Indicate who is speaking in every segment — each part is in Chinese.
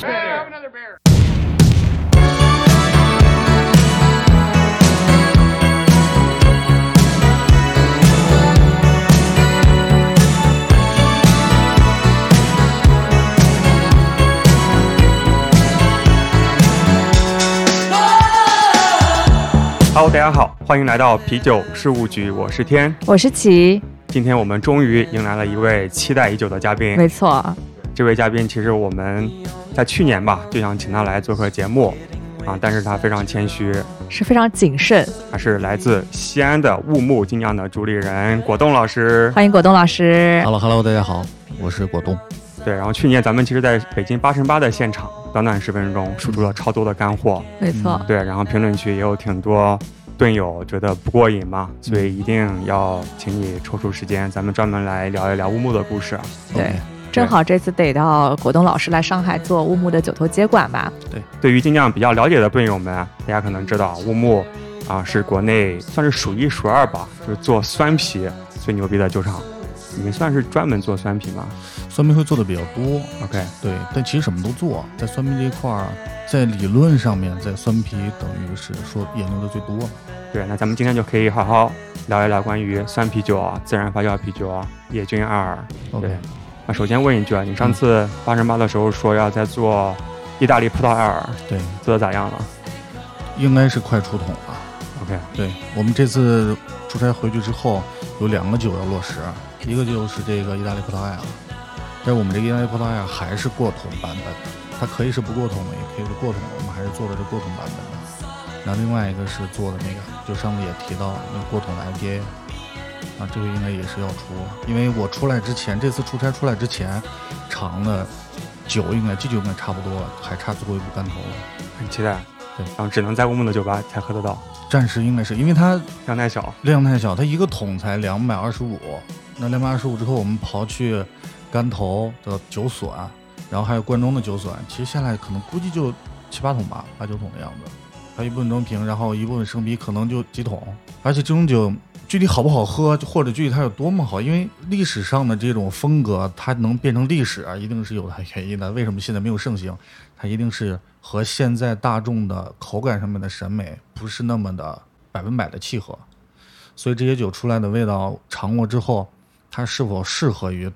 Speaker 1: Brother Bear.
Speaker 2: Hello，大家好，欢迎来到啤酒事务局，我是天。
Speaker 3: 我是琪，
Speaker 2: 今天我们终于迎来了一位期待已久的嘉宾。
Speaker 3: 没错，
Speaker 2: 这位嘉宾其实我们在去年吧就想请他来做客节目啊，但是他非常谦虚，
Speaker 3: 是非常谨慎。
Speaker 2: 他是来自西安的雾木精酿的主理人果冻老师。
Speaker 3: 欢迎果冻老师
Speaker 4: h e，l l o h e l l o 大家好，我是果冻。
Speaker 2: 对，然后去年咱们其实在北京八乘八的现场，短短十分钟输出了超多的干货。
Speaker 3: 没错，
Speaker 2: 对，然后评论区也有挺多盾友觉得不过瘾嘛，所以一定要请你抽出时间，咱们专门来聊一聊乌木的故事。
Speaker 3: 对正好这次得到果冻老师来上海做乌木的九头接管吧。
Speaker 2: 对于精酿比较了解的盾友们，大家可能知道乌木啊是国内算是数一数二吧，就是做酸啤最牛逼的酒厂。你们算是专门做酸啤吗
Speaker 4: 酸梅会做的比较多，
Speaker 2: ？OK，
Speaker 4: 对，但其实什么都做，在酸梅这一块儿，在理论上面，在酸啤等于是说研究的最多。
Speaker 2: 对，那咱们今天就可以好好聊一聊关于酸啤酒、啊、自然发酵啤酒、啊、野菌二。对
Speaker 4: OK，
Speaker 2: 那首先问一句啊，你上次八乘八的时候说要再做意大利葡萄艾尔，
Speaker 4: 对，
Speaker 2: 做的咋样了
Speaker 4: 应该是快出桶了。
Speaker 2: ？OK，
Speaker 4: 对我们这次出差回去之后，有两个酒要落实，一个就是这个意大利葡萄艾尔，但是我们这个意大利葡萄艾尔还是过桶版本的，它可以是不过桶的，也可以是过桶的，我们还是做的是过桶版本的。然后另外一个是做的那个，就上次也提到那个过桶的 IPA，啊，这个应该也是要出，因为我出来之前，这次出差出来之前，尝的酒应该这就应该差不多了，还差最后一步干头了，
Speaker 2: 很期待。
Speaker 4: 对
Speaker 2: 然后只能在乌木的酒吧才喝得到，
Speaker 4: 暂时应该是因为它
Speaker 2: 量太小。
Speaker 4: 量太小，它一个桶才两百二十五。那两百二十五之后，我们刨去干头的酒损，然后还有关中的酒损，其实下来可能估计就七八桶吧，八九桶的样子。还有一部分装瓶，然后一部分生啤，可能就几桶。而且这种酒具体好不好喝，或者具体它有多么好，因为历史上的这种风格，它能变成历史啊，一定是有它原因的。为什么现在没有盛行？它一定是和现在大众的口感上面的审美不是那么的百分百的契合。所以这些酒出来的味道尝过之后，它是否适合于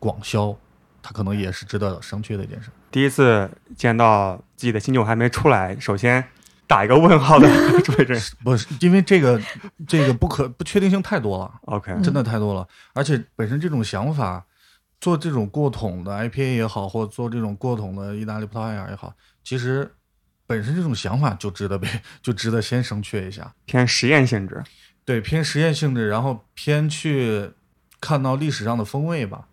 Speaker 4: 广销，它可能也是值得商榷的一件事。
Speaker 2: 第一次见到自己的新酒还没出来，首先打一个问号的朱慧珍。
Speaker 4: 不是因为这个，这个不可不确定性太多了，
Speaker 2: OK，
Speaker 4: 真的太多了。而且本身这种想法，做这种过桶的 IPA 也好，或者做这种过桶的意大利葡萄艾尔也好，其实本身这种想法就值得被就值得先商榷一下。
Speaker 2: 偏实验性质。
Speaker 4: 对，偏实验性质，然后偏去看到历史上的风味吧。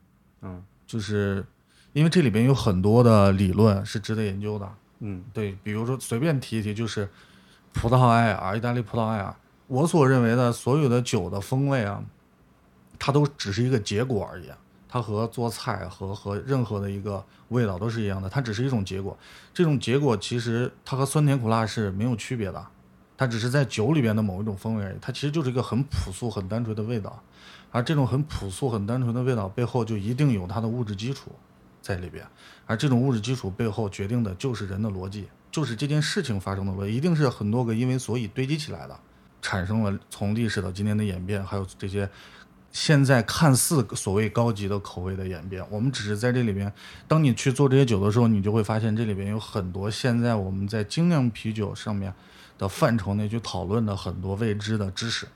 Speaker 2: 嗯
Speaker 4: 就是因为这里边有很多的理论是值得研究的。
Speaker 2: 嗯，
Speaker 4: 对，比如说随便提一提，就是葡萄艾尔、意大利葡萄艾尔，我所认为的所有的酒的风味啊，它都只是一个结果而已。啊它和做菜和和任何的一个味道都是一样的，它只是一种结果。这种结果其实它和酸甜苦辣是没有区别的，它只是在酒里边的某一种风味而已。它其实就是一个很朴素、很单纯的味道，而这种很朴素、很单纯的味道背后就一定有它的物质基础在里边。而这种物质基础背后决定的就是人的逻辑，就是这件事情发生的逻辑，一定是很多个因为所以堆积起来的，产生了从历史到今天的演变，还有这些现在看似所谓高级的口味的演变。我们只是在这里边，当你去做这些酒的时候，你就会发现这里边有很多现在我们在精酿啤酒上面的范畴内去讨论的很多未知的知识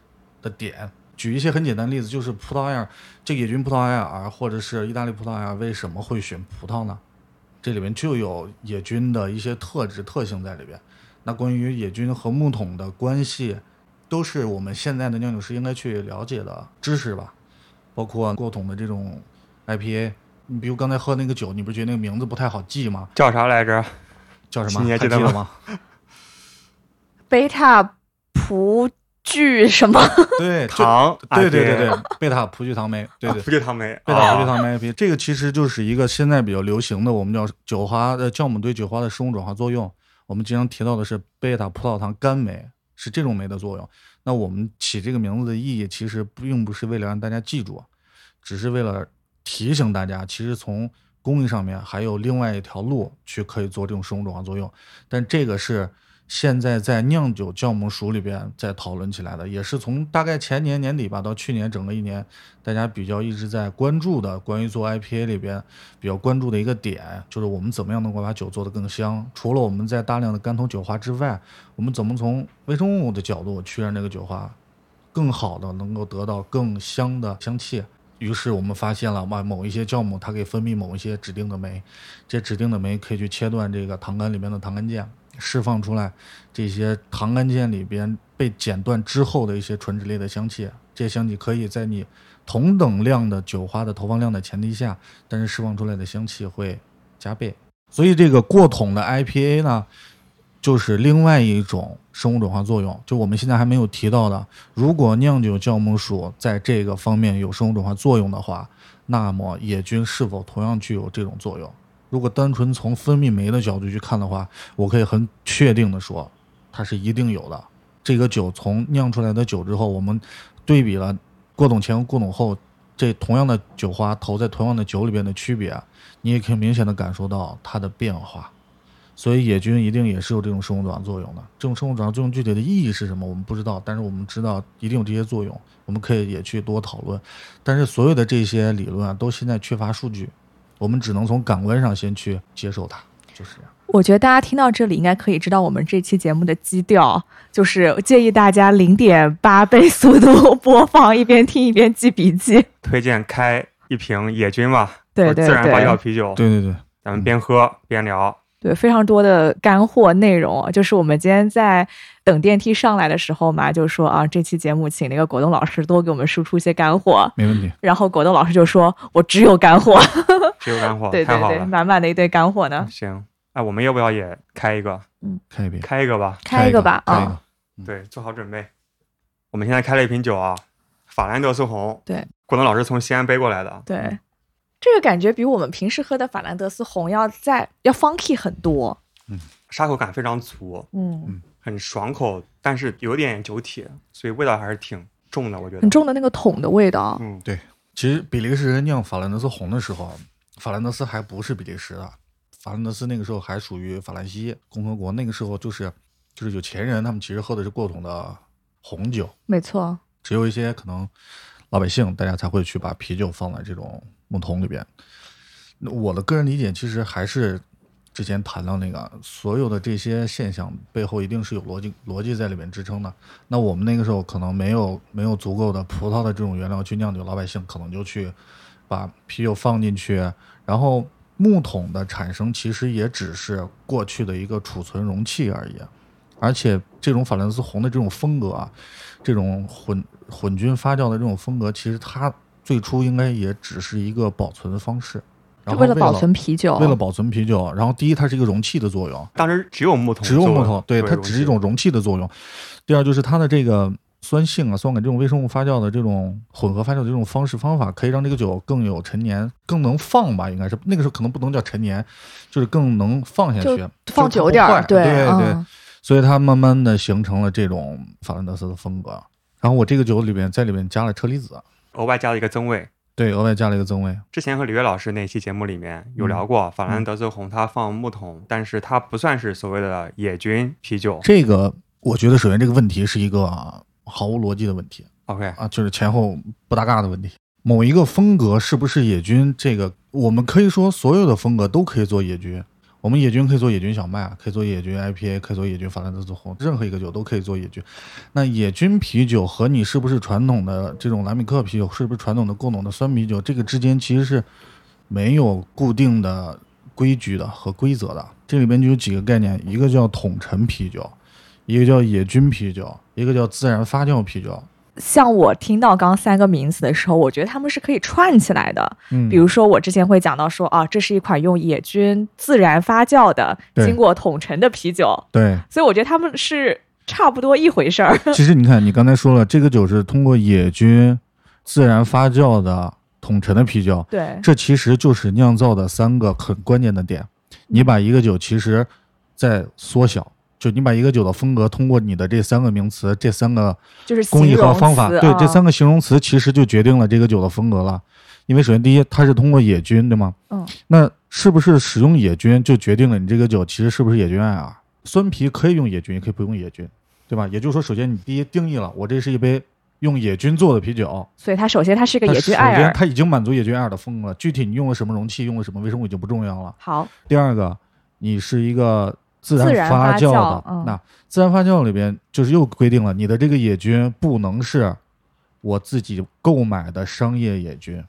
Speaker 4: 的点。举一些很简单的例子，就是葡萄艾尔，这个野菌葡萄艾尔或者是意大利葡萄艾尔为什么会选葡萄呢？这里面就有野菌的一些特质特性在里边。那关于野菌和木桶的关系，都是我们现在的酿酒师应该去了解的知识吧，包括过桶的这种 IPA。你比如刚才喝那个酒，你不是觉得那个名字不太好记吗？
Speaker 2: 叫啥来着？
Speaker 4: 叫什么？
Speaker 2: 你还
Speaker 4: 还
Speaker 2: 记
Speaker 4: 记
Speaker 2: 得吗
Speaker 4: 得吗？
Speaker 3: 贝塔葡聚什么？
Speaker 4: 对， 就
Speaker 2: 糖，
Speaker 4: 对对对
Speaker 2: 啊
Speaker 4: 对，贝塔葡聚糖酶，对对
Speaker 2: 不就糖梅，
Speaker 4: 贝塔葡聚
Speaker 2: 啊
Speaker 4: 糖酶 IP，这个其实就是一个现在比较流行的，我们叫酒花呃酵母对酒花的生物转化作用。我们经常提到的是贝塔葡萄糖苷酶，是这种酶的作用。那我们起这个名字的意义，其实并不是为了让大家记住，只是为了提醒大家，其实从工艺上面还有另外一条路去可以做这种深红种黄啊作用，但这个是现在在酿酒酵母署里边在讨论起来的，也是从大概前年年底吧到去年整个一年，大家比较一直在关注的关于做 IPA 里边比较关注的一个点，就是我们怎么样能够把酒做得更香。除了我们在大量的干桶酒花之外，我们怎么从微生物的角度去让这个酒花更好的能够得到更香的香气。于是我们发现了，哇，某一些酵母它可以分泌某一些指定的酶，这指定的酶可以去切断这个糖苷里面的糖苷键，释放出来这些糖苷键里边被剪断之后的一些醇酯类的香气。这些香气可以在你同等量的酒花的投放量的前提下，但是释放出来的香气会加倍。所以这个过桶的 IPA 呢，就是另外一种生物转化作用，就我们现在还没有提到的。如果酿酒酵母属在这个方面有生物转化作用的话，那么野菌是否同样具有这种作用？如果单纯从分泌酶的角度去看的话，我可以很确定的说，它是一定有的。这个酒从酿出来的酒之后，我们对比了过桶前和过桶后这同样的酒花投在同样的酒里边的区别，你也可以明显的感受到它的变化。所以野菌一定也是有这种生物转化作用的。这种生物转化作用具体的意义是什么，我们不知道，但是我们知道一定有这些作用，我们可以也去多讨论。但是所有的这些理论啊，都现在缺乏数据，我们只能从感官上先去接受它，就是这样。
Speaker 3: 我觉得大家听到这里应该可以知道我们这期节目的基调，就是建议大家零点八倍速度播放，一边听一边记笔记。
Speaker 2: 推荐开一瓶野菌吧，
Speaker 3: 对
Speaker 2: 或者
Speaker 3: 对
Speaker 2: 哦自然发酵
Speaker 3: 对，
Speaker 2: 啤酒，
Speaker 4: 对对对，
Speaker 2: 咱们边喝边聊。
Speaker 3: 对非常多的干货内容啊，就是我们今天在等电梯上来的时候嘛，就说啊，这期节目请那个果冻老师多给我们输出一些干货。
Speaker 4: 没问题。
Speaker 3: 然后果冻老师就说：“我只有干货。
Speaker 2: 只有干”货，
Speaker 3: 对
Speaker 2: 太
Speaker 3: 对
Speaker 2: 好
Speaker 3: 对，
Speaker 2: 了。
Speaker 3: 满满的一堆干货呢。
Speaker 2: 行，哎，我们要不要也开一个？
Speaker 4: 开一瓶，
Speaker 2: 开一个吧。
Speaker 3: 开一个吧
Speaker 4: 开一
Speaker 3: 啊！
Speaker 4: 个。
Speaker 2: 对，做好准备。我们现在开了一瓶酒啊，法兰德斯红。
Speaker 3: 对，
Speaker 2: 果冻老师从西安背过来的。
Speaker 3: 对，这个感觉比我们平时喝的法兰德斯红要再要 funky 很多。
Speaker 2: 沙口感非常足，
Speaker 3: 嗯，
Speaker 2: 很爽口，但是有点酒体，所以味道还是挺重的，我觉得
Speaker 3: 很。重的那个桶的味道。
Speaker 2: 嗯，
Speaker 4: 其实比利时人酿法兰德斯红的时候，啊法兰德斯还不是比利时的，法兰德斯那个时候还属于法兰西共和国。那个时候就是就是有钱人他们其实喝的是过桶的红酒，
Speaker 3: 没错，
Speaker 4: 只有一些可能老百姓大家才会去把啤酒放在这种木桶里边。那我的个人理解其实还是之前谈到那个，所有的这些现象背后一定是有逻辑逻辑在里面支撑的。那我们那个时候可能没有没有足够的葡萄的这种原料去酿酒，老百姓可能就去把啤酒放进去，然后木桶的产生其实也只是过去的一个储存容器而已。而且这种法兰斯红的这种风格啊，这种混混菌发酵的这种风格，其实它最初应该也只是一个保存方式，然
Speaker 3: 就
Speaker 4: 后为
Speaker 3: 了保存啤酒，
Speaker 4: 为了保存啤酒，然后第一它是一个容器的作用，
Speaker 2: 当时只有木桶，
Speaker 4: 只有木头，对，它
Speaker 2: 容器
Speaker 4: 只是一种容器的作用。第二就是它的这个酸性啊、酸感这种微生物发酵的这种混合发酵的这种方式方法，可以让这个酒更有陈年，更能放吧，应该是那个时候可能不能叫陈年，就是更能放下
Speaker 3: 就
Speaker 4: 去，
Speaker 3: 放久点儿。
Speaker 4: 对
Speaker 3: 对
Speaker 4: 对。
Speaker 3: 嗯
Speaker 4: 所以它慢慢的形成了这种法兰德斯的风格。然后我这个酒里边在里面加了车厘子，
Speaker 2: 额外加了一个增味。
Speaker 4: 对，额外加了一个增味，
Speaker 2: 之前和李悦老师那期节目里面
Speaker 3: 嗯
Speaker 2: 有聊过，法兰德斯红它放木桶，但是它不算是所谓的野菌啤酒。
Speaker 4: 这个我觉得首先这个问题是一个啊毫无逻辑的问题。
Speaker 2: OK，
Speaker 4: 啊，就是前后不搭嘎的问题。某一个风格是不是野菌？这个我们可以说所有的风格都可以做野菌。我们野菌可以做野菌小麦，啊可以做野菌 IPA，可以做野菌法兰德斯红，任何一个酒都可以做野菌。那野菌啤酒和你是不是传统的这种莱米克啤酒，是不是传统的过桶的酸啤酒，这个之间其实是没有固定的规矩的和规则的。这里边就有几个概念，一个叫桶陈啤酒，一个叫野菌啤酒，一个叫自然发酵啤酒。
Speaker 3: 像我听到刚三个名词的时候，我觉得他们是可以串起来的。
Speaker 4: 嗯，
Speaker 3: 比如说，我之前会讲到说啊，这是一款用野菌自然发酵的、
Speaker 4: 对
Speaker 3: 经过桶陈的啤酒，
Speaker 4: 对，
Speaker 3: 所以我觉得他们是差不多一回事 儿。
Speaker 4: 其实你看，你刚才说了，这个酒是通过野菌自然发酵的桶陈的啤酒，
Speaker 3: 对，
Speaker 4: 这其实就是酿造的三个很关键的点。你把一个酒其实在缩小，就你把一个酒的风格通过你的这三个名词、这三个
Speaker 3: 就是
Speaker 4: 工艺
Speaker 3: 形
Speaker 4: 和
Speaker 3: 容
Speaker 4: 方法，
Speaker 3: 词
Speaker 4: 对
Speaker 3: 啊
Speaker 4: 这三个形容词，其实就决定了这个酒的风格了。因为首先第一，它是通过野菌，对吗？
Speaker 3: 嗯，
Speaker 4: 那是不是使用野菌就决定了你这个酒其实是不是野菌 IR？酸啤可以用野菌，也可以不用野菌，对吧？也就是说，首先你第一定义了，我这是一杯用野菌做的啤酒，
Speaker 3: 所以它首先它是个
Speaker 4: 它
Speaker 3: 野
Speaker 4: 首
Speaker 3: 菌爱
Speaker 4: 先
Speaker 3: 尔。
Speaker 4: 它已经满足野菌 IR 的风格了。具体你用了什么容器，用了什么微生物已经不重要了。
Speaker 3: 好，
Speaker 4: 第二个，你是一个自
Speaker 3: 自然
Speaker 4: 发
Speaker 3: 发
Speaker 4: 酵的
Speaker 3: 酵，嗯
Speaker 4: 那自然发酵里边就是又规定了，你的这个野菌不能是我自己购买的商业野菌，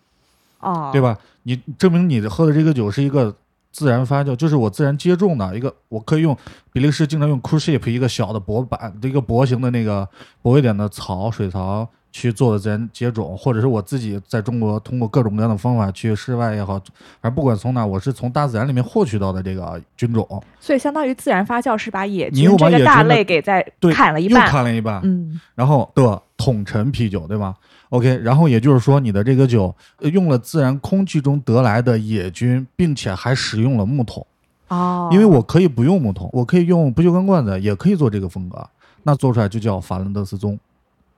Speaker 3: 哦，
Speaker 4: 对吧？你证明你喝的这个酒是一个自然发酵，就是我自然接种的一个，我可以用比利时经常用 cruise ship 一个小的薄板一个薄型的那个薄一点的槽水槽去做的自然接种，或者是我自己在中国通过各种各样的方法去室外也好，反正不管从哪，我是从大自然里面获取到的这个菌种，
Speaker 3: 所以相当于自然发酵是把野
Speaker 4: 你又
Speaker 3: 菌
Speaker 4: 把
Speaker 3: 这个
Speaker 4: 野菌
Speaker 3: 大
Speaker 4: 的
Speaker 3: 类给再
Speaker 4: 对，
Speaker 3: 砍了一
Speaker 4: 又
Speaker 3: 半。
Speaker 4: 砍了一半，
Speaker 3: 嗯，
Speaker 4: 然后的统陈啤酒，对吧？OK，然后也就是说，你的这个酒呃用了自然空气中得来的野菌，并且还使用了木桶，
Speaker 3: 哦，
Speaker 4: 因为我可以不用木桶，我可以用不锈钢罐子，也可以做这个风格，那做出来就叫法兰德斯棕。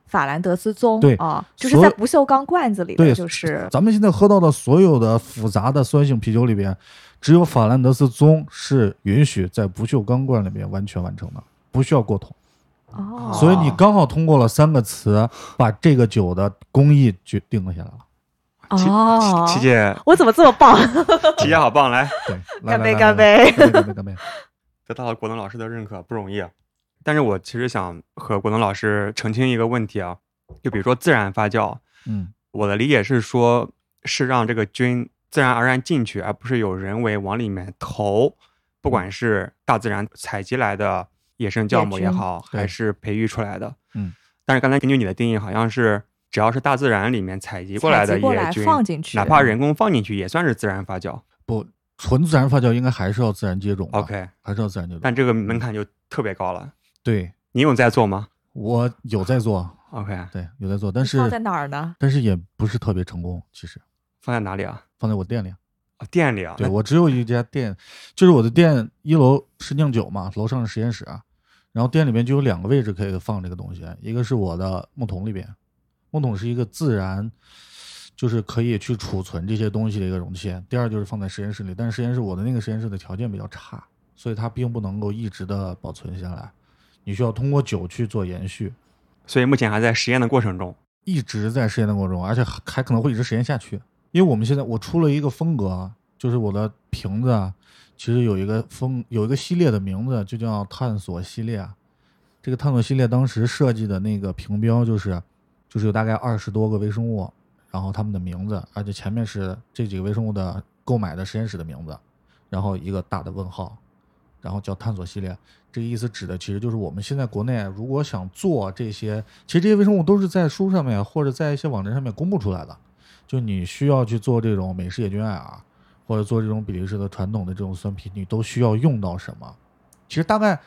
Speaker 3: 法兰德斯棕，
Speaker 4: 对
Speaker 3: 哦，就是
Speaker 4: 所
Speaker 3: 在
Speaker 4: 有
Speaker 3: 不锈钢罐子里的，
Speaker 4: 对
Speaker 3: 就是
Speaker 4: 咱们现在喝到的所有的复杂的酸性啤酒里边，只有法兰德斯棕是允许在不锈钢罐里边完全完成的，不需要过桶。
Speaker 3: 哦，
Speaker 4: 所以你刚好通过了三个词，把这个酒的工艺决定了下来了。
Speaker 3: 哦，
Speaker 2: 琪 姐，
Speaker 3: 我怎么这么棒？
Speaker 2: 琪姐好棒，来，
Speaker 4: 对，来
Speaker 3: 干杯，
Speaker 4: 来
Speaker 3: 干杯！
Speaker 4: 来来干杯，干杯， 干杯！
Speaker 2: 得到了国能老师的认可，不容易。啊但是我其实想和国能老师澄清一个问题啊，就比如说自然发酵，
Speaker 4: 嗯，
Speaker 2: 我的理解是说，是让这个菌自然而然进去，而不是有人为往里面投。不
Speaker 3: 嗯
Speaker 2: 管是大自然采集来的野生酵母也好，
Speaker 4: 对
Speaker 2: 还是培育出来的，
Speaker 4: 嗯。
Speaker 2: 但是刚才根据你的定义，好像是只要是大自然里面采集过来
Speaker 3: 采
Speaker 2: 的
Speaker 3: 集过
Speaker 2: 野
Speaker 3: 来
Speaker 2: 菌，
Speaker 3: 放进去，嗯
Speaker 2: 哪怕人工放进去，也算是自然发酵。
Speaker 4: 不，纯自然发酵应该还是要自然接种的
Speaker 2: OK，
Speaker 4: 还是要自然接种。
Speaker 2: 但这个门槛就特别高了。
Speaker 4: 对
Speaker 2: 你有在做吗
Speaker 4: 我有在做，
Speaker 2: ？OK，
Speaker 4: 对，有在做，但是
Speaker 3: 放在哪儿呢？
Speaker 4: 但是也不是特别成功，其实
Speaker 2: 放在哪里啊？
Speaker 4: 放在我店里。
Speaker 2: 啊店里啊？
Speaker 4: 对
Speaker 2: 那
Speaker 4: 我只有一家店，就是我的店一楼是酿酒嘛，楼上是实验室，啊然后店里面就有两个位置可以放这个东西，一个是我的木桶里边，木桶是一个自然，就是可以去储存这些东西的一个容器；第二就是放在实验室里，但是实验室我的那个实验室的条件比较差，所以它并不能够一直的保存下来，你需要通过酒去做延续，
Speaker 2: 所以目前还在实验的过程中。
Speaker 4: 一直在实验的过程中，而且还还可能会一直实验下去。因为我们现在我出了一个风格啊，就是我的瓶子啊，其实有一个风有一个系列的名字，就叫探索系列啊。这个探索系列当时设计的那个瓶标就是，就是有大概二十多个微生物，然后它们的名字，而且前面是这几个微生物的购买的实验室的名字，然后一个大的问号，然后叫探索系列。这个意思指的其实就是我们现在国内如果想做这些，其实这些微生物都是在书上面或者在一些网站上面公布出来的，就你需要去做这种美式野菌艾尔，或者做这种比利时的传统的这种酸啤，你都需要用到什么？其实大概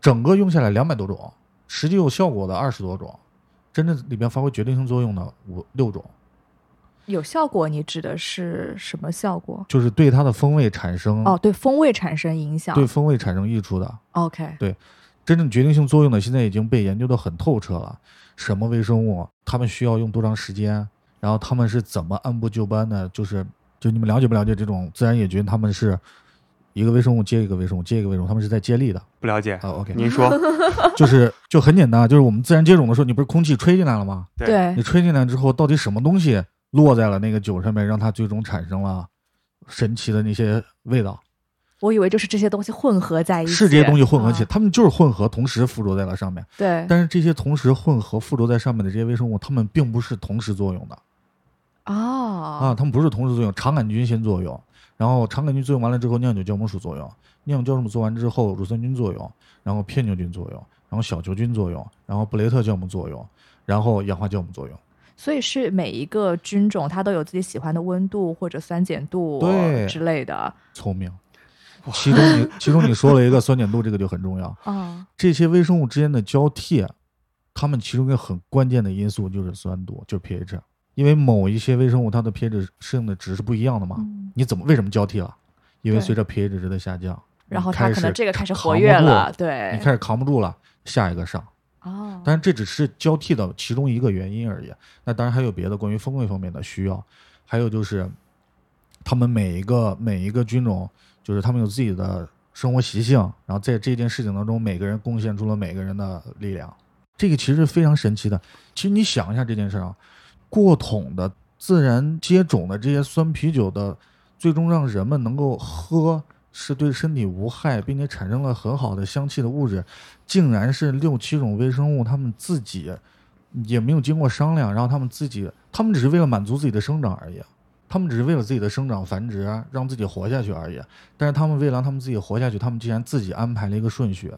Speaker 4: 整个用下来两百多种，实际有效果的二十多种，真正里边发挥决定性作用的五六种，
Speaker 3: 有效果，你指的是什么效果？
Speaker 4: 就是对它的风味产生、
Speaker 3: 哦，对风味产生影响。
Speaker 4: 对风味产生益处的。
Speaker 3: OK，
Speaker 4: 真正决定性作用呢，现在已经被研究的很透彻了。什么微生物，它们需要用多长时间，然后它们是怎么按部就班的，就是就你们了解不了解这种自然野菌，它们是一个微生物接一个微生物接一个微生物，它们是在接力的
Speaker 2: 不了解，
Speaker 4: 啊。OK，
Speaker 2: 您 说
Speaker 4: 就是就很简单，啊就是我们自然接种的时候，你不是空气吹进来了吗？
Speaker 2: 对
Speaker 3: 对
Speaker 4: 你，吹进来之后，到底什么东西落在了那个酒上面，让它最终产生了神奇的那些味道？
Speaker 3: 我以为就是这些东西混合在一起，
Speaker 4: 是这些东西混合起，来，
Speaker 3: 啊
Speaker 4: 它们就是混合，同时附着在了上面。
Speaker 3: 对，
Speaker 4: 但是这些同时混合附着在上面的这些微生物，它们并不是同时作用的啊，
Speaker 3: 哦，
Speaker 4: 它们不是同时作用，肠杆菌先作用，然后肠杆菌作用完了之后，酿酒酵母属作用，酿酒酵母做完之后，乳酸菌作用，然后片球菌作用，然后小球菌作用，然后布雷特酵母作用，然后氧化酵母作用。
Speaker 3: 所以是每一个菌种它都有自己喜欢的温度或者酸碱度
Speaker 4: 对
Speaker 3: 之类的。
Speaker 4: 聪明，其中你其中你说了一个酸碱度，这个就很重要。
Speaker 3: 哦，
Speaker 4: 这些微生物之间的交替，它们其中一个很关键的因素就是酸度，就是 pH。因为某一些微生物它的 pH 适应的值是不一样的嘛，
Speaker 3: 嗯
Speaker 4: 你怎么为什么交替了？因为
Speaker 3: 对
Speaker 4: 随着 pH 值的下降，
Speaker 3: 然后
Speaker 4: 你
Speaker 3: 它
Speaker 4: 开
Speaker 3: 可能
Speaker 4: 始
Speaker 3: 这个开始
Speaker 4: 扛
Speaker 3: 活
Speaker 4: 不
Speaker 3: 跃
Speaker 4: 住
Speaker 3: 了，对，
Speaker 4: 你开始扛不住了，下一个上。
Speaker 3: 哦，
Speaker 4: 但是这只是交替的其中一个原因而已。那当然还有别的关于风味方面的需要，还有就是他们每一个每一个军种，就是他们有自己的生活习性，然后在这件事情当中，每个人贡献出了每个人的力量。这个其实是非常神奇的。其实你想一下这件事儿啊，过桶的自然接种的这些酸啤酒的，最终让人们能够喝，是对身体无害，并且产生了很好的香气的物质，竟然是六七种微生物他们自己也没有经过商量，然后他们自己，他们只是为了满足自己的生长而已。他们只是为了自己的生长繁殖，啊让自己活下去而已。啊但是他们为了让他们自己活下去，他们竟然自己安排了一个顺序，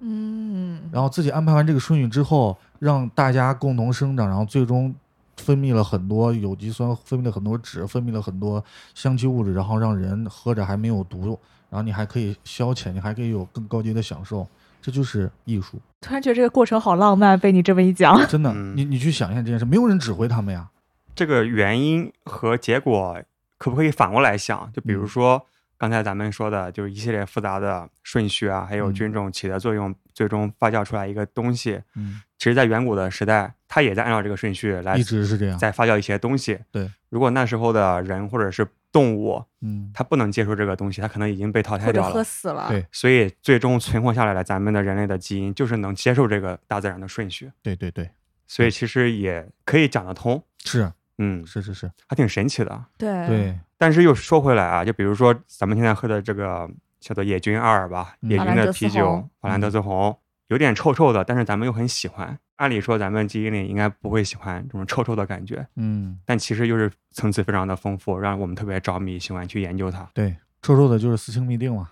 Speaker 3: 嗯，
Speaker 4: 然后自己安排完这个顺序之后，让大家共同生长，然后最终分泌了很多有机酸，分泌了很多脂，分泌了很多香气物质，然后让人喝着还没有毒，然后你还可以消遣，你还可以有更高级的享受，这就是艺术。
Speaker 3: 突然觉得这个过程好浪漫，被你这么一讲，
Speaker 4: 真的，
Speaker 2: 嗯
Speaker 4: 你你去想一下这件事，没有人指挥他们呀。
Speaker 2: 这个原因和结果可不可以反过来想？就比如
Speaker 4: 嗯
Speaker 2: 说刚才咱们说的，就是一系列复杂的顺序啊，还有
Speaker 4: 嗯
Speaker 2: 菌种起的作用，最终发酵出来一个东西。
Speaker 4: 嗯，
Speaker 2: 其实，在远古的时代，它也在按照这个顺序来
Speaker 4: 一直是这样。
Speaker 2: 再发酵一些东西。
Speaker 4: 对，
Speaker 2: 如果那时候的人或者是动物，
Speaker 4: 嗯，
Speaker 2: 它不能接受这个东西，它可能已经被淘汰
Speaker 3: 或者
Speaker 2: 掉
Speaker 3: 喝
Speaker 2: 了。
Speaker 3: 死了。
Speaker 4: 对
Speaker 2: 所以，最终存活下来的咱们的人类的基因，就是能接受这个大自然的顺序。
Speaker 4: 对对对，
Speaker 2: 所以，其实也可以讲得通。
Speaker 4: 是
Speaker 2: 嗯，
Speaker 4: 嗯是是是，
Speaker 2: 还挺神奇的。啊
Speaker 3: 对
Speaker 4: 对，
Speaker 2: 但是又说回来啊，就比如说咱们现在喝的这个叫做野菌二吧，
Speaker 4: 嗯
Speaker 2: 野
Speaker 3: 法
Speaker 2: 菌
Speaker 3: 兰
Speaker 2: 的
Speaker 3: 德
Speaker 2: 啤
Speaker 3: 斯
Speaker 2: 酒
Speaker 3: 红，
Speaker 2: 法兰德斯红，有点臭臭的，但是咱们又很喜欢。按理说咱们基因里应该不会喜欢这种臭臭的感觉，
Speaker 4: 嗯，
Speaker 2: 但其实又是层次非常的丰富，让我们特别着迷，喜欢去研究它。
Speaker 4: 对，臭臭的就是四氢嘧啶嘛。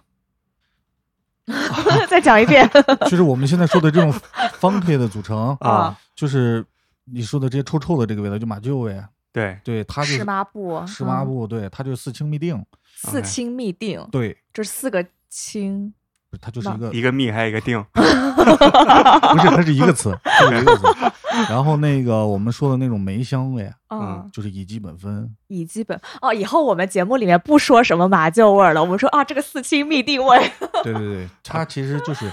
Speaker 3: 再讲一遍
Speaker 4: 就是我们现在说的这种 funky 的组成，
Speaker 2: 啊，
Speaker 4: 就是你说的这些臭臭的这个味道，就马厩味，
Speaker 2: 对，
Speaker 4: 对，它就是
Speaker 3: 笍麻布，
Speaker 4: 湿抹
Speaker 3: 嗯，
Speaker 4: 布，对，它就是四氢嘧啶，
Speaker 3: 四亲密定，
Speaker 4: 对，
Speaker 3: 这四个亲，
Speaker 4: 不是它就是一个，
Speaker 2: 一个蜜还有一个 定，
Speaker 4: 不是它是一个词， 它是一个词。然后那个我们说的那种梅香味，
Speaker 2: 嗯
Speaker 3: 嗯，
Speaker 4: 就是乙基苯酚，
Speaker 3: 乙基苯哦，以后我们节目里面不说什么马厩味儿了，我们说啊，这个四亲密定味，
Speaker 4: 对对对，它其实就是，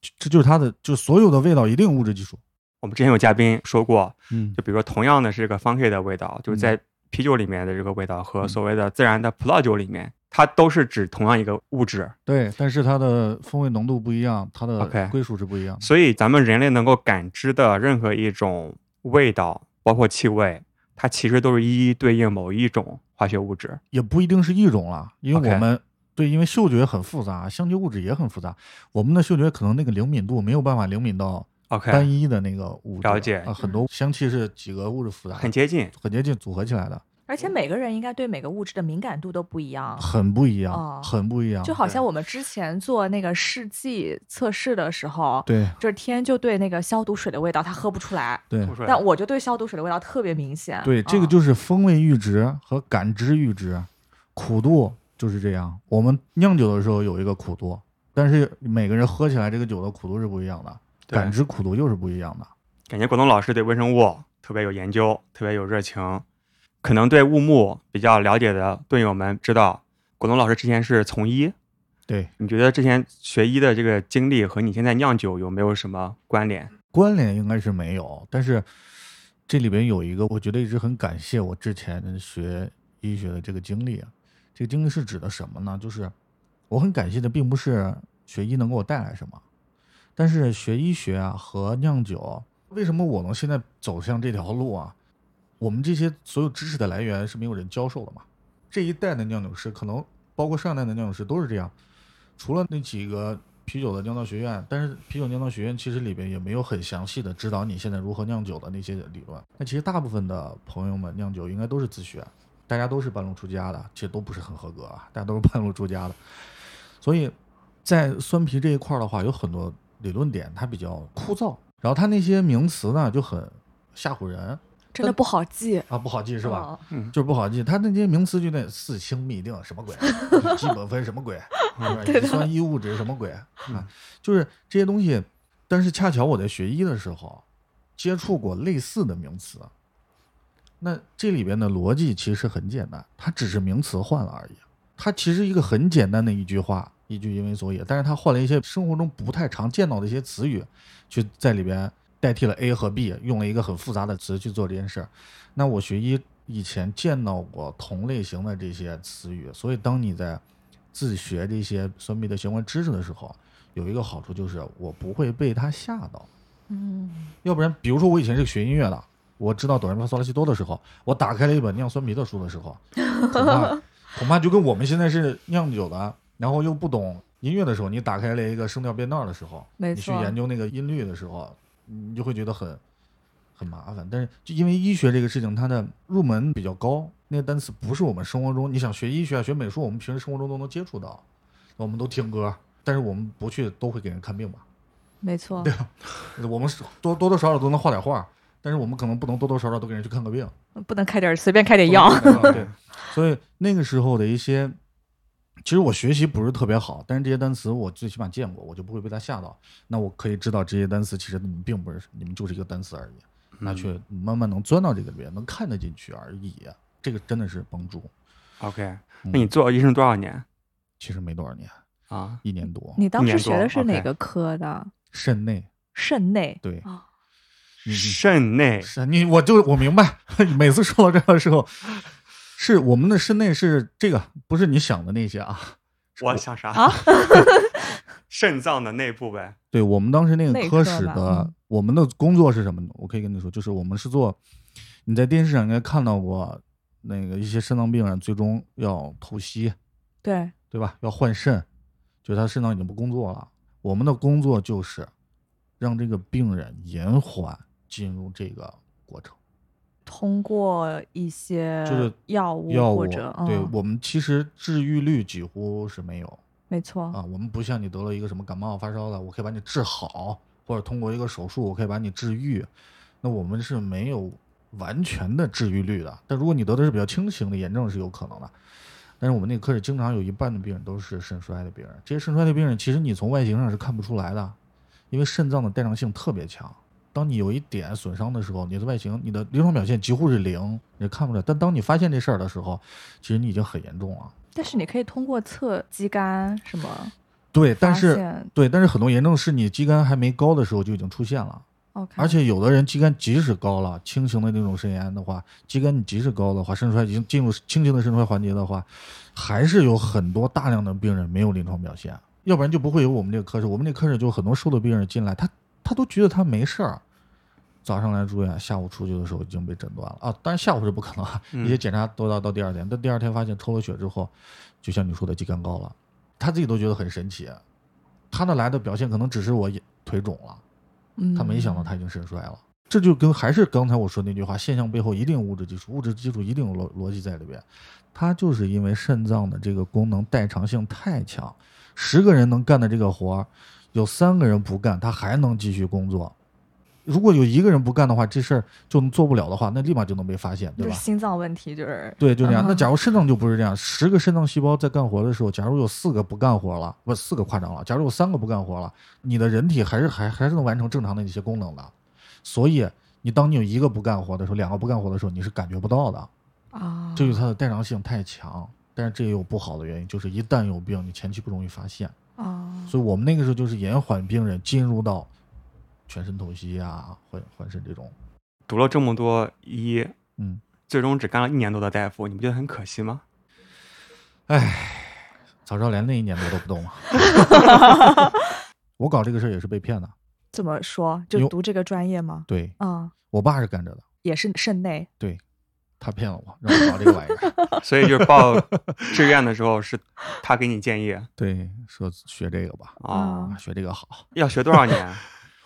Speaker 4: 这这就是它的，就是所有的味道一定物质基础，
Speaker 2: 我们之前有嘉宾说过，
Speaker 4: 嗯
Speaker 2: 就比如说同样的是这个 funky 的味道，就是在啤酒里面的这个味道和
Speaker 4: 嗯
Speaker 2: 所谓的自然的葡萄酒里面，它都是指同样一个物质，
Speaker 4: 对，但是它的风味浓度不一样，它的
Speaker 2: OK
Speaker 4: 归属是不一样的，
Speaker 2: 所以，咱们人类能够感知的任何一种味道，包括气味，它其实都是一一对应某一种化学物质。
Speaker 4: 也不一定是一种啦，因为
Speaker 2: OK
Speaker 4: 我们对，因为嗅觉很复杂，香气物质也很复杂，我们的嗅觉可能那个灵敏度没有办法灵敏到
Speaker 2: OK，
Speaker 4: 单一的那个物质，
Speaker 2: 了解嗯
Speaker 4: 啊，很多香气是几个物质复杂的，
Speaker 2: 很接近。
Speaker 4: 很接近组合起来的，
Speaker 3: 而且每个人应该对每个物质的敏感度都不一
Speaker 2: 啊
Speaker 3: 样。
Speaker 4: 很不一样，
Speaker 3: 哦
Speaker 4: 很不一样，
Speaker 3: 就好像我们之前做那个试剂测试的时候，
Speaker 4: 对
Speaker 3: 就是天就对那个消毒水的味道他喝不出来，
Speaker 4: 对
Speaker 2: 吐出来
Speaker 3: 但我就对消毒水的味道特别明显。
Speaker 4: 对，这个
Speaker 3: 嗯
Speaker 4: 就是风味阈值和感知阈值，苦度就是这样。我们酿酒的时候有一个苦度，但是每个人喝起来这个酒的苦度是不一样的，
Speaker 2: 对
Speaker 4: 感知苦度又是不一样的。
Speaker 2: 感觉果冻老师对微生物特别有研究，特别有热情。可能对物木比较了解的队友们知道，果冻老师之前是从医。
Speaker 4: 对，
Speaker 2: 你觉得之前学医的这个经历和你现在酿酒有没有什么关联？
Speaker 4: 关联应该是没有，但是这里边有一个，我觉得一直很感谢我之前学医学的这个经历啊。这个经历是指的什么呢？就是我很感谢的，并不是学医能给我带来什么，但是学医学啊和酿酒，为什么我能现在走向这条路啊？我们这些所有知识的来源是没有人教授的嘛？这一代的酿酒师，可能包括上一代的酿酒师都是这样，除了那几个啤酒的酿造学院，但是啤酒酿造学院其实里边也没有很详细的指导你现在如何酿酒的那些理论。那其实大部分的朋友们酿酒应该都是自学，大家都是半路出家的，其实都不是很合格啊，大家都是半路出家的。所以在酸啤这一块儿的话，有很多理论点它比较枯燥，然后它那些名词呢就很吓唬人
Speaker 3: 真的不好记，
Speaker 4: 啊，不好记是吧？
Speaker 3: 嗯？
Speaker 4: 就是不好记，他那些名词就那四氢嘧啶什么鬼，乙基苯酚什么鬼，啊是吧乙酸一物质什么鬼啊？就是这些东西，但是恰巧我在学医的时候接触过类似的名词，那这里边的逻辑其实很简单，它只是名词换了而已。它其实一个很简单的一句话，一句因为所以，但是它换了一些生活中不太常见到的一些词语，去在里边代替了 A 和 B，用了一个很复杂的词去做这件事儿。那我学医以前见到过同类型的这些词语，所以当你在自学这些孙膑的相关知识的时候，有一个好处就是我不会被他吓到。
Speaker 3: 嗯，
Speaker 4: 要不然，比如说我以前是学音乐的，我知道哆来咪发嗦拉西哆的时候，我打开了一本酿酸啤的书的时候，恐怕恐怕就跟我们现在是酿酒的，然后又不懂音乐的时候，你打开了一个声调变调的时候，
Speaker 3: 没
Speaker 4: 你
Speaker 3: 错
Speaker 4: 去研究那个音律的时候，你就会觉得很很麻烦。但是就因为医学这个事情，它的入门比较高，那些单词不是我们生活中你想学医学啊、学美术，我们平时生活中都能接触到，我们都听歌，但是我们不去都会给人看病吧。
Speaker 3: 没错，
Speaker 4: 我们是多多多少少都能画点画，但是我们可能不能多多少少都给人去看个病，
Speaker 3: 不能开点儿随便开点 药。
Speaker 4: 对，所以那个时候的一些，其实我学习不是特别好，但是这些单词我最起码见过，我就不会被它吓到。那我可以知道这些单词其实你们并不是，你们就是一个单词而已。
Speaker 2: 嗯
Speaker 4: 那却慢慢能钻到这个里边，能看得进去而已。啊这个真的是帮助。
Speaker 2: OK，那你
Speaker 4: 嗯
Speaker 2: 做医生多少年
Speaker 4: 其实没多少年，
Speaker 2: 啊？
Speaker 4: 一年多，
Speaker 3: 你当时学的是
Speaker 2: 一年多
Speaker 3: 哪个科的？
Speaker 4: 肾内
Speaker 3: 肾内。
Speaker 4: 对
Speaker 3: 哦。
Speaker 4: 你你
Speaker 2: 肾内
Speaker 4: 是啊你，我就我明白， 每次说到这儿的时候，是我们的室内是这个，不是你想的那些啊。
Speaker 2: 我想啥
Speaker 3: 啊？
Speaker 2: 肾脏的内部呗。
Speaker 4: 对我们当时那
Speaker 3: 内
Speaker 4: 个
Speaker 3: 科
Speaker 4: 科室
Speaker 3: 吧
Speaker 4: 的，
Speaker 3: 嗯
Speaker 4: 我们的工作是什么呢？我可以跟你说，就是我们是做，你在电视上应该看到过那个一些肾脏病人最终要透析，
Speaker 3: 对，
Speaker 4: 对吧？要换肾，就是他肾脏已经不工作了。我们的工作就是让这个病人延缓进入这个过程。
Speaker 3: 通过一些
Speaker 4: 就是
Speaker 3: 药物
Speaker 4: 药物
Speaker 3: 或者
Speaker 4: 对
Speaker 3: 嗯，
Speaker 4: 我们其实治愈率几乎是没有，
Speaker 3: 没错，
Speaker 4: 啊，我们不像你得了一个什么感冒发烧的，我可以把你治好，或者通过一个手术我可以把你治愈。那我们是没有完全的治愈率的，但如果你得的是比较轻型的炎症是有可能的。但是我们那个科室经常有一半的病人都是肾衰的病人，这些肾衰的病人其实你从外形上是看不出来的，因为肾脏的代偿性特别强。当你有一点损伤的时候，你的外形、你的临床表现几乎是零，你看不出来。但当你发现这事儿的时候，其实你已经很严重了。
Speaker 3: 但是你可以通过测肌酐什么
Speaker 4: 对，但
Speaker 3: 发
Speaker 4: 是
Speaker 3: 现。
Speaker 4: 对，但是很多炎症是你肌酐还没高的时候就已经出现了，
Speaker 3: OK，
Speaker 4: 而且有的人肌酐即使高了，轻型的那种肾炎的话，肌酐你即使高的话，肾衰已经进入轻型的肾衰环节的话，还是有很多大量的病人没有临床表现，要不然就不会有我们这个科室。我们这个科室就很多瘦的病人进来，他他都觉得他没事儿，啊早上来住院，下午出去的时候已经被诊断了啊。当然下午是不可能啊，
Speaker 2: 嗯
Speaker 4: 一些检查都要到第二天，但第二天发现抽了血之后，就像你说的肌酐高了，他自己都觉得很神奇。啊他的来的表现可能只是我眼腿肿了，
Speaker 3: 嗯
Speaker 4: 他没想到他已经肾衰了。这就跟还是刚才我说那句话，现象背后一定有物质基础，物质基础一定有逻逻辑在里边。他就是因为肾脏的这个功能代偿性太强，十个人能干的这个活儿，有三个人不干，他还能继续工作。如果有一个人不干的话，这事儿就做不了的话，那立马就能被发现，
Speaker 3: 就
Speaker 4: 对
Speaker 3: 是
Speaker 4: 吧？
Speaker 3: 心脏问题，就是
Speaker 4: 对，就这样。那
Speaker 3: 嗯
Speaker 4: 假如肾脏就不是这样，十个肾脏细胞在干活的时候，假如有四个不干活了，不，四个夸张了，假如有三个不干活了，你的人体还是还还是能完成正常的一些功能的。所以，你当你有一个不干活的时候，两个不干活的时候，你是感觉不到的，
Speaker 3: 啊，
Speaker 4: 这就是它的代偿性太强。但是这也有不好的原因，就是一旦有病，你前期不容易发现。
Speaker 3: 啊，
Speaker 4: 所以我们那个时候就是延缓病人进入到全身透析啊、换换肾这种。
Speaker 2: 读了这么多医，
Speaker 4: 嗯，
Speaker 2: 最终只干了一年多的大夫，你不觉得很可惜吗？
Speaker 4: 早知道连那一年多都不动了。啊我搞这个事儿也是被骗的。
Speaker 3: 怎么说？就
Speaker 4: 有
Speaker 3: 读这个专业吗？
Speaker 4: 对
Speaker 3: 啊，
Speaker 4: 我爸是干这的，
Speaker 3: 也是肾内。
Speaker 4: 他骗了我，让我搞这个玩意儿。
Speaker 2: 所以就是报志愿的时候是他给你建议啊、
Speaker 4: 对，说学这个吧，
Speaker 2: 哦
Speaker 4: 啊，
Speaker 3: 啊
Speaker 4: 学这个好。
Speaker 2: 要学多少年？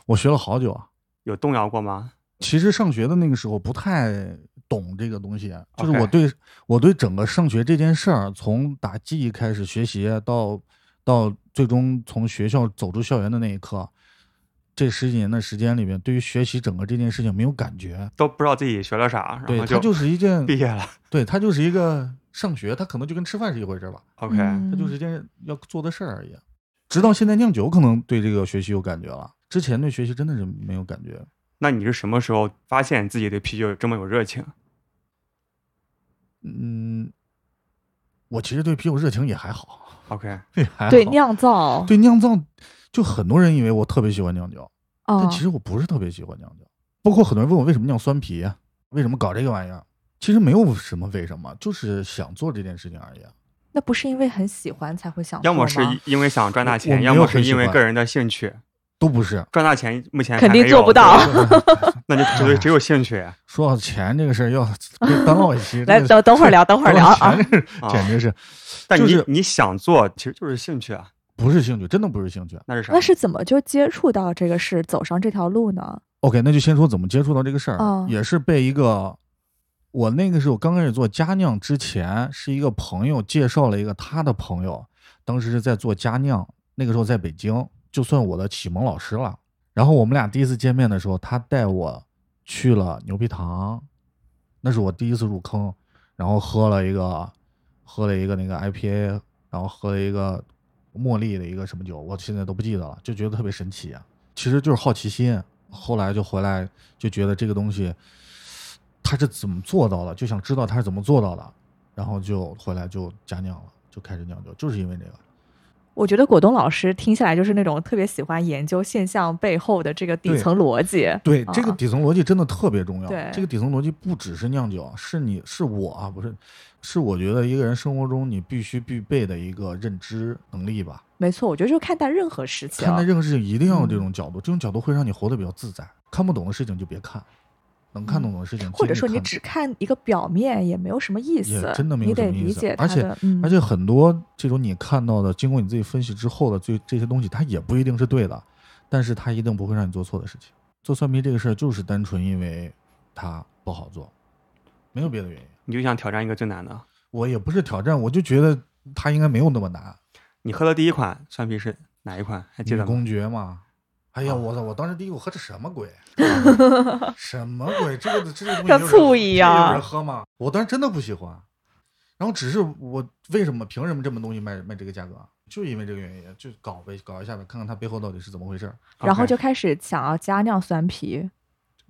Speaker 4: 我学了好久啊。
Speaker 2: 有动摇过吗？
Speaker 4: 其实上学的那个时候不太懂这个东西，啊就是
Speaker 2: OK
Speaker 4: 我对我对整个上学这件事儿，从打记忆开始学习到到最终从学校走出校园的那一刻，这十几年的时间里面，对于学习整个这件事情没有感觉。
Speaker 2: 都不知道自己学了啥，然
Speaker 4: 对，
Speaker 2: 后
Speaker 4: 它就是一件，
Speaker 2: 毕业了。
Speaker 4: 对，它就是一个上学，它可能就跟吃饭是一回事儿吧。
Speaker 2: OK，、
Speaker 3: 嗯
Speaker 4: 它就是一件要做的事儿而已。啊直到现在酿酒，可能对这个学习有感觉了，之前对学习真的是没有感觉。
Speaker 2: 那你是什么时候发现自己对啤酒这么有热情？
Speaker 4: 嗯，我其实对啤酒热情也还好，
Speaker 2: OK，
Speaker 4: 也还好。
Speaker 3: 对酿造，
Speaker 4: 对酿造，就很多人以为我特别喜欢酿酒，
Speaker 3: 啊
Speaker 4: 啊但其实我不是特别喜欢酿酒。包括很多人问我为什么酿酸啤，为什么搞这个玩意儿，其实没有什么为什么，就是想做这件事情而已啊。
Speaker 3: 那不是因为很喜欢才会想做
Speaker 2: 要
Speaker 3: 吗？
Speaker 2: 么是因为想赚大
Speaker 4: 我
Speaker 2: 钱，
Speaker 4: 没
Speaker 2: 要
Speaker 4: 有
Speaker 2: 么是
Speaker 4: 很喜
Speaker 2: 因为
Speaker 4: 欢
Speaker 2: 个人的兴趣。
Speaker 4: 都不 是。
Speaker 2: 赚大钱目前
Speaker 3: 肯
Speaker 2: 还
Speaker 3: 定
Speaker 2: 没
Speaker 3: 做
Speaker 2: 有
Speaker 3: 不到
Speaker 2: 对 那就只有只有兴趣啊。
Speaker 4: 说到钱这个事儿，要 单唠一期。
Speaker 3: 来
Speaker 4: 这个
Speaker 3: 等等会儿 聊，等会儿聊
Speaker 4: 说到
Speaker 3: 啊。
Speaker 4: 钱这个简直是
Speaker 2: 但你、
Speaker 4: 就是
Speaker 2: 你想做，其实就是兴趣啊，
Speaker 4: 不是兴趣，真的不是兴趣。
Speaker 2: 那是啥？
Speaker 3: 那是怎么就接触到这个事，走上这条路呢？
Speaker 4: OK，那就先说怎么接触到这个事儿，
Speaker 3: 哦
Speaker 4: 也是被一个我那个时候刚开始做家酿之前，是一个朋友介绍了一个他的朋友，当时是在做家酿，那个时候在北京，就算我的启蒙老师了。然后我们俩第一次见面的时候，他带我去了牛皮糖，那是我第一次入坑，然后喝了一个喝了一个那个 IPA，然后喝了一个茉莉的一个什么酒，我现在都不记得了，就觉得特别神奇、啊。其实就是好奇心，后来就回来就觉得这个东西他是怎么做到的，就想知道他是怎么做到的，然后就回来就加酿了，就开始酿酒，就是因为这个。
Speaker 3: 我觉得果冻老师听下来就是那种特别喜欢研究现象背后的这个底
Speaker 4: 对
Speaker 3: 层逻辑。
Speaker 4: 对，
Speaker 3: 啊
Speaker 4: 这个底层逻辑真的特别重要。
Speaker 3: 对
Speaker 4: 这个底层逻辑不只是酿酒，啊是你是我啊，不是，是我觉得一个人生活中你必须必备的一个认知能力吧。
Speaker 3: 没错，我觉得就是啊嗯看待任何事情，
Speaker 4: 看待任何事情一定要有这种角度，这种角度会让你活得比较自在。看不懂的事情就别看，能看懂的事情
Speaker 3: 或者
Speaker 4: 尽
Speaker 3: 说
Speaker 4: 力
Speaker 3: 你
Speaker 4: 看
Speaker 3: 只看一个表面也没有什么意
Speaker 4: 也
Speaker 3: 思，
Speaker 4: 真的没有
Speaker 3: 你
Speaker 4: 什
Speaker 3: 得
Speaker 4: 么意
Speaker 3: 理
Speaker 4: 思
Speaker 3: 解它
Speaker 4: 而且
Speaker 3: 的。嗯、
Speaker 4: 而且很多这种你看到的，经过你自己分析之后的这这些东西，它也不一定是对的，但是它一定不会让你做错的事情。做算命这个事儿，就是单纯因为它不好做，没有别的原因。
Speaker 2: 你就想挑战一个最难的。
Speaker 4: 我也不是挑战，我就觉得它应该没有那么难。
Speaker 2: 你喝的第一款蒜皮是哪一款？还记
Speaker 4: 女
Speaker 2: 得吗？
Speaker 4: 公爵嘛，哎呀，
Speaker 2: 啊
Speaker 4: 我操！我当时第一口喝这什么 鬼？什么鬼？这个这个东
Speaker 3: 像
Speaker 4: 西有人
Speaker 3: 醋一样
Speaker 4: 这有人喝吗？我当时真的不喜欢。然后只是我为什么凭什么这么东西卖卖这个价格啊？就因为这个原因，就搞呗，搞一下呗，看看它背后到底是怎么回事儿。
Speaker 3: 然后
Speaker 2: OK
Speaker 3: 就开始想要加酿酸啤，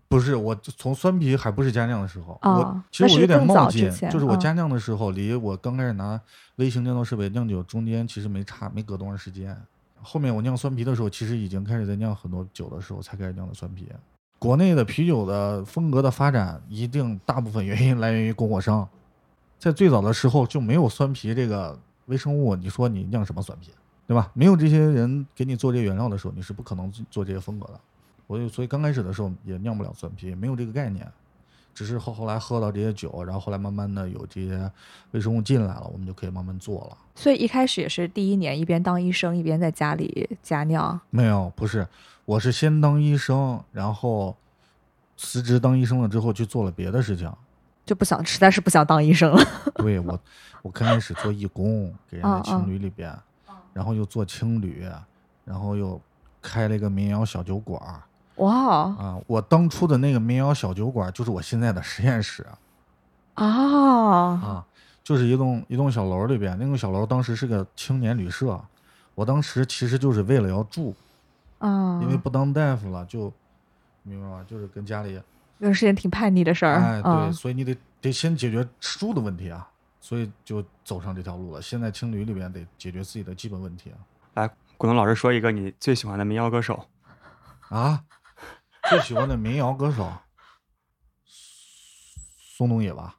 Speaker 4: 不是我从酸啤还不是加酿的时候，
Speaker 3: 哦
Speaker 4: 我其实
Speaker 3: 那
Speaker 4: 我
Speaker 3: 是
Speaker 4: 有点
Speaker 3: 更早
Speaker 4: 冒
Speaker 3: 之
Speaker 4: 进，
Speaker 3: 前
Speaker 4: 就是我
Speaker 3: 嗯
Speaker 4: 加酿的时候，离我刚开始拿微型酿造设备酿酒中间其实没差没隔多长时间。后面我酿酸啤的时候，其实已经开始在酿很多酒的时候才开始酿的酸啤。国内的啤酒的风格的发展，一定大部分原因来源于供货商，在最早的时候就没有酸啤这个微生物，你说你酿什么酸啤，对吧？没有这些人给你做这些原料的时候，你是不可能做这些风格的。我就所以刚开始的时候也酿不了酸啤，也没有这个概念，只是后后来喝到这些酒，然后后来慢慢的有这些微生物进来了，我们就可以慢慢做了。
Speaker 3: 所以一开始也是第一年一边当医生一边在家里加酿。
Speaker 4: 没有，不是，我是先当医生，然后辞职当医生了之后去做了别的事情。
Speaker 3: 就不想，实在是不想当医生了。
Speaker 4: 对我，我刚开始做义工，给人家
Speaker 3: 嗯
Speaker 4: 青
Speaker 3: 嗯
Speaker 4: 旅里边，然后又做青旅，然后又开了一个民谣小酒馆儿
Speaker 3: 哇哦
Speaker 4: 啊。我当初的那个民谣小酒馆儿就是我现在的实验室。
Speaker 3: 啊！
Speaker 4: 啊，就是一栋一栋小楼里边，那栋小楼当时是个青年旅社，我当时其实就是为了要住，
Speaker 3: 啊，
Speaker 4: 因为不当大夫了，就明白吧？就是跟家里，
Speaker 3: 那是件挺叛逆的事儿。
Speaker 4: 哎，
Speaker 3: 啊
Speaker 4: 对，所以你得得先解决吃住的问题啊，所以就走上这条路了。现在青旅里边得解决自己的基本问题
Speaker 2: 来，古龙老师说一个你最喜欢的民谣歌手，
Speaker 4: 啊啊，最喜欢的民谣歌手，松东野吧。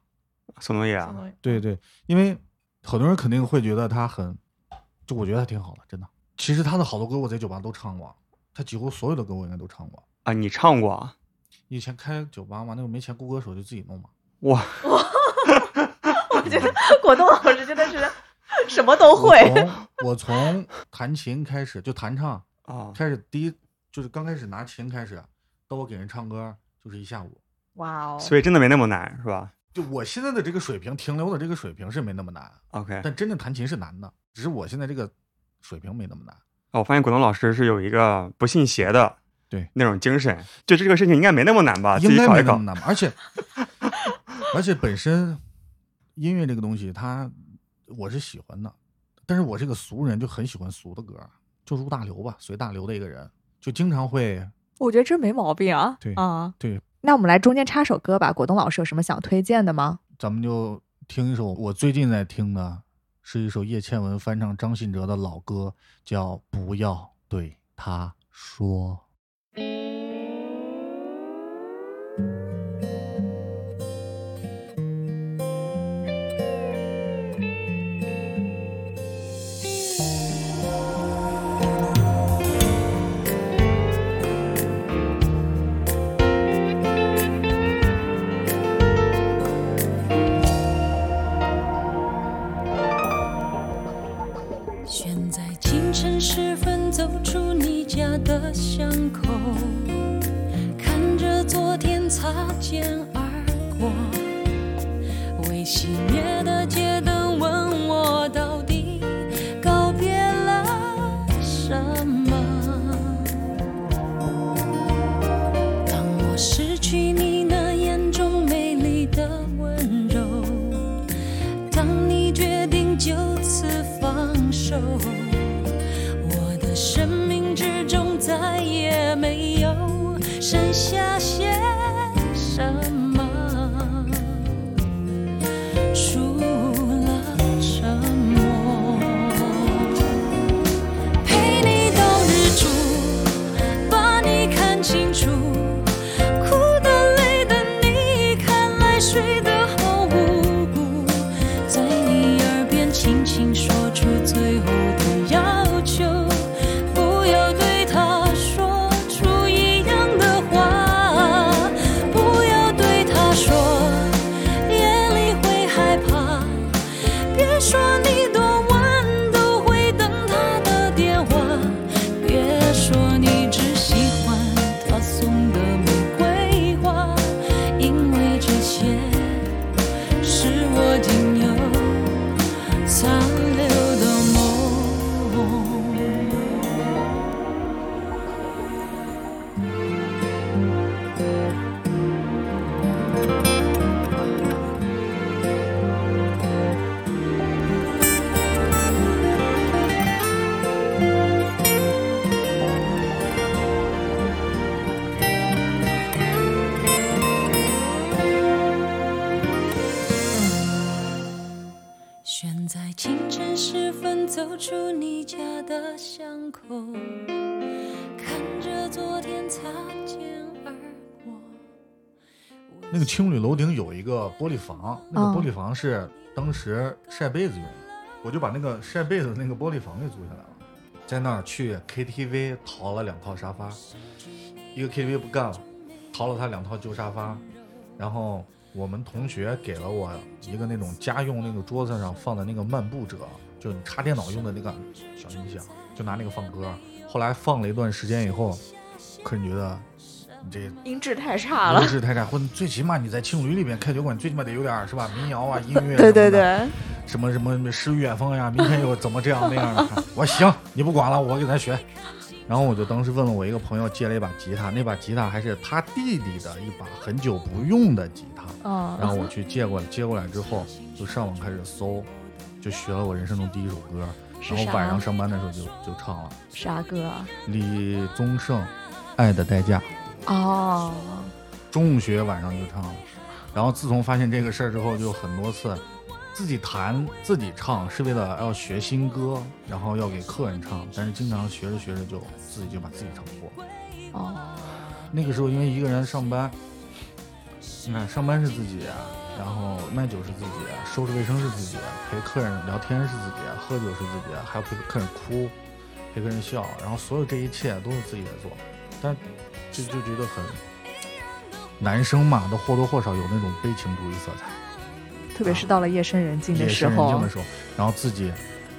Speaker 2: 宋冬野啊。
Speaker 4: 对对，因为很多人肯定会觉得他很，就我觉得他挺好的，真的。其实他的好多歌我在酒吧都唱过，他几乎所有的歌我应该都唱过。
Speaker 2: 啊，你唱过啊？
Speaker 4: 以前开酒吧嘛，那个没钱雇歌手就自己弄嘛。
Speaker 2: 哇，
Speaker 3: 我觉得 果冻老师真的是什么都
Speaker 4: 我
Speaker 3: 会。
Speaker 4: 从我从弹琴开始就弹唱，
Speaker 2: 啊，
Speaker 4: 开始第一就是刚开始拿琴开始，到我给人唱歌就是一下午。
Speaker 3: 哇哦！
Speaker 2: 所以真的没那么难，是吧
Speaker 4: 就我现在的这个水平，停留的这个水平是没那么难，
Speaker 2: ？OK，
Speaker 4: 但真正弹琴是难的，只是我现在这个水平没那么难。
Speaker 2: 哦我发现古龙老师是有一个不信邪的
Speaker 4: 对
Speaker 2: 那种精神，就这个事情应该没那么难吧？啊自
Speaker 4: 应
Speaker 2: 己
Speaker 4: 该
Speaker 2: 搞
Speaker 4: 没
Speaker 2: 一
Speaker 4: 那
Speaker 2: 搞
Speaker 4: 么。难吧？而且而且本身音乐这个东西，它我是喜欢的，但是我这个俗人就很喜欢俗的歌，就入大流吧，随大流的一个人，就经常会
Speaker 3: 我觉得这没毛病啊。
Speaker 4: 对
Speaker 3: 啊，
Speaker 4: 对，
Speaker 3: 那我们来中间插首歌吧。果冻老师有什么想推荐的吗？
Speaker 4: 咱们就听一首我最近在听的，是一首叶倩文翻唱张信哲的老歌，叫《不要对他说》。
Speaker 1: 不选在清晨时分走出你家的巷口，看着昨天擦肩而过，未熄灭的街灯问我到底告别了什么。当我失去你那眼中美丽的温柔，当你决定就此放手，我的生命之中再也没有剩下些什么，除了沉默。陪你到日出，把你看清楚，哭的累的你看来睡得好无辜，在你耳边轻轻说出最后的要求，不要对他说出一样的话，不要对他说夜里会害怕，别说你多晚都会等他的电话，别说你只喜欢他送的玫瑰花，因为这些是我仅有残留的梦。选在清晨时分走出你家的巷口，看着昨天擦肩而过。
Speaker 4: 那个青旅楼顶有一个玻璃房，那个玻璃房是当时晒被子用的，我就把那个晒被子的那个玻璃房给租下来了，在那儿去 KTV 淘了两套沙发，一个 KTV 不干了，淘了他两套旧沙发，然后我们同学给了我一个那种家用那个桌子上放的那个漫步者，就你插电脑用的那个小音响，就拿那个放歌。后来放了一段时间以后，客人觉得你这
Speaker 3: 音质太差
Speaker 4: 优
Speaker 3: 了。
Speaker 4: 质太差，或者最起码你在青旅里面开酒馆，最起码得有点儿是吧？民谣啊，音乐啊什么的，
Speaker 3: 对对对，
Speaker 4: 什么什么诗与远方呀，啊明天又怎么这样那样的。 我说行，你不管了，我给他学。然后我就当时问了我一个朋友借了一把吉他，那把吉他还是他弟弟的一把很久不用的吉他。然
Speaker 3: 嗯，
Speaker 4: 后我去借过来，接过来之后就上网开始搜，就学了我人生中第一首歌，
Speaker 3: 是
Speaker 4: 然后
Speaker 3: 啥
Speaker 4: 晚上上班的时候就就唱了
Speaker 3: 啥歌啊？
Speaker 4: 李宗盛《爱的代价》。
Speaker 3: 哦，
Speaker 4: 中午学晚上就唱了，然后自从发现这个事儿之后，就很多次自己弹自己唱，是为了要学新歌，然后要给客人唱，但是经常学着学着就自己就把自己唱破。
Speaker 3: 哦，
Speaker 4: 那个时候因为一个人上班，你看上班是自己，啊然后卖酒是自己，啊收拾卫生是自己，啊陪客人聊天是自己，啊喝酒是自己，还要陪客人哭，陪客人笑，然后所有这一切都是自己在做，但就就觉得很。男生嘛，都或多或少有那种悲情主义色彩。
Speaker 3: 特别是到了夜深人静
Speaker 4: 夜
Speaker 3: 的时
Speaker 4: 深人静
Speaker 3: 候
Speaker 4: 的，时候，然后自己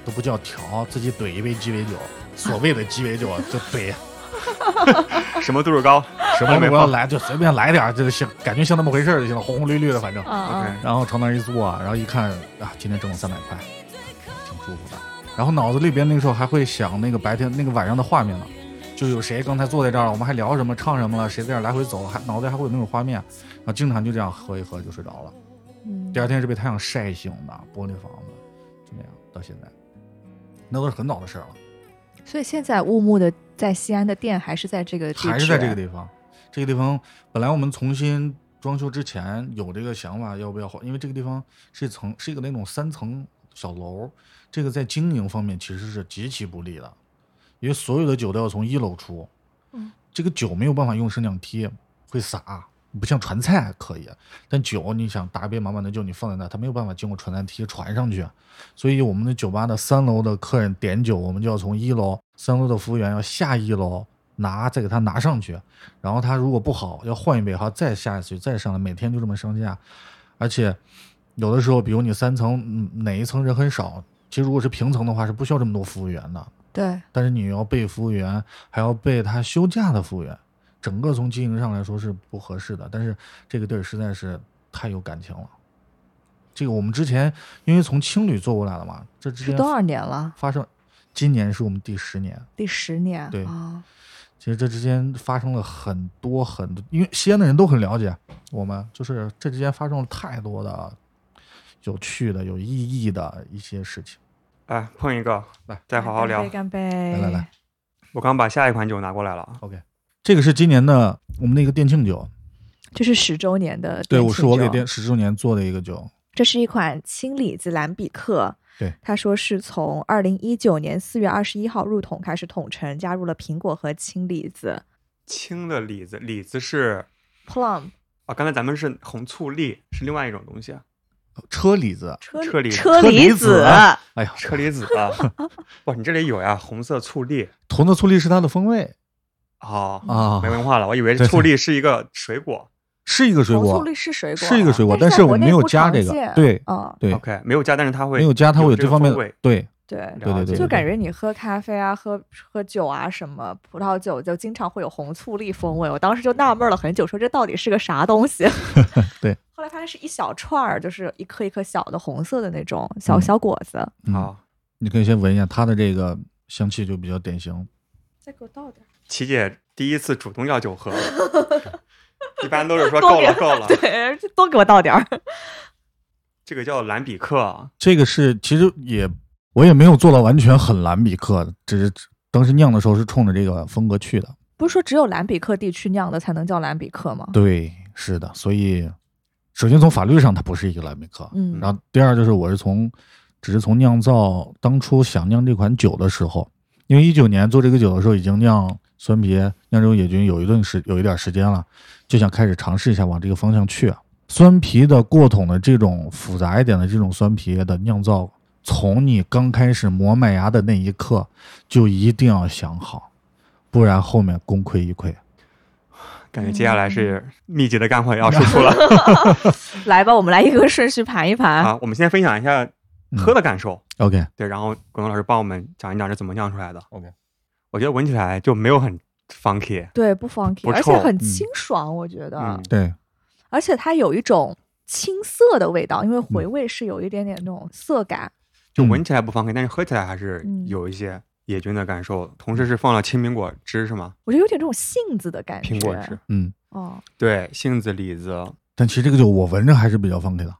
Speaker 4: 都不叫调，自己怼一杯鸡尾酒，所谓的鸡尾酒啊就怼，
Speaker 2: 什么度数高？
Speaker 4: 什
Speaker 2: 都
Speaker 4: 么
Speaker 2: 没
Speaker 4: 不要
Speaker 2: 放
Speaker 4: 来，就随便来点儿，就是像感觉像那么回事儿就行了，红红绿绿的，反正。
Speaker 3: 嗯嗯，
Speaker 4: 然后朝那儿一坐，然后一看啊，今天挣了三百块，挺舒服的。然后脑子里边那个时候还会想那个白天那个晚上的画面呢，就有谁刚才坐在这儿了，我们还聊什么唱什么了，谁在这儿来回走，还脑袋还会有那种画面，然后经常就这样喝一喝就睡着了。
Speaker 3: 嗯
Speaker 4: 第二天是被太阳晒醒的，玻璃房子，就那样到现在，那都是很早的事儿了，
Speaker 3: 所以现在乌木的在西安的店还是在这个地址，
Speaker 4: 还是在这个地方。这个地方本来我们重新装修之前有这个想法，要不要换？因为这个地方是一层是一个那种三层小楼，这个在经营方面其实是极其不利的，因为所有的酒都要从一楼出，
Speaker 3: 嗯，
Speaker 4: 这个酒没有办法用升降梯，会洒。不像传菜可以，但酒你想大杯满满的酒你放在那，它没有办法经过传菜梯传上去，所以我们的酒吧的三楼的客人点酒，我们就要从一楼三楼的服务员要下一楼拿，再给他拿上去，然后他如果不好要换一杯，还要再下去再上来，每天就这么上下，而且有的时候，比如你三层嗯哪一层人很少，其实如果是平层的话，是不需要这么多服务员的。
Speaker 5: 对，
Speaker 4: 但是你要备服务员，还要备他休假的服务员，整个从经营上来说是不合适的。但是这个地儿实在是太有感情了。这个我们之前因为从青旅做过来的嘛，这之
Speaker 5: 是
Speaker 4: 间
Speaker 5: 多少年了？
Speaker 4: 发生，今年是我们第十年。
Speaker 5: 第十年。
Speaker 4: 对
Speaker 3: 哦
Speaker 5: 啊，
Speaker 4: 其实这之间发生了很多很多，因为西安的人都很了解我们，就是这之间发生了太多的有趣的、有意义的一些事情。
Speaker 2: 哎，碰一个，
Speaker 4: 来，
Speaker 2: 再好好聊
Speaker 3: 干杯。干杯！
Speaker 4: 来来来，
Speaker 2: 我刚把下一款酒拿过来了，啊
Speaker 4: 这个是今年的我们的一个店庆酒，
Speaker 3: 这是十周年的
Speaker 4: 对我
Speaker 3: 店庆
Speaker 4: 是我给
Speaker 3: 酒
Speaker 4: 店十周年做的一个酒，
Speaker 3: 这是一款青李子蓝比克。
Speaker 4: 对，
Speaker 3: 他说是从二零一九年四月二十一号入桶开始统称，加入了苹果和青李子
Speaker 2: 青的李子，李子是
Speaker 3: plum
Speaker 2: 啊，刚才咱们是红醋栗，是另外一种东西，啊
Speaker 4: 车厘子。
Speaker 3: 车
Speaker 2: 车厘子
Speaker 3: 车
Speaker 4: 车厘
Speaker 3: 厘
Speaker 4: 子哎呀，
Speaker 2: 车厘子啊。哇，你这里有呀，红色醋栗
Speaker 4: 红的醋栗是它的风味
Speaker 2: 哦，
Speaker 4: 啊
Speaker 2: 没，文化了，我以为
Speaker 4: 对
Speaker 2: 醋栗是一个水果。
Speaker 4: 是一个水
Speaker 3: 红醋
Speaker 4: 果
Speaker 3: 栗，是水果，啊
Speaker 4: 是一个水果，但
Speaker 3: 但
Speaker 4: 是
Speaker 3: 在
Speaker 4: 我
Speaker 3: 国
Speaker 4: 没
Speaker 3: 内
Speaker 4: 有
Speaker 3: 不
Speaker 4: 加
Speaker 3: 常
Speaker 4: 这个
Speaker 3: 见，
Speaker 4: 对
Speaker 3: 嗯，
Speaker 4: 对，
Speaker 2: OK，没有加，但是它会
Speaker 4: 没有加，它会
Speaker 2: 有
Speaker 4: 有
Speaker 2: 个
Speaker 4: 方面
Speaker 2: 风
Speaker 4: 的
Speaker 2: 味。
Speaker 4: 对
Speaker 3: 对。
Speaker 4: 对对
Speaker 2: 了解
Speaker 4: 对，
Speaker 3: 就感
Speaker 4: 对
Speaker 3: 觉你喝咖啡啊、喝喝酒啊、什么葡萄酒，就经常会有红醋栗风味。我当时就纳闷了很久，说这到底是个啥东西？
Speaker 4: 对。
Speaker 3: 后来发现是一小串儿，就是一颗一颗小的红色的那种小
Speaker 4: 嗯
Speaker 3: 小果子。
Speaker 4: 嗯
Speaker 2: 好，
Speaker 4: 你可以先闻一下它的这个香气就比较典型，
Speaker 3: 再给我倒点。
Speaker 2: 琪姐第一次主动要酒喝， 一般都是说够了够了。
Speaker 3: 对，就多给我倒点儿。
Speaker 2: 这个叫蓝比克啊，
Speaker 4: 这个是其实也我也没有做到完全很蓝比克，只是当时酿的时候是冲着这个风格去的。
Speaker 3: 不是说只有兰比克地区酿的才能叫兰比克吗？
Speaker 4: 对，是的，所以首先从法律上它不是一个蓝比克，
Speaker 3: 嗯
Speaker 4: 然后第二就是我是从只是从酿造当初想酿这款酒的时候，因为一九年做这个酒的时候已经酿酸啤、酿这种野菌有一段时有一点时间了，就想开始尝试一下往这个方向去。啊酸啤的过桶的这种复杂一点的这种酸啤的酿造，从你刚开始磨麦芽的那一刻就一定要想好，不然后面功亏一篑。
Speaker 2: 感觉接下来
Speaker 3: 嗯
Speaker 2: 是密集的干货要输出了
Speaker 3: 来吧，我们来一个顺序盘一盘。
Speaker 2: 啊！我们先分享一下喝的感受，
Speaker 4: 嗯 OK，
Speaker 2: 对，然后滚滚老师帮我们讲一讲是怎么酿出来的。
Speaker 4: OK
Speaker 2: 我觉得闻起来就没有很 funky，
Speaker 3: 对，不 funky，
Speaker 2: 不
Speaker 3: 而
Speaker 2: 臭
Speaker 3: 且很
Speaker 4: 嗯
Speaker 3: 清爽，我觉得，
Speaker 2: 嗯，
Speaker 4: 对，
Speaker 3: 而且它有一种青涩的味道，因为
Speaker 2: 嗯
Speaker 3: 回味是有一点点那种涩感。
Speaker 2: 就
Speaker 4: 嗯
Speaker 2: 闻起来不 funky，但是喝起来还是
Speaker 3: 嗯
Speaker 2: 有一些野菌的感受。同时是放了青苹果汁是吗？
Speaker 3: 我觉得有点这种杏子的感觉，
Speaker 2: 苹果汁，
Speaker 4: 嗯。
Speaker 3: 哦，
Speaker 2: 对，杏子、李子，
Speaker 4: 但其实这个酒我闻着还是比较 funky 的，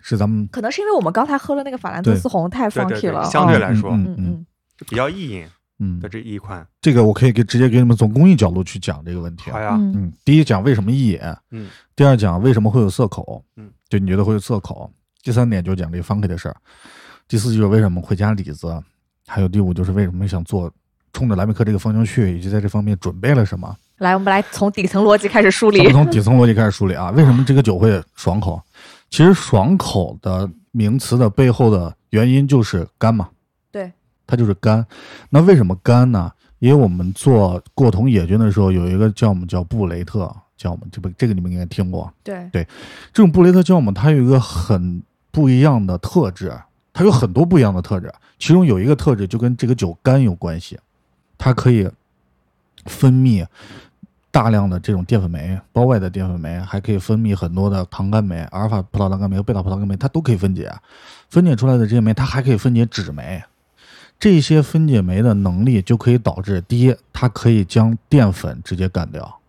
Speaker 4: 是咱们
Speaker 3: 可能是因为我们刚才喝了那个法兰克斯红太
Speaker 2: 对对
Speaker 3: funky
Speaker 2: 对
Speaker 3: 了，
Speaker 2: 相对
Speaker 3: 哦
Speaker 2: 来说
Speaker 3: 嗯
Speaker 4: 嗯嗯
Speaker 3: 嗯，
Speaker 2: 就比较意淫
Speaker 4: 嗯
Speaker 2: 的
Speaker 4: 嗯，
Speaker 2: 这一款。
Speaker 4: 这个我可以给直接给你们从工艺角度去讲这个问题啊。
Speaker 2: 好呀，
Speaker 3: 嗯
Speaker 4: 嗯，第一讲为什么一野，
Speaker 2: 嗯
Speaker 4: 第二讲为什么会有涩口，
Speaker 2: 嗯，
Speaker 4: 就你觉得会有涩口。第三点就讲这个 funky 的事儿，第四就是为什么会加李子，还有第五就是为什么想做冲着莱美克这个方向去，以及在这方面准备了什么。
Speaker 3: 来，我们来从底层逻辑开始梳
Speaker 4: 咱
Speaker 3: 理
Speaker 2: 嗯
Speaker 4: 们。从底层逻辑开始梳理啊， 为什么这个酒会爽口？其实爽口的名词的背后的原因就是干嘛。
Speaker 3: 对，
Speaker 4: 它就是干。那为什么干呢？因为我们做过桶野菌的时候，有一个酵母叫布雷特酵母，这不这个你们应该听过。
Speaker 3: 对，
Speaker 4: 这种布雷特酵母它有一个很不一样的特质，它有很多不一样的特质，其中有一个特质就跟这个酒干有关系，它可以分泌大量的这种淀粉酶，包外的淀粉酶，还可以分泌很多的糖苷酶，阿尔法葡萄糖苷酶和贝塔葡萄糖苷酶，它都可以分解。分解出来的这些酶，它还可以分解酯酶。这些分解酶的能力就可以导致，第一，它可以将淀粉直接干掉，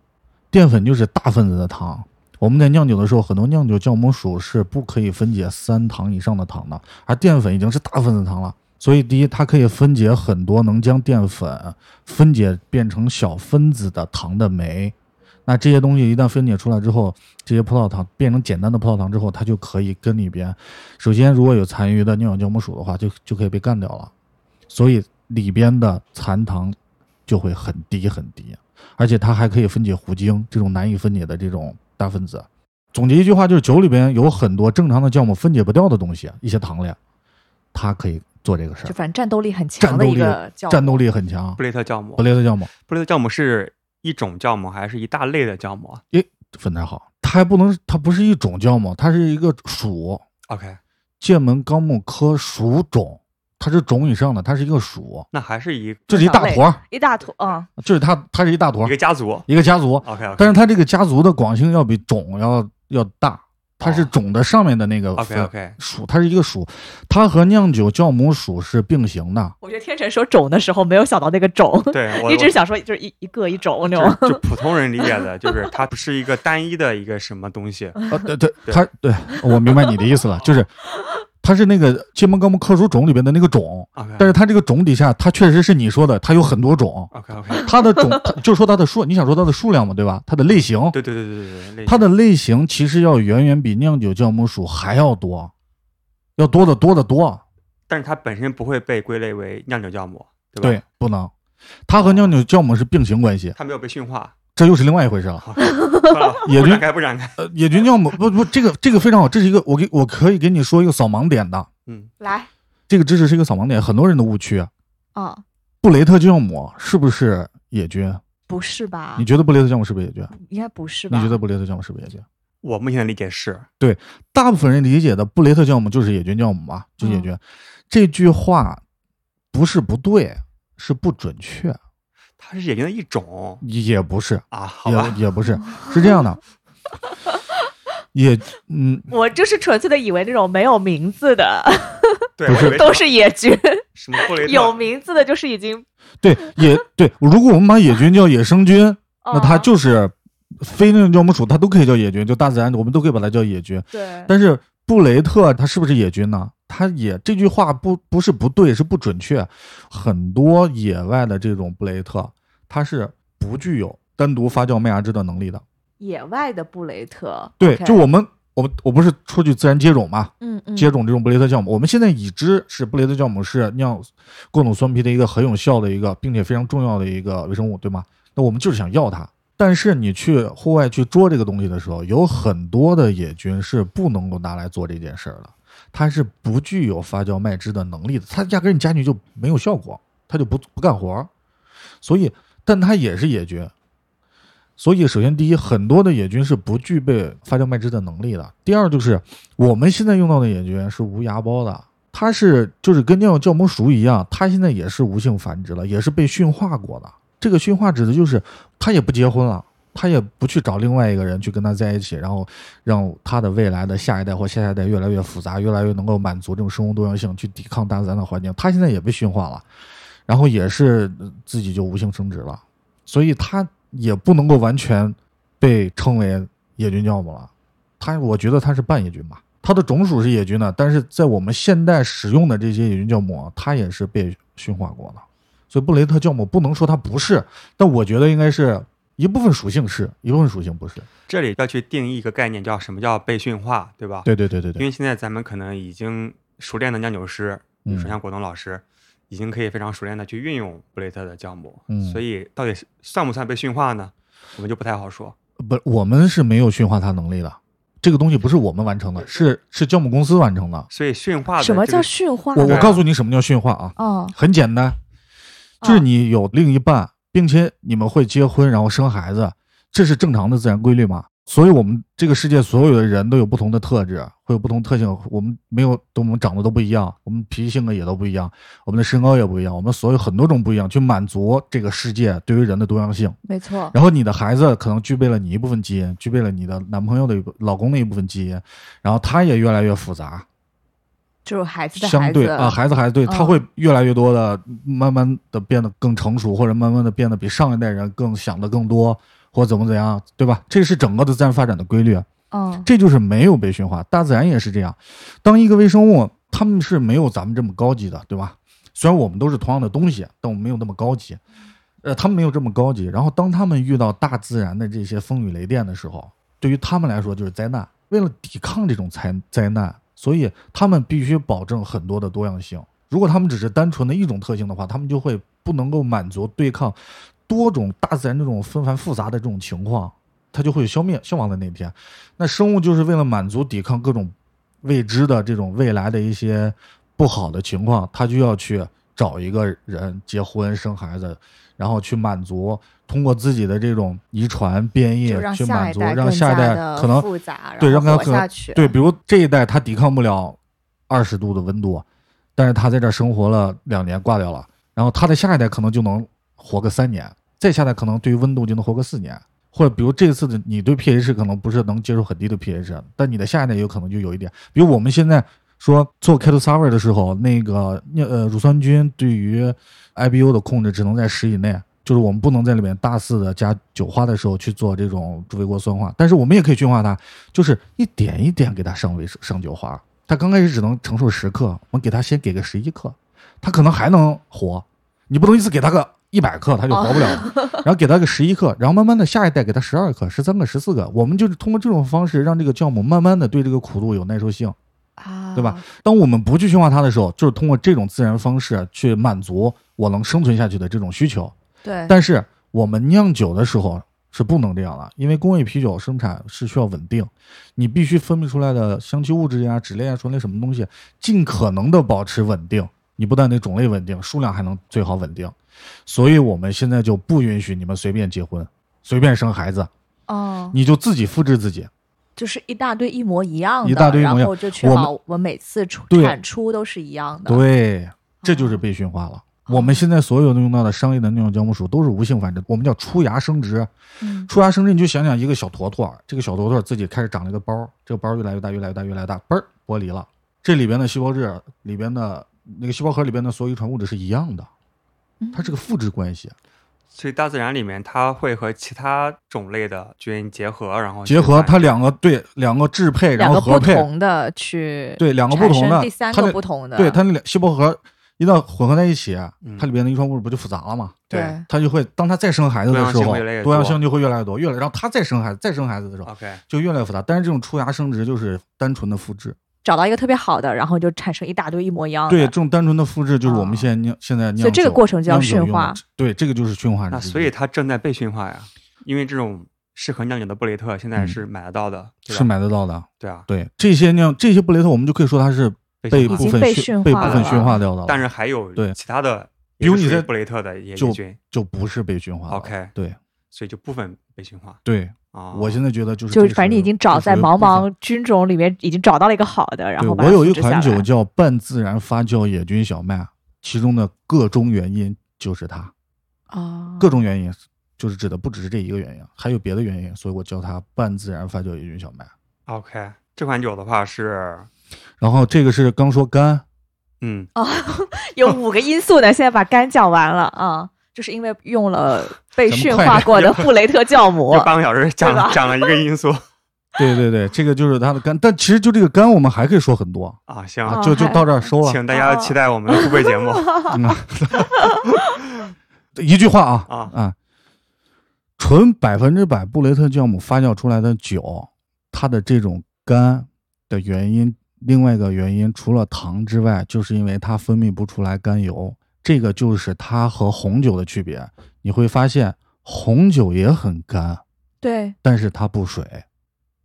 Speaker 4: 淀粉就是大分子的糖。我们在酿酒的时候，很多酿酒酵母属是不可以分解三糖以上的糖的，而淀粉已经是大分子糖了。所以，第一，它可以分解很多能将淀粉分解变成小分子的糖的酶。那这些东西一旦分解出来之后，这些葡萄糖变成简单的葡萄糖之后，它就可以跟里边，首先如果有残余的酿酒酵母属的话，就就可以被干掉了。所以里边的残糖就会很低很低，而且它还可以分解糊精这种难以分解的这种大分子。总结一句话，就是酒里边有很多正常的酵母分解不掉的东西，一些糖类，它可以做这个事
Speaker 3: 就
Speaker 4: 儿，
Speaker 3: 反正战斗力很强的
Speaker 4: 战斗
Speaker 3: 一
Speaker 4: 力
Speaker 3: 个教
Speaker 4: 战斗力很强
Speaker 2: 布。雷特酵母
Speaker 4: 布，雷特酵母
Speaker 2: 布雷特酵母是一种酵母还是一大类的酵母啊
Speaker 4: 分得好，它还不能，它不是一种酵母，它是一个属
Speaker 2: ？OK，
Speaker 4: 剑门纲目科属种，它是种以上的，它是一个属，
Speaker 2: 那还是一
Speaker 4: 这是一大坨儿，
Speaker 3: 一大坨，嗯，
Speaker 4: 就是它它是一大坨
Speaker 2: 一
Speaker 4: 儿
Speaker 2: 个家族。
Speaker 4: 一个家族，
Speaker 2: OK，,
Speaker 4: 但是它这个家族的广性要比种要要大，它是
Speaker 2: 哦
Speaker 4: 种的上面的那个
Speaker 2: OK
Speaker 4: 分
Speaker 2: OK，
Speaker 4: 属，它是一个属，它和酿酒酵母属是并 行的。
Speaker 3: 我觉得天成说种的时候没有想到那个种，
Speaker 2: 对 我
Speaker 3: 一直
Speaker 2: 我
Speaker 3: 想说就是一一个一种那种，
Speaker 2: 就就普通人理解的，就是它不是一个单一的一个什么东 西。
Speaker 4: 啊，对对，它对我明白你的意思了，就是 它是那个界门纲目科属种里边的那个种，
Speaker 2: OK
Speaker 4: 但是它这个种底下，它确实是你说的，它有很多种，
Speaker 2: OK OK，
Speaker 4: 它的种它就是说它的数，你想说它的数量嘛，对吧？它的类型，
Speaker 2: 对对对对对对，类
Speaker 4: 它的类型其实要远远比酿酒酵母属还要多，要多得多得多。
Speaker 2: 但是它本身不会被归类为酿酒酵母，对吧？
Speaker 4: 对，不能，它和酿酒酵母是并行关系，
Speaker 2: 它没有被驯 化。
Speaker 4: 这又是另外一回事了。
Speaker 2: 好算了
Speaker 4: 也
Speaker 2: 不
Speaker 4: 就
Speaker 2: 展开不展开。
Speaker 4: 呃，野菌酵母不不，这个这个非常好，这是一个我给我可以给你说一个扫盲点的，
Speaker 2: 嗯，
Speaker 3: 来，
Speaker 4: 这个知识是一个扫盲点，很多人的误区。
Speaker 3: 嗯，
Speaker 4: 布雷特酵母是不是野菌？
Speaker 3: 不是吧
Speaker 4: 你？觉得布雷特酵母是不是野菌？
Speaker 3: 应该不是吧？
Speaker 4: 你觉得布雷特酵母是不是野菌？
Speaker 2: 我目前的理解是，
Speaker 4: 大部分人理解的布雷特酵母就是野菌酵母嘛，就是野菌。这句话不是不对，是不准确，
Speaker 2: 它是野菌的一种
Speaker 4: 也不是，
Speaker 2: 啊，好吧？
Speaker 4: 也也不是，是这样 的。也嗯，
Speaker 3: 我就是纯粹的以为那种没有名字的
Speaker 2: 对，
Speaker 4: 不
Speaker 2: 我以
Speaker 4: 是
Speaker 2: 为
Speaker 3: 都是野菌，
Speaker 2: 什么布雷特
Speaker 3: 有名字的就是已经，
Speaker 4: 对，也对。如果我们把野菌叫野生菌， 那它
Speaker 3: 嗯
Speaker 4: 就是非那种酵母属，它都可以叫野菌，就大自然我们都可以把它叫野菌。
Speaker 3: 对，
Speaker 4: 但是布雷特他是不是野菌呢？他也这句话不不是不对，是不准确。很多野外的这种布雷特，它是不具有单独发酵麦芽汁的能力的。
Speaker 3: 野外的布雷特，
Speaker 4: 对
Speaker 3: OK
Speaker 4: 就我们我们我不是出去自然接种嘛，
Speaker 3: 嗯嗯，
Speaker 4: 接种这种布雷特酵母，我们现在已知是布雷特酵母是酿各种酸啤的一个很有效的一个，并且非常重要的一个微生物，对吗？那我们就是想要它。但是你去户外去捉这个东西的时候，有很多的野菌是不能够拿来做这件事儿的，它是不具有发酵麦汁的能力的，它压根儿你加进去就没有效果，它就不不干活儿。所以，但它也是野菌，所以，首先第一，很多的野菌是不具备发酵麦汁的能力的。第二，就是我们现在用到的野菌是无芽孢的，它是就是跟尿酵母属一样，它现在也是无性繁殖了，也是被驯化过的。这个驯化指的就是它也不结婚了，它也不去找另外一个人去跟它在一起，然后让它的未来的下一代或下下一代越来越复杂，越来越能够满足这种生物多样性，去抵抗大自然的环境。它现在也被驯化了，然后也是呃自己就无性生殖了。所以它也不能够完全被称为野菌酵母了。它，我觉得它是半野菌吧。它的种属是野菌的，但是在我们现代使用的这些野菌酵母，它也是被驯化过的。所以布雷特酵母不能说它不是，但我觉得应该是一部分属性是，一部分属性不是。
Speaker 2: 这里要去定义一个概念，叫什么叫被驯化，对吧？
Speaker 4: 对对对对
Speaker 2: 因
Speaker 4: 对，
Speaker 2: 为现在咱们可能已经熟练的酿酒师，比如说
Speaker 4: 嗯
Speaker 2: 像果冻老师，已经可以非常熟练的去运用布雷特的酵母，
Speaker 4: 嗯
Speaker 2: 所以到底是算不算被驯化呢？我们就不太好说。
Speaker 4: 不，我们是没有驯化它能力的。这个东西不是我们完成的，是是酵母公司完成的。
Speaker 2: 所以驯化的
Speaker 3: 什么
Speaker 2: 这
Speaker 3: 叫
Speaker 2: 个
Speaker 3: 驯化？
Speaker 4: 我我
Speaker 2: 对啊
Speaker 4: 告诉你什么叫驯化啊？
Speaker 3: 哦，
Speaker 4: 很简单，就是
Speaker 3: 哦
Speaker 4: 你有另一半，并且你们会结婚，然后生孩子，这是正常的自然规律嘛？所以，我们这个世界所有的人都有不同的特质，会有不同特性。我们没有，都我们长得都不一样，我们脾气性格也都不一样，我们的身高也不一样，我们所有很多种不一样，去满足这个世界对于人的多样性。
Speaker 3: 没错，
Speaker 4: 然后你的孩子可能具备了你一部分基因，具备了你的男朋友的一部老公的一部分基因，然后他也越来越复杂，
Speaker 3: 就是孩子的
Speaker 4: 相
Speaker 3: 孩子
Speaker 4: 对啊，孩子孩子对，他
Speaker 3: 嗯
Speaker 4: 会越来越多的，慢慢的变得更成熟，或者慢慢的变得比上一代人更想的更多，或怎么怎样，对吧？这是整个的自然发展的规律，啊
Speaker 3: 嗯
Speaker 4: 这就是没有被驯化。大自然也是这样，当一个微生物，他们是没有咱们这么高级的，对吧？虽然我们都是同样的东西，但我们没有那么高级，呃，他们没有这么高级。然后当他们遇到大自然的这些风雨雷电的时候，对于他们来说就是灾难。为了抵抗这种灾灾难，所以他们必须保证很多的多样性。如果他们只是单纯的一种特性的话，他们就会不能够满足对抗多种大自然这种纷繁复杂的这种情况，它就会有消灭消亡的那天。那生物就是为了满足抵抗各种未知的这种未来的一些不好的情况，他就要去找一个人结婚生孩子，然后去满足通过自己的这种遗传变异
Speaker 3: 就让
Speaker 4: 去
Speaker 3: 下
Speaker 4: 满
Speaker 3: 一
Speaker 4: 足，
Speaker 3: 代
Speaker 4: 让
Speaker 3: 更
Speaker 4: 下一
Speaker 3: 加
Speaker 4: 代
Speaker 3: 地
Speaker 4: 可能
Speaker 3: 复杂，然
Speaker 4: 对
Speaker 3: 后
Speaker 4: 让他
Speaker 3: 活
Speaker 4: 可
Speaker 3: 下去，啊
Speaker 4: 对，比如这一代他抵抗不了二十度的温度，但是他在这儿生活了两年，挂掉了，然后他的下一代可能就能活个三年，再下一代可能对于温度就能活个四年，或者比如这次的你对 pH 可能不是能接受很低的 pH，但你的下一代有可能就有一点，比如我们现在说做 keto sour 的时候，那个尿呃乳酸菌对于 IBU 的控制只能在十以内，就是我们不能在里面大肆的加酒花的时候去做这种猪尾锅酸化，但是我们也可以驯化它，就是一点一点给它上维上酒花。它刚开始只能承受十克，我们给它先给个十一克，它可能还能活。你不能一次给它个一百克，它就活不了了。然后给它个十一克，然后慢慢的下一代给它十二克、十三克、十四克，我们就是通过这种方式让这个酵母慢慢的对这个苦度有耐受性。
Speaker 3: 啊，
Speaker 4: 对吧？当我们不去驯化它的时候，就是通过这种自然方式去满足我能生存下去的这种需求。
Speaker 3: 对，
Speaker 4: 但是我们酿酒的时候是不能这样的，因为工业啤酒生产是需要稳定，你必须分泌出来的香气物质呀、脂类啊、醇类什么东西，尽可能的保持稳定。你不但得种类稳定，数量还能最好稳定。所以我们现在就不允许你们随便结婚、随便生孩子，
Speaker 3: 哦，
Speaker 4: 你就自己复制自己。
Speaker 3: 就是一大堆一模一样的，
Speaker 4: 一大堆一模一样
Speaker 3: 然后就确保我们每次出
Speaker 4: 对
Speaker 3: 产出都是一样的。
Speaker 4: 对，这就是被驯化了。我们现在所有的用到的商业的那种酵母鼠都是无性繁殖，我们叫出芽生殖。
Speaker 3: 嗯，
Speaker 4: 出芽生殖，你就想想一个小坨坨，这个小坨坨自己开始长了一个包，这个包越来越大，越来越大，越来越大，嘣儿剥离了。这里边的细胞质里边的那个细胞核里边的所有遗传物质是一样的，
Speaker 2: 嗯
Speaker 4: 它是个复制关系。
Speaker 2: 所以大自然里面它会和其他种类的菌结合，然后
Speaker 4: 结合它
Speaker 2: 它
Speaker 4: 两个对两个制配，然
Speaker 3: 两
Speaker 4: 后
Speaker 3: 个
Speaker 4: 合
Speaker 3: 不
Speaker 4: 配，
Speaker 3: 同的去
Speaker 4: 对两个不同
Speaker 3: 产
Speaker 4: 的
Speaker 3: 生第三
Speaker 4: 它
Speaker 3: 个
Speaker 4: 的
Speaker 3: 不同的，
Speaker 4: 对它那两细胞核一旦混合在一起，
Speaker 2: 嗯
Speaker 4: 它里边的遗传物质不就复杂了吗？
Speaker 3: 对
Speaker 4: 他就会当他再生孩子的时
Speaker 2: 多样性
Speaker 4: 候
Speaker 2: 会越来越，多啊
Speaker 4: 多样性就会越来越多，越来，然后他再生孩子，再生孩子的时候
Speaker 2: OK
Speaker 4: 就越来越复杂。但是这种出芽生殖就是单纯的复制，
Speaker 3: 找到一个特别好的，然后就产生一大堆一模一样的。
Speaker 4: 对，这种单纯的复制就是我们
Speaker 3: 哦
Speaker 4: 现在酿、现在酿
Speaker 3: 啊
Speaker 4: 酒，
Speaker 3: 所以这个过程就要
Speaker 4: 酿酒
Speaker 3: 驯
Speaker 4: 用的
Speaker 3: 化，
Speaker 4: 对，这个就是驯化
Speaker 2: 那
Speaker 4: 之一。
Speaker 2: 所以它正在被驯化呀，因为这种适合酿酒的布雷特现在是买得到的，对吧
Speaker 4: 嗯是买得到的，
Speaker 2: 对啊，
Speaker 4: 对这些酿这些布雷特，我们就可以说它是被
Speaker 2: 被
Speaker 4: 部
Speaker 2: 驯化
Speaker 3: 已经
Speaker 4: 分
Speaker 3: 被
Speaker 4: 驯
Speaker 3: 驯
Speaker 4: 被部
Speaker 3: 化
Speaker 4: 分
Speaker 3: 了啊
Speaker 4: 驯化掉的了，
Speaker 2: 但是还有
Speaker 4: 对
Speaker 2: 其他的，
Speaker 4: 比如你在
Speaker 2: 在布雷特的野
Speaker 4: 就
Speaker 2: 菌
Speaker 4: 就不是被驯化了。
Speaker 2: OK
Speaker 4: 对
Speaker 2: 所以就部分被驯化
Speaker 4: 对，
Speaker 2: 啊。
Speaker 4: 我现在觉得就是
Speaker 3: 就
Speaker 4: 这
Speaker 3: 是反正你已经找
Speaker 4: 这
Speaker 3: 在
Speaker 4: 属于
Speaker 3: 茫
Speaker 4: 部分
Speaker 3: 茫菌种里面已经找到了一个好的，然
Speaker 4: 对
Speaker 3: 后把
Speaker 4: 我
Speaker 3: 它
Speaker 4: 有一
Speaker 3: 复制下
Speaker 4: 款酒
Speaker 3: 来
Speaker 4: 叫半自然发酵野菌小麦，其中的各种原因就是
Speaker 3: 哦
Speaker 4: 它，
Speaker 3: 啊，
Speaker 4: 各种原因就是指的不只是这一个原因，还有别的原因，所以我叫它半自然发酵野菌小麦。
Speaker 2: OK 这款酒的话是
Speaker 4: 然后这个是刚说干，
Speaker 2: 嗯
Speaker 3: 有五个因素呢，现在把肝讲完了啊，就是因为用 了被
Speaker 4: 咱们
Speaker 3: 驯
Speaker 4: 快
Speaker 3: 化
Speaker 4: 点
Speaker 3: 过的布雷特酵母
Speaker 2: 这，半个小时讲
Speaker 3: 对吧
Speaker 2: 讲了一个因素
Speaker 4: 对对对，这个就是它的干，但其实就这个干我们还可以说很多，
Speaker 2: 啊，行，
Speaker 3: 啊
Speaker 4: 就就
Speaker 3: 还
Speaker 4: 到这儿收了。
Speaker 2: 请大家期待我们的付费节 目
Speaker 4: 嗯一句话啊
Speaker 2: 啊
Speaker 4: 啊，纯百分之百布雷特酵母发酵出来的酒，它的这种干的原因，另外一个原因除了糖之外，就是因为它分泌不出来甘油，这个就是它和红酒的区别。你会发现红酒也很干，
Speaker 3: 对，
Speaker 4: 但是它不水。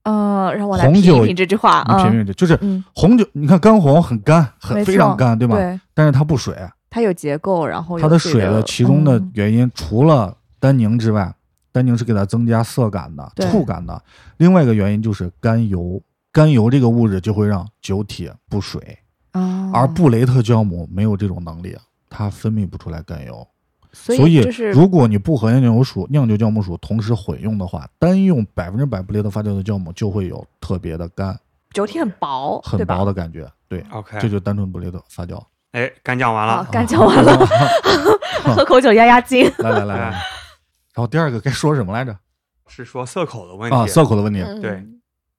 Speaker 3: 呃，让我来
Speaker 4: 红
Speaker 3: 品
Speaker 4: 酒
Speaker 3: 一品这句话
Speaker 4: 你
Speaker 3: 啊
Speaker 4: 品，品这，就是
Speaker 3: 嗯，
Speaker 4: 红酒，你看干红很干，很
Speaker 3: 没
Speaker 4: 非常
Speaker 3: 错
Speaker 4: 干，对吧？
Speaker 3: 对，
Speaker 4: 但是它不水。
Speaker 3: 它有结构，然哦后有
Speaker 4: 它的
Speaker 3: 这
Speaker 4: 水
Speaker 3: 个
Speaker 4: 的其中的
Speaker 3: 嗯
Speaker 4: 原因，除了单宁之外，单宁是给它增加涩感的、
Speaker 3: 对
Speaker 4: 触感的。另外一个原因就是甘油，甘油这个物质就会让酒体不水，
Speaker 3: 啊，
Speaker 4: 而布雷特酵母没有这种能力，它分泌不出来甘油。
Speaker 3: 所
Speaker 4: 以
Speaker 3: 就是，
Speaker 4: 如果你不和酿酒鼠、酿酒酵母鼠同时混用的话，单用百分之百布雷特发酵的酵母就会有特别的干、
Speaker 3: 酒体很薄，
Speaker 4: 很
Speaker 3: 对吧
Speaker 4: 薄的感觉。对，
Speaker 2: OK
Speaker 4: 这就单纯布雷特发酵。
Speaker 2: 哎，刚讲
Speaker 4: 啊
Speaker 2: 完
Speaker 3: 好
Speaker 2: 了，，
Speaker 3: 啊干讲完 了，喝口酒压压惊。
Speaker 4: 来来来来，
Speaker 2: 哎
Speaker 4: 然后第二个该说什么来着？
Speaker 2: 是说涩口的问题
Speaker 4: 啊，涩口的问题，
Speaker 3: 嗯
Speaker 2: 对，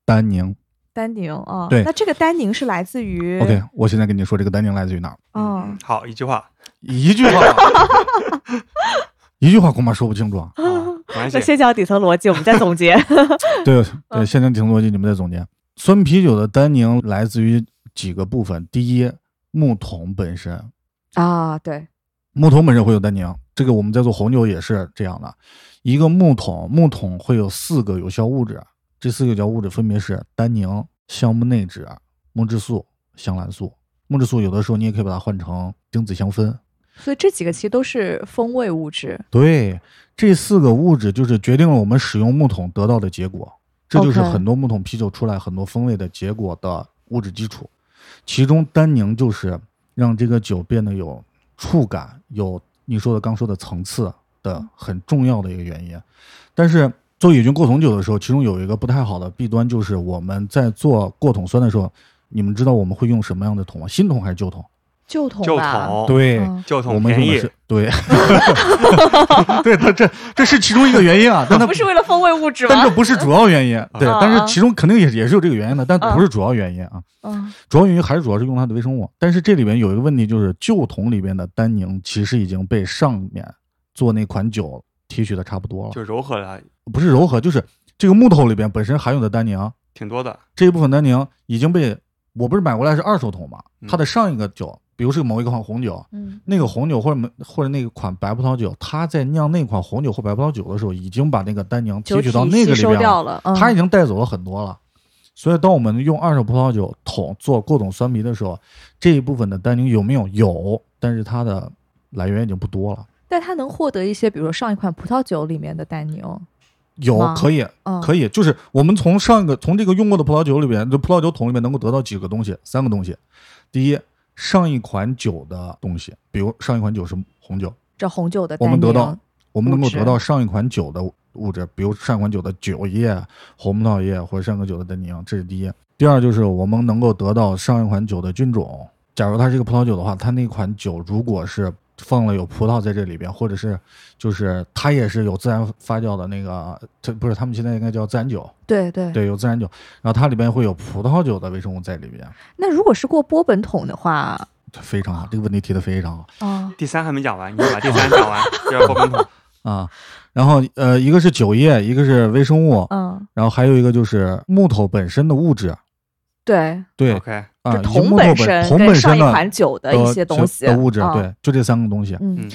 Speaker 4: 单宁。
Speaker 3: 丹宁啊，
Speaker 4: 对
Speaker 3: 那这个丹宁是来自于
Speaker 4: OK，我现在跟你说这个单宁来自于哪儿？
Speaker 3: 哦，
Speaker 2: 嗯好，一句话，
Speaker 4: 一句话，一句话恐怕说不清楚啊。
Speaker 2: 啊、没关
Speaker 3: 那
Speaker 2: 系，
Speaker 3: 先讲底层逻辑，我们再总 结。
Speaker 4: 对对，现在听逻辑你们再总结。酸啤酒的单宁来自于几个部分，第一，木桶本身，
Speaker 3: 啊，对，
Speaker 4: 木桶本身会有单宁，这个我们在做红酒也是这样的。一个木桶，木桶会有四个有效物质，这四个有效物质分别是单宁、橡木内酯、木质素、香兰素。木质素有的时候你也可以把它换成丁子香酚，
Speaker 3: 所以这几个其实都是风味物质。
Speaker 4: 对，这四个物质就是决定了我们使用木桶得到的结果，这就是
Speaker 3: OK
Speaker 4: 很多木桶啤酒出来很多风味的结果的物质基础。其中单宁就是让这个酒变得有触感，有你说的刚说的层次的很重要的一个原因。但是做乙菌过桶酒的时候，其中有一个不太好的弊端，就是我们在做过桶酸的时候，你们知道我们会用什么样的桶吗？新桶还是旧桶？
Speaker 3: 旧桶
Speaker 2: 旧
Speaker 3: 吧，
Speaker 2: 桶，
Speaker 4: 对
Speaker 3: 嗯
Speaker 2: 旧
Speaker 4: 我
Speaker 2: 桶
Speaker 4: 们
Speaker 2: 便
Speaker 4: 用的
Speaker 2: 宜
Speaker 4: 是， 对，对，它这这是其中一个原因啊，但它
Speaker 3: 哦不是为了风味物质
Speaker 4: 但这
Speaker 3: 吗？
Speaker 4: 不是主要原
Speaker 2: 哦
Speaker 4: 因，对，
Speaker 3: 啊
Speaker 4: 但是其中肯定也也是有这个原因的，但
Speaker 3: 啊
Speaker 4: 不是主要原因啊，
Speaker 3: 嗯，
Speaker 4: 主要原因还是主要是用它的微生物，但是这里边有一个问题就是旧桶里边的单宁其实已经被上面做那款酒提取的差不多了，
Speaker 2: 就柔和了
Speaker 4: 不是柔和，就是这个木头里边本身含有的单宁
Speaker 2: 挺多的。
Speaker 4: 这一部分单宁已经被我不是买过来是二手桶嘛，
Speaker 2: 嗯
Speaker 4: 它的上一个酒，比如是某一款红酒，
Speaker 3: 嗯，
Speaker 4: 那个红酒或者某或者那款白葡萄酒，它在酿那款红酒或白葡萄酒的时候，已经把那个单宁
Speaker 3: 酒
Speaker 4: 提取到
Speaker 3: 体
Speaker 4: 那个
Speaker 3: 吸
Speaker 4: 里
Speaker 3: 收
Speaker 4: 边
Speaker 3: 掉了，嗯
Speaker 4: 它已经带走了很多了。所以，当我们用二手葡萄酒桶做过桶酸啤的时候，这一部分的单宁有没有？有，但是它的来源已经不多了。
Speaker 3: 但它能获得一些，比如说上一款葡萄酒里面的单宁，
Speaker 4: 有
Speaker 3: 吗
Speaker 4: 可以，
Speaker 3: 嗯，
Speaker 4: 可
Speaker 3: 以，
Speaker 4: 以，就是我们从上一个从这个用过的葡萄酒里边，就葡萄酒桶里面能够得到几个东西？三个东西。第一，上一款酒的东西，比如上一款酒是红酒，
Speaker 3: 这红酒的
Speaker 4: 我
Speaker 3: 单
Speaker 4: 们
Speaker 3: 宁，
Speaker 4: 得到我们能够
Speaker 3: 物质
Speaker 4: 得到上一款酒的物质，比如上一款酒的酒液、红葡萄液或者上一款酒的单宁，这是第一。第二就是我们能够得到上一款酒的菌种。假如它是一个葡萄酒的话，它那款酒如果是放了有葡萄在这里边，或者是就是它也是有自然发酵的那个，它不是他们现在应该叫自然酒，
Speaker 3: 对对。
Speaker 4: 对，有自然酒，然后它里边会有葡萄酒的微生物在里边，
Speaker 3: 那如果是过波本桶的话，
Speaker 4: 非常好，这个问题提的非常好
Speaker 3: 啊，
Speaker 2: 第三还没讲完，你把第三讲完，就是波本桶。
Speaker 4: 啊。然后呃，一个是酒液，一个是微生物，
Speaker 3: 嗯，
Speaker 4: 然后还有一个就是木头本身的物质，啊
Speaker 3: 对，
Speaker 4: 对
Speaker 2: OK，
Speaker 4: 啊，
Speaker 3: 就
Speaker 4: 以及
Speaker 3: 桶
Speaker 4: 木头
Speaker 3: 身
Speaker 4: 本铜本
Speaker 3: 跟上
Speaker 4: 身
Speaker 3: 一
Speaker 4: 的
Speaker 3: 款酒的
Speaker 4: 的
Speaker 3: 一些东西
Speaker 4: 的物质，，
Speaker 3: 啊
Speaker 4: 对，就这三个东西。
Speaker 3: 嗯
Speaker 2: 嗯，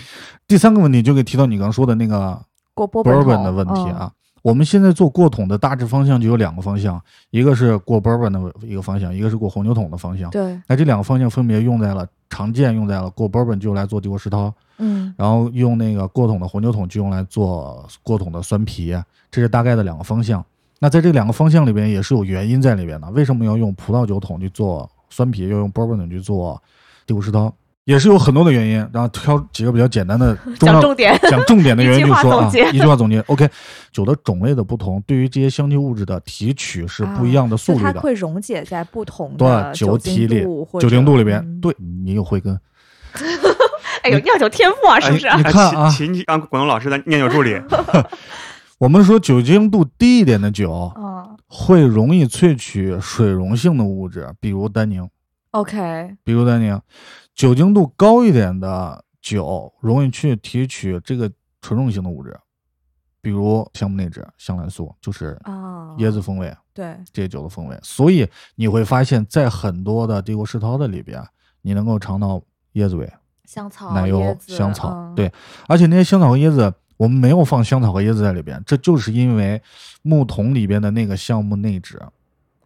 Speaker 4: 第三个问题就给提到你刚刚说的那个
Speaker 3: 过波嗯
Speaker 4: 波尔
Speaker 3: 桶
Speaker 4: 本的问题，啊。我们现在做过桶的大致方向就有两个方向，一个是过波尔本的一个方向，一个是过红牛桶的方向
Speaker 3: 嗯。对，
Speaker 4: 那这两个方向分别用在了常见用在了过波尔本就用来做帝国石涛，
Speaker 3: 嗯
Speaker 4: 然后用那个过桶的红酒桶去用来做过桶的酸啤，这是大概的两个方向。那在这两个方向里边也是有原因在里边的。为什么要用葡萄酒桶去做酸啤，要用波本桶去做第五十刀，也是有很多的原因。然后挑几个比较简单的重
Speaker 3: 讲
Speaker 4: 要
Speaker 3: 重点，
Speaker 4: 讲重点的原因就说
Speaker 3: 一
Speaker 4: 啊
Speaker 3: 句话总结，
Speaker 4: 一句话总结。OK，酒的种类的不同，对于这些香气物质的提取是不一 样的速
Speaker 3: 就
Speaker 4: 率
Speaker 3: 它
Speaker 4: 的。
Speaker 3: 会溶解在不同
Speaker 4: 多
Speaker 3: 的
Speaker 4: 少酒体
Speaker 3: 精
Speaker 4: 里
Speaker 3: 度或
Speaker 4: 酒精
Speaker 3: 者
Speaker 4: 度里边，
Speaker 3: 嗯
Speaker 4: 对你又会跟
Speaker 3: 哎呦，酿酒天赋 啊，是不是？
Speaker 4: 你看啊
Speaker 2: 秦秦让广东老师的念酒助 理，
Speaker 4: 我们说酒精度低一点的酒，
Speaker 3: 嗯
Speaker 4: 会容易萃取水溶性的物质，比如单宁，
Speaker 3: ，OK，
Speaker 4: 比如单宁。酒精度高一点的酒容易去提取这个醇溶性的物质，比如橡木内酯、香兰素，就是
Speaker 3: 啊，
Speaker 4: 椰子风味、
Speaker 3: 对，
Speaker 4: 这些酒的风味。所以你会发现，在很多的帝国世涛的里边，你能够尝到椰子味、
Speaker 3: 香草、
Speaker 4: 奶
Speaker 3: 哦椰
Speaker 4: 油、
Speaker 3: 子
Speaker 4: 香草，，
Speaker 3: 嗯
Speaker 4: 对。而且那些香草和椰子，我们没有放香草和椰子在里边，这就是因为木桶里边的那个橡木内酯。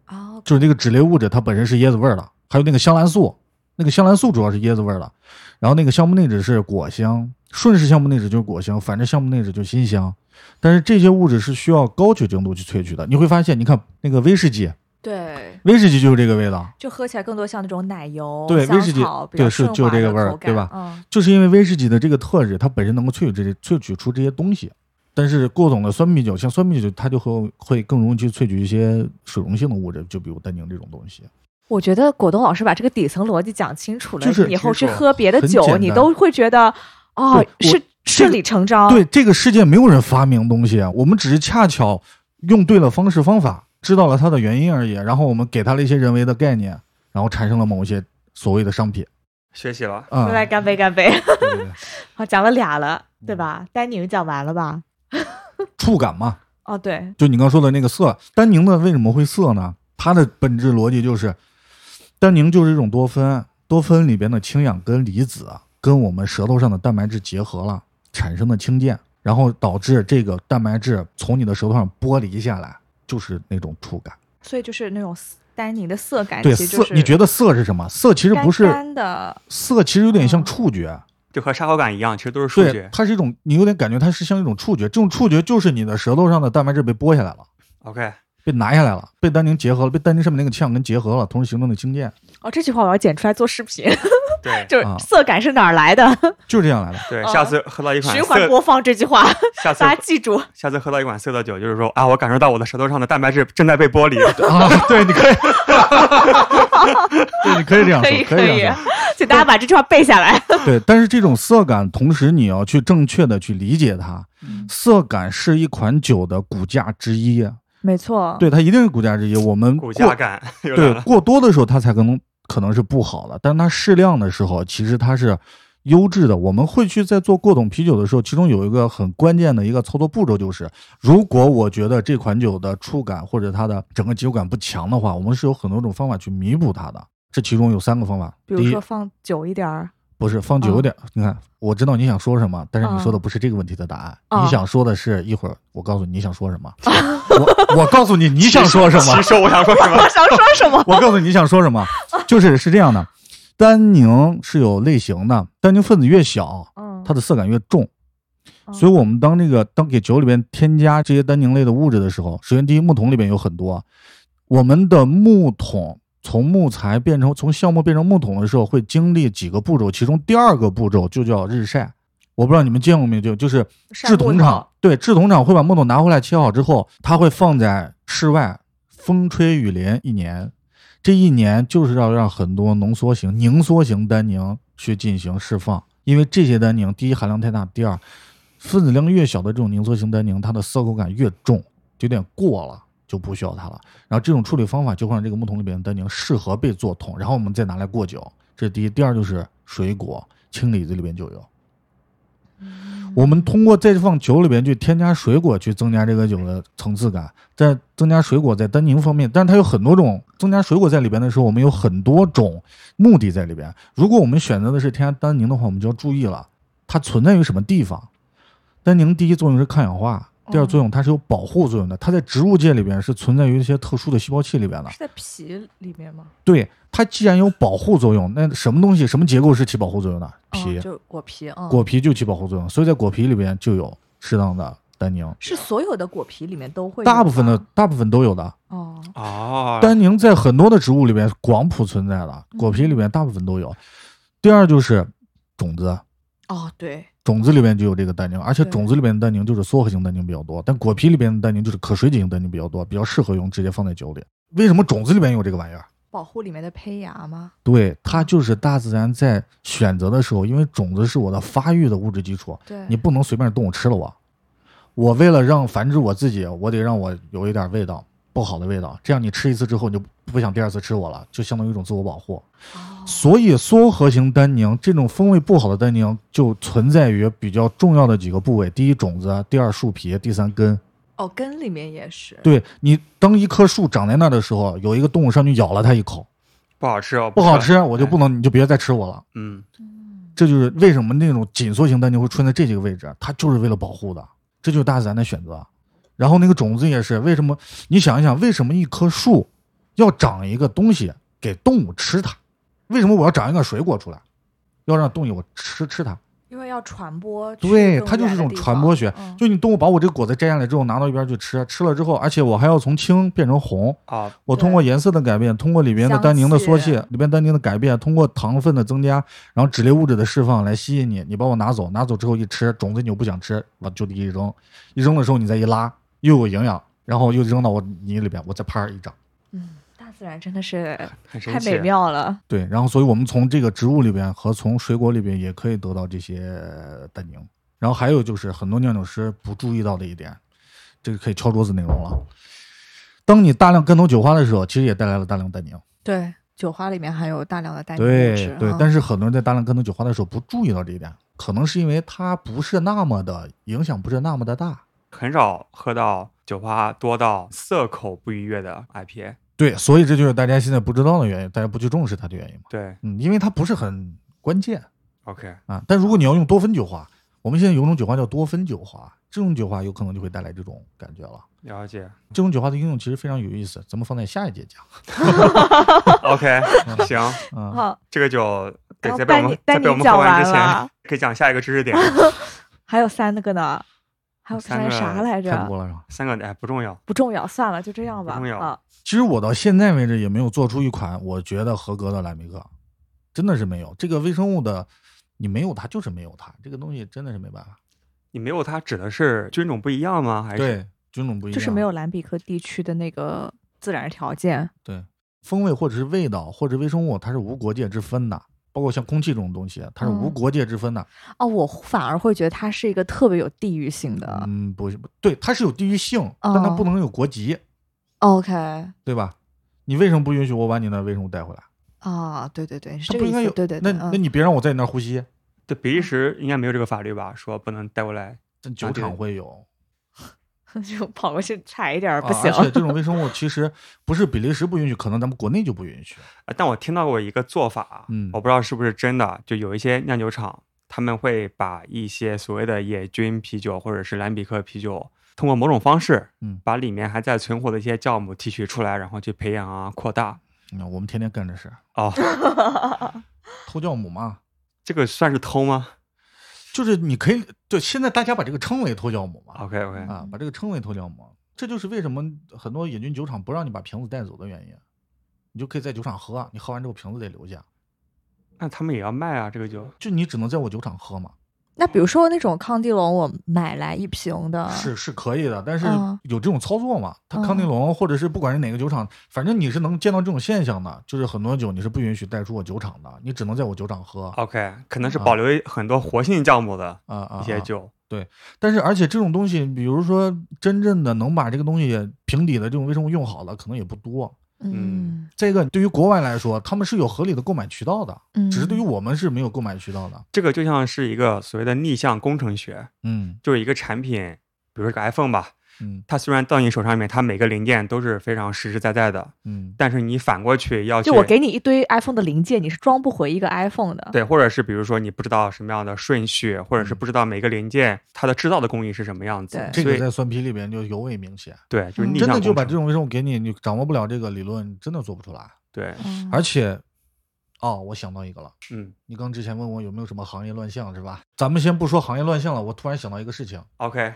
Speaker 3: 啊，
Speaker 4: 就是那个脂类物质，它本身是椰子味儿的，还有那个香兰素，那个香兰素主要是椰子味儿的，然后那个橡木内酯是果香，顺势橡木内酯就是果香，反正橡木内酯就是辛香。但是这些物质是需要高酒精度去萃取的，你会发现，你看那个威士忌，
Speaker 3: 对，
Speaker 4: 威士忌就是这个味道，
Speaker 3: 就喝起来更多像那种奶油、
Speaker 4: 对
Speaker 3: 香
Speaker 4: 威士忌
Speaker 3: 草比较
Speaker 4: 对是
Speaker 3: 顺
Speaker 4: 就
Speaker 3: 滑
Speaker 4: 这
Speaker 3: 的
Speaker 4: 个味儿
Speaker 3: 口感
Speaker 4: 对吧
Speaker 3: 嗯，
Speaker 4: 就是因为威士忌的这个特质，它本身能够萃取这些萃取出这些东西。但是过桶的酸啤酒，像酸啤酒，它就会会更容易去萃取一些水溶性的物质，就比如单宁这种东西。
Speaker 3: 我觉得果冻老师把这个底层逻辑讲清楚了，
Speaker 4: 就是
Speaker 3: 你以后去
Speaker 2: 清楚
Speaker 3: 喝别的
Speaker 4: 很
Speaker 3: 酒，
Speaker 4: 简
Speaker 3: 你
Speaker 4: 单
Speaker 3: 都会觉得哦，
Speaker 4: 对
Speaker 3: 是
Speaker 4: 我
Speaker 3: 顺理成章。
Speaker 4: 对，这个世界没有人发明东西，啊我们只是恰巧用对了方式方法，知道了它的原因而已。然后我们给它了一些人为的概念，然后产生了某一些所谓的商品
Speaker 2: 学习了。
Speaker 4: 啊。
Speaker 3: 来来干杯干杯！
Speaker 4: 对对对，
Speaker 3: 好，讲了俩了，
Speaker 4: 嗯
Speaker 3: 对吧？丹宁讲完了吧？
Speaker 4: 触感嘛，
Speaker 3: 哦，对，
Speaker 4: 就你刚说的那个涩，单宁的为什么会涩呢？它的本质逻辑就是，单宁就是一种多酚，多酚里边的氢氧根离子啊跟我们舌头上的蛋白质结合了，产生的氢键，然后导致这个蛋白质从你的舌头上剥离下来，就是那种触感。
Speaker 3: 所以就是那种丹宁的色感，
Speaker 4: 对
Speaker 3: 其实就
Speaker 4: 涩，
Speaker 3: 是
Speaker 4: 你觉得涩是什么？涩其实不是
Speaker 3: 干干的，
Speaker 4: 涩，其实有点像
Speaker 3: 嗯
Speaker 4: 触觉。
Speaker 2: 就和沙口感一样，其实都是数
Speaker 4: 对
Speaker 2: 据，。
Speaker 4: 它是一种，你有点感觉它是像一种触觉。这种触觉就是你的舌头上的蛋白质被剥下来了，
Speaker 2: OK，
Speaker 4: 被拿下来了，被丹宁结合了，被丹宁上面那个呛跟结合了，同时形成的经键，
Speaker 3: 哦，这句话我要剪出来做视频，
Speaker 2: 对
Speaker 3: 就是
Speaker 4: 啊
Speaker 3: 色感是哪儿来的？
Speaker 4: 就是这样 来的。
Speaker 2: 对，
Speaker 3: 哦
Speaker 2: 下次喝到一款
Speaker 3: 循环
Speaker 2: 色，
Speaker 3: 播放这句话，
Speaker 2: 下次
Speaker 3: 大家记住。
Speaker 2: 下次喝到一款色的酒，就是说啊，我感受到我的舌头上的蛋白质正在被剥离。
Speaker 4: 啊，对，你可 以，对，你可以这样
Speaker 3: 可
Speaker 4: 说，
Speaker 3: 以
Speaker 4: 可以
Speaker 3: 以
Speaker 4: 这样，
Speaker 3: 请大家把这句话背下来。
Speaker 4: 说。对，但是这种色感，同时你要去正确的去理解它。
Speaker 3: 嗯
Speaker 4: 色感是一款酒的骨架之一啊，
Speaker 3: 没错，
Speaker 4: 对，它一定是骨架之一。我们
Speaker 2: 骨
Speaker 4: 过
Speaker 2: 架感有点
Speaker 4: 对过多的时候，它才可能可能是不好的，但它适量的时候，其实它是。优质的，我们会去在做过桶啤酒的时候，其中有一个很关键的一个操作步骤，就是如果我觉得这款酒的触感或者它的整个酒感不强的话，我们是有很多种方法去弥补它的。这其中有三个方法，
Speaker 3: 比
Speaker 4: 第
Speaker 3: 如
Speaker 4: 一
Speaker 3: 说放久一点儿，
Speaker 4: 不是放久一点，你看，我知道你想说什么，但是你
Speaker 3: 嗯
Speaker 4: 说的不是这个问题的答案，
Speaker 3: 哦
Speaker 4: 你想说的是一会儿我告诉你你想说什么，我我告诉你你想说什 么，
Speaker 2: 其实我想说什么？
Speaker 3: 我想说什么？
Speaker 4: 我告诉你你想说什么，就是是这样的，单宁是有类型的，单宁分子越小，
Speaker 3: 嗯
Speaker 4: 它的色感越重，
Speaker 3: 嗯
Speaker 4: 所以我们当这个当给酒里边添加这些单宁类的物质的时候，首先第一木桶里边有很多，我们的木桶从木材变成从橡木变成木桶的时候，会经历几个步骤，其中第二个步骤就叫日晒。我不知道你们见过没有，就就是
Speaker 3: 晒
Speaker 4: 制
Speaker 3: 木
Speaker 4: 桶
Speaker 3: 头
Speaker 4: 厂，对制桶厂会把木桶拿回来切好之后，它会放在室外，风吹雨淋一年。这一年就是要让很多浓缩型、凝缩型单宁去进行释放，因为这些单宁，第一含量太大，第二分子量越小的这种凝缩型单宁，它的涩口感越重，就有点过了，就不需要它了。然后这种处理方法就会让这个木桶里边的单宁适合被做桶，然后我们再拿来过酒。这是第一，第二就是水果，青李子里边就有。我们通过再放酒里边去添加水果，去增加这个酒的层次感，再增加水果在单宁方面，但是它有很多种增加水果在里边的时候，我们有很多种目的在里边。如果我们选择的是添加单宁的话，我们就要注意了，它存在于什么地方？单宁第一作用是抗氧化，第二作用它是有保护作用的，它在植物界里边是存在于一些特殊的细胞器里边的。
Speaker 3: 是在皮里面吗？
Speaker 4: 对，它既然有保护作用，那什么东西、什么结构是起保护作用的？皮
Speaker 3: 哦、，就果皮啊。嗯
Speaker 4: 果皮就起保护作用，所以在果皮里边就有适当的单宁。
Speaker 3: 是所有的果皮里面都会有吗，
Speaker 4: 大部分的大部分都有的，
Speaker 3: 哦，
Speaker 2: 哦，
Speaker 4: 单宁在很多的植物里边广谱存在的，
Speaker 3: 嗯
Speaker 4: 果皮里边大部分都有。第二就是种子，
Speaker 3: 哦，对，
Speaker 4: 种子里边就有这个单宁，而且
Speaker 3: 对
Speaker 4: 种子里边的单宁就是缩合型单宁比较多，但果皮里边的单宁就是可水解性单宁比较多，比较适合用直接放在酒里。为什么种子里边有这个玩意儿？
Speaker 3: 保护里面的胚芽吗？
Speaker 4: 对，它就是大自然在选择的时候，因为种子是我的发育的物质基础，
Speaker 3: 对，
Speaker 4: 你不能随便动物吃了我。我为了让繁殖我自己，我得让我有一点味道，不好的味道。这样你吃一次之后，你就不想第二次吃我了，就相当于一种自我保护。
Speaker 3: 哦
Speaker 4: 所以缩合型单宁这种风味不好的单宁，就存在于比较重要的几个部位：第一种子，第二树皮，第三根。
Speaker 3: 哦，根里面也是，
Speaker 4: 对你，当一棵树长在那儿的时候，有一个动物上去咬了它一口，
Speaker 2: 不好吃哦，
Speaker 4: 不好吃，
Speaker 2: 哎
Speaker 4: 我就不能，你就别再吃我了。
Speaker 2: 嗯，
Speaker 4: 这就是为什么那种紧缩型单宁会出现在这几个位置，啊它就是为了保护的，这就是大自然的选择。啊然后那个种子也是，为什么？你想一想，为什么一棵树要长一个东西给动物吃它？为什么我要长一个水果出来，要让动物我吃吃它？
Speaker 3: 因为要传播去更远的地
Speaker 4: 对，
Speaker 3: 方，
Speaker 4: 它就是这种传播学。
Speaker 3: 嗯
Speaker 4: 就你动物把我这个果子摘下来之后拿到一边去吃，吃了之后，而且我还要从青变成红，
Speaker 2: 啊，
Speaker 4: 我通过颜色的改变，通过里边的单宁的缩
Speaker 3: 香
Speaker 4: 泄，里边单宁的改变，通过糖分的增加，然后脂类物质的释放来吸引你，你把我拿走，拿走之后一吃，种子你又不想吃，往就地一扔，一扔的时候你再一拉，又有营养，然后又扔到我泥里边，我再啪一长。
Speaker 3: 嗯，大自然真的是
Speaker 2: 很神
Speaker 3: 太
Speaker 2: 奇
Speaker 3: 美。妙了。
Speaker 4: 对，然后所以我们从这个植物里边和从水果里边也可以得到这些单宁。然后还有就是很多酿酒师不注意到的一点，这个可以敲桌子内容了。当你大量干投酒花的时候，其实也带来了大量单宁。
Speaker 3: 对，酒花里面含有大量的单宁物
Speaker 4: 对
Speaker 3: 质
Speaker 4: 对
Speaker 3: 嗯，
Speaker 4: 但是很多人在大量跟踪酒花的时候不注意到这一点，可能是因为它不是那么的影响，不是那么的大。
Speaker 2: 很少喝到酒吧多到涩口不愉悦的 IPA。
Speaker 4: 对，所以这就是大家现在不知道的原因，大家不去重视它的原因嘛。
Speaker 2: 对
Speaker 4: 嗯，因为它不是很关键
Speaker 2: ，OK，
Speaker 4: 啊。但如果你要用多酚酒花，我们现在有种酒花叫多酚酒花，这种酒花有可能就会带来这种感觉了。
Speaker 2: 了 解。
Speaker 4: 这种酒花的应用其实非常有意思，咱们放在下一节讲。
Speaker 2: OK，行，
Speaker 4: 啊，
Speaker 3: 好，
Speaker 2: 这个酒对，
Speaker 3: 刚
Speaker 2: 在被我
Speaker 3: 丹
Speaker 2: 们
Speaker 3: 尼丹
Speaker 2: 在
Speaker 3: 尼
Speaker 2: 被我们喝
Speaker 3: 讲
Speaker 2: 完
Speaker 3: 完
Speaker 2: 之
Speaker 3: 了
Speaker 2: 前，可以讲下一个知识点。
Speaker 3: 还有三个呢，还有
Speaker 2: 三个
Speaker 3: 才啥来
Speaker 4: 太
Speaker 3: 着？
Speaker 4: 多了是吧？
Speaker 2: 三个哎不重要，
Speaker 3: 不重要，算了，就这样吧。
Speaker 2: 不重要
Speaker 3: 啊，
Speaker 4: 其实我到现在为止也没有做出一款我觉得合格的蓝莓克，真的是没有。这个微生物的，你没有它就是没有它，这个东西真的是没办法。
Speaker 2: 你没有它指的是菌种不一样吗？还是
Speaker 4: 对，菌种不一样，
Speaker 3: 就是没有兰比克地区的那个自然条件。
Speaker 4: 对风味或者是味道或者微生物，它是无国界之分的。包括像空气这种东西，它是无
Speaker 3: 嗯
Speaker 4: 国界之分的。
Speaker 3: 哦，我反而会觉得它是一个特别有地域性的。
Speaker 4: 嗯，不是，对，它是有地域性，但它
Speaker 3: 啊哦
Speaker 4: 不能有国籍，
Speaker 3: OK，
Speaker 4: 对吧？你为什么不允许我把你的微生物带回来？
Speaker 3: 啊，对对对，是
Speaker 4: 它
Speaker 3: 这
Speaker 4: 不
Speaker 3: 个意
Speaker 4: 应该
Speaker 3: 思
Speaker 4: 有。。
Speaker 3: 对对
Speaker 4: 那
Speaker 3: 对，
Speaker 4: 那
Speaker 3: 嗯
Speaker 4: 你别让我在你那儿呼吸。
Speaker 2: 对比利时应该没有这个法律吧？说不能带过来。
Speaker 4: 这酒
Speaker 2: 对
Speaker 4: 厂会有，
Speaker 3: 就跑过去踩一点儿
Speaker 4: 啊
Speaker 3: 不行。
Speaker 4: 而且这种微生物其实不是比利时不允许，可能咱们国内就不允许。
Speaker 2: 呃但我听到过一个做法，啊
Speaker 4: 嗯
Speaker 3: 哦
Speaker 2: 我不知道是不是真的，啊就有一些酿酒厂，他们会把一些所谓的野菌啤酒或者是兰比克啤酒，通过某种方式，
Speaker 4: 嗯
Speaker 2: 把里面还在存活的一些酵母提取出来，然后去培养啊、扩大。
Speaker 4: 嗯，我们天天干这事，
Speaker 2: 哦，
Speaker 4: 偷酵母嘛，
Speaker 2: 这个算是偷吗
Speaker 4: 就是你可以对现在大家把这个称为偷酵母嘛，
Speaker 3: 哦
Speaker 2: ？OK OK，
Speaker 4: 啊，把这个称为偷酵母，这就是为什么很多野菌酒厂不让你把瓶子带走的原因。你就可以在酒厂喝，啊你喝完之后瓶子得留下，
Speaker 2: 那他们也要卖啊，这个酒。
Speaker 4: 就你只能在我酒厂喝嘛，
Speaker 3: 那比如说那种康帝龙，我买来一瓶的，
Speaker 4: 是是可以的，但是
Speaker 3: 啊嗯
Speaker 4: 有这种操作嘛？它
Speaker 3: 嗯
Speaker 4: 康定龙或者是不管是哪个酒厂，反正你是能见到这种现象的，就是很多酒你是不允许带出我酒厂的，你只能在我酒厂喝。
Speaker 3: 哦
Speaker 2: OK，可能是
Speaker 4: 啊
Speaker 2: 保留很多活性酵母的
Speaker 4: 啊啊！
Speaker 2: 一些
Speaker 4: 啊
Speaker 2: 酒。
Speaker 4: 但是而且这种东西，比如说真正的能把这个东西平底的这种微生物用好了，可能也不多。
Speaker 2: 嗯
Speaker 3: 嗯
Speaker 4: 再一个，对于国外来说，他们是有合理的购买渠道的，
Speaker 3: 嗯，
Speaker 4: 只是对于我们是没有购买渠道的。
Speaker 2: 这个就像是一个所谓的逆向工程学，
Speaker 4: 嗯
Speaker 2: 就是一个产品，比如说这个 iPhone 吧，
Speaker 4: 嗯
Speaker 2: 它虽然到你手上面，它每个零件都是非常实实在在的，
Speaker 4: 嗯
Speaker 2: 但是你反过去要去
Speaker 3: 就我给你一堆 iPhone 的零件，你是装不回一个 iPhone 的。
Speaker 2: 对，或者是比如说你不知道什么样的顺序，或
Speaker 4: 嗯
Speaker 2: 者是不知道每个零件它的制造的工艺是什么样子，
Speaker 3: 对
Speaker 4: 这
Speaker 2: 所
Speaker 4: 个
Speaker 2: 以
Speaker 4: 在酸啤里边就尤为明显，
Speaker 2: 对，就是
Speaker 3: 嗯
Speaker 2: 逆
Speaker 4: 真
Speaker 2: 向
Speaker 4: 的
Speaker 2: 工
Speaker 4: 就把
Speaker 2: 程
Speaker 4: 这种微生物给你，你掌握不了这个理论，真的做不出来。
Speaker 2: 对，
Speaker 3: 嗯，
Speaker 4: 而且，哦，我想到一个了，
Speaker 2: 嗯
Speaker 4: 你刚之前问我有没有什么行业乱象是吧？咱们先不说行业乱象了，我突然想到一个事情，
Speaker 2: ，OK，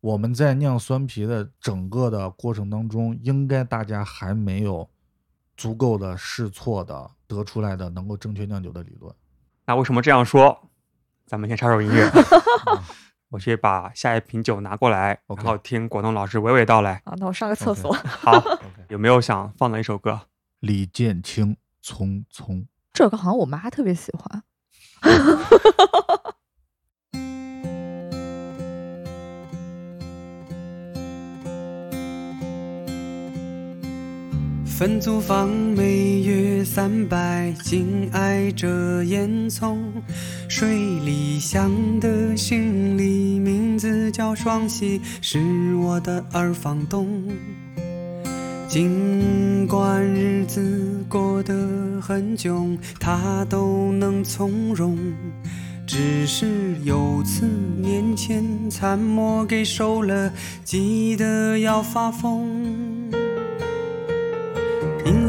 Speaker 4: 我们在酿酸啤的整个的过程当中，应该大家还没有足够的试错的得出来的能够正确酿酒的理论。
Speaker 2: 那为什么这样说？咱们先插首音 乐，我去把下一瓶酒拿过来，然
Speaker 4: OK
Speaker 2: 后听果冻老师娓娓道来。
Speaker 3: 啊，那我上个厕
Speaker 4: OK
Speaker 3: 所。
Speaker 2: 好，
Speaker 4: OK，
Speaker 2: 有没有想放的一首歌？
Speaker 4: 李建清，匆匆。
Speaker 3: 这首歌好像我妈特别喜欢。
Speaker 6: 分租房每月三百，紧挨着烟囱。水里香的行李，名字叫双喜，是我的二房东。尽管日子过得很囧，他都能从容。只是有次年前残墨给收了，急得要发疯。银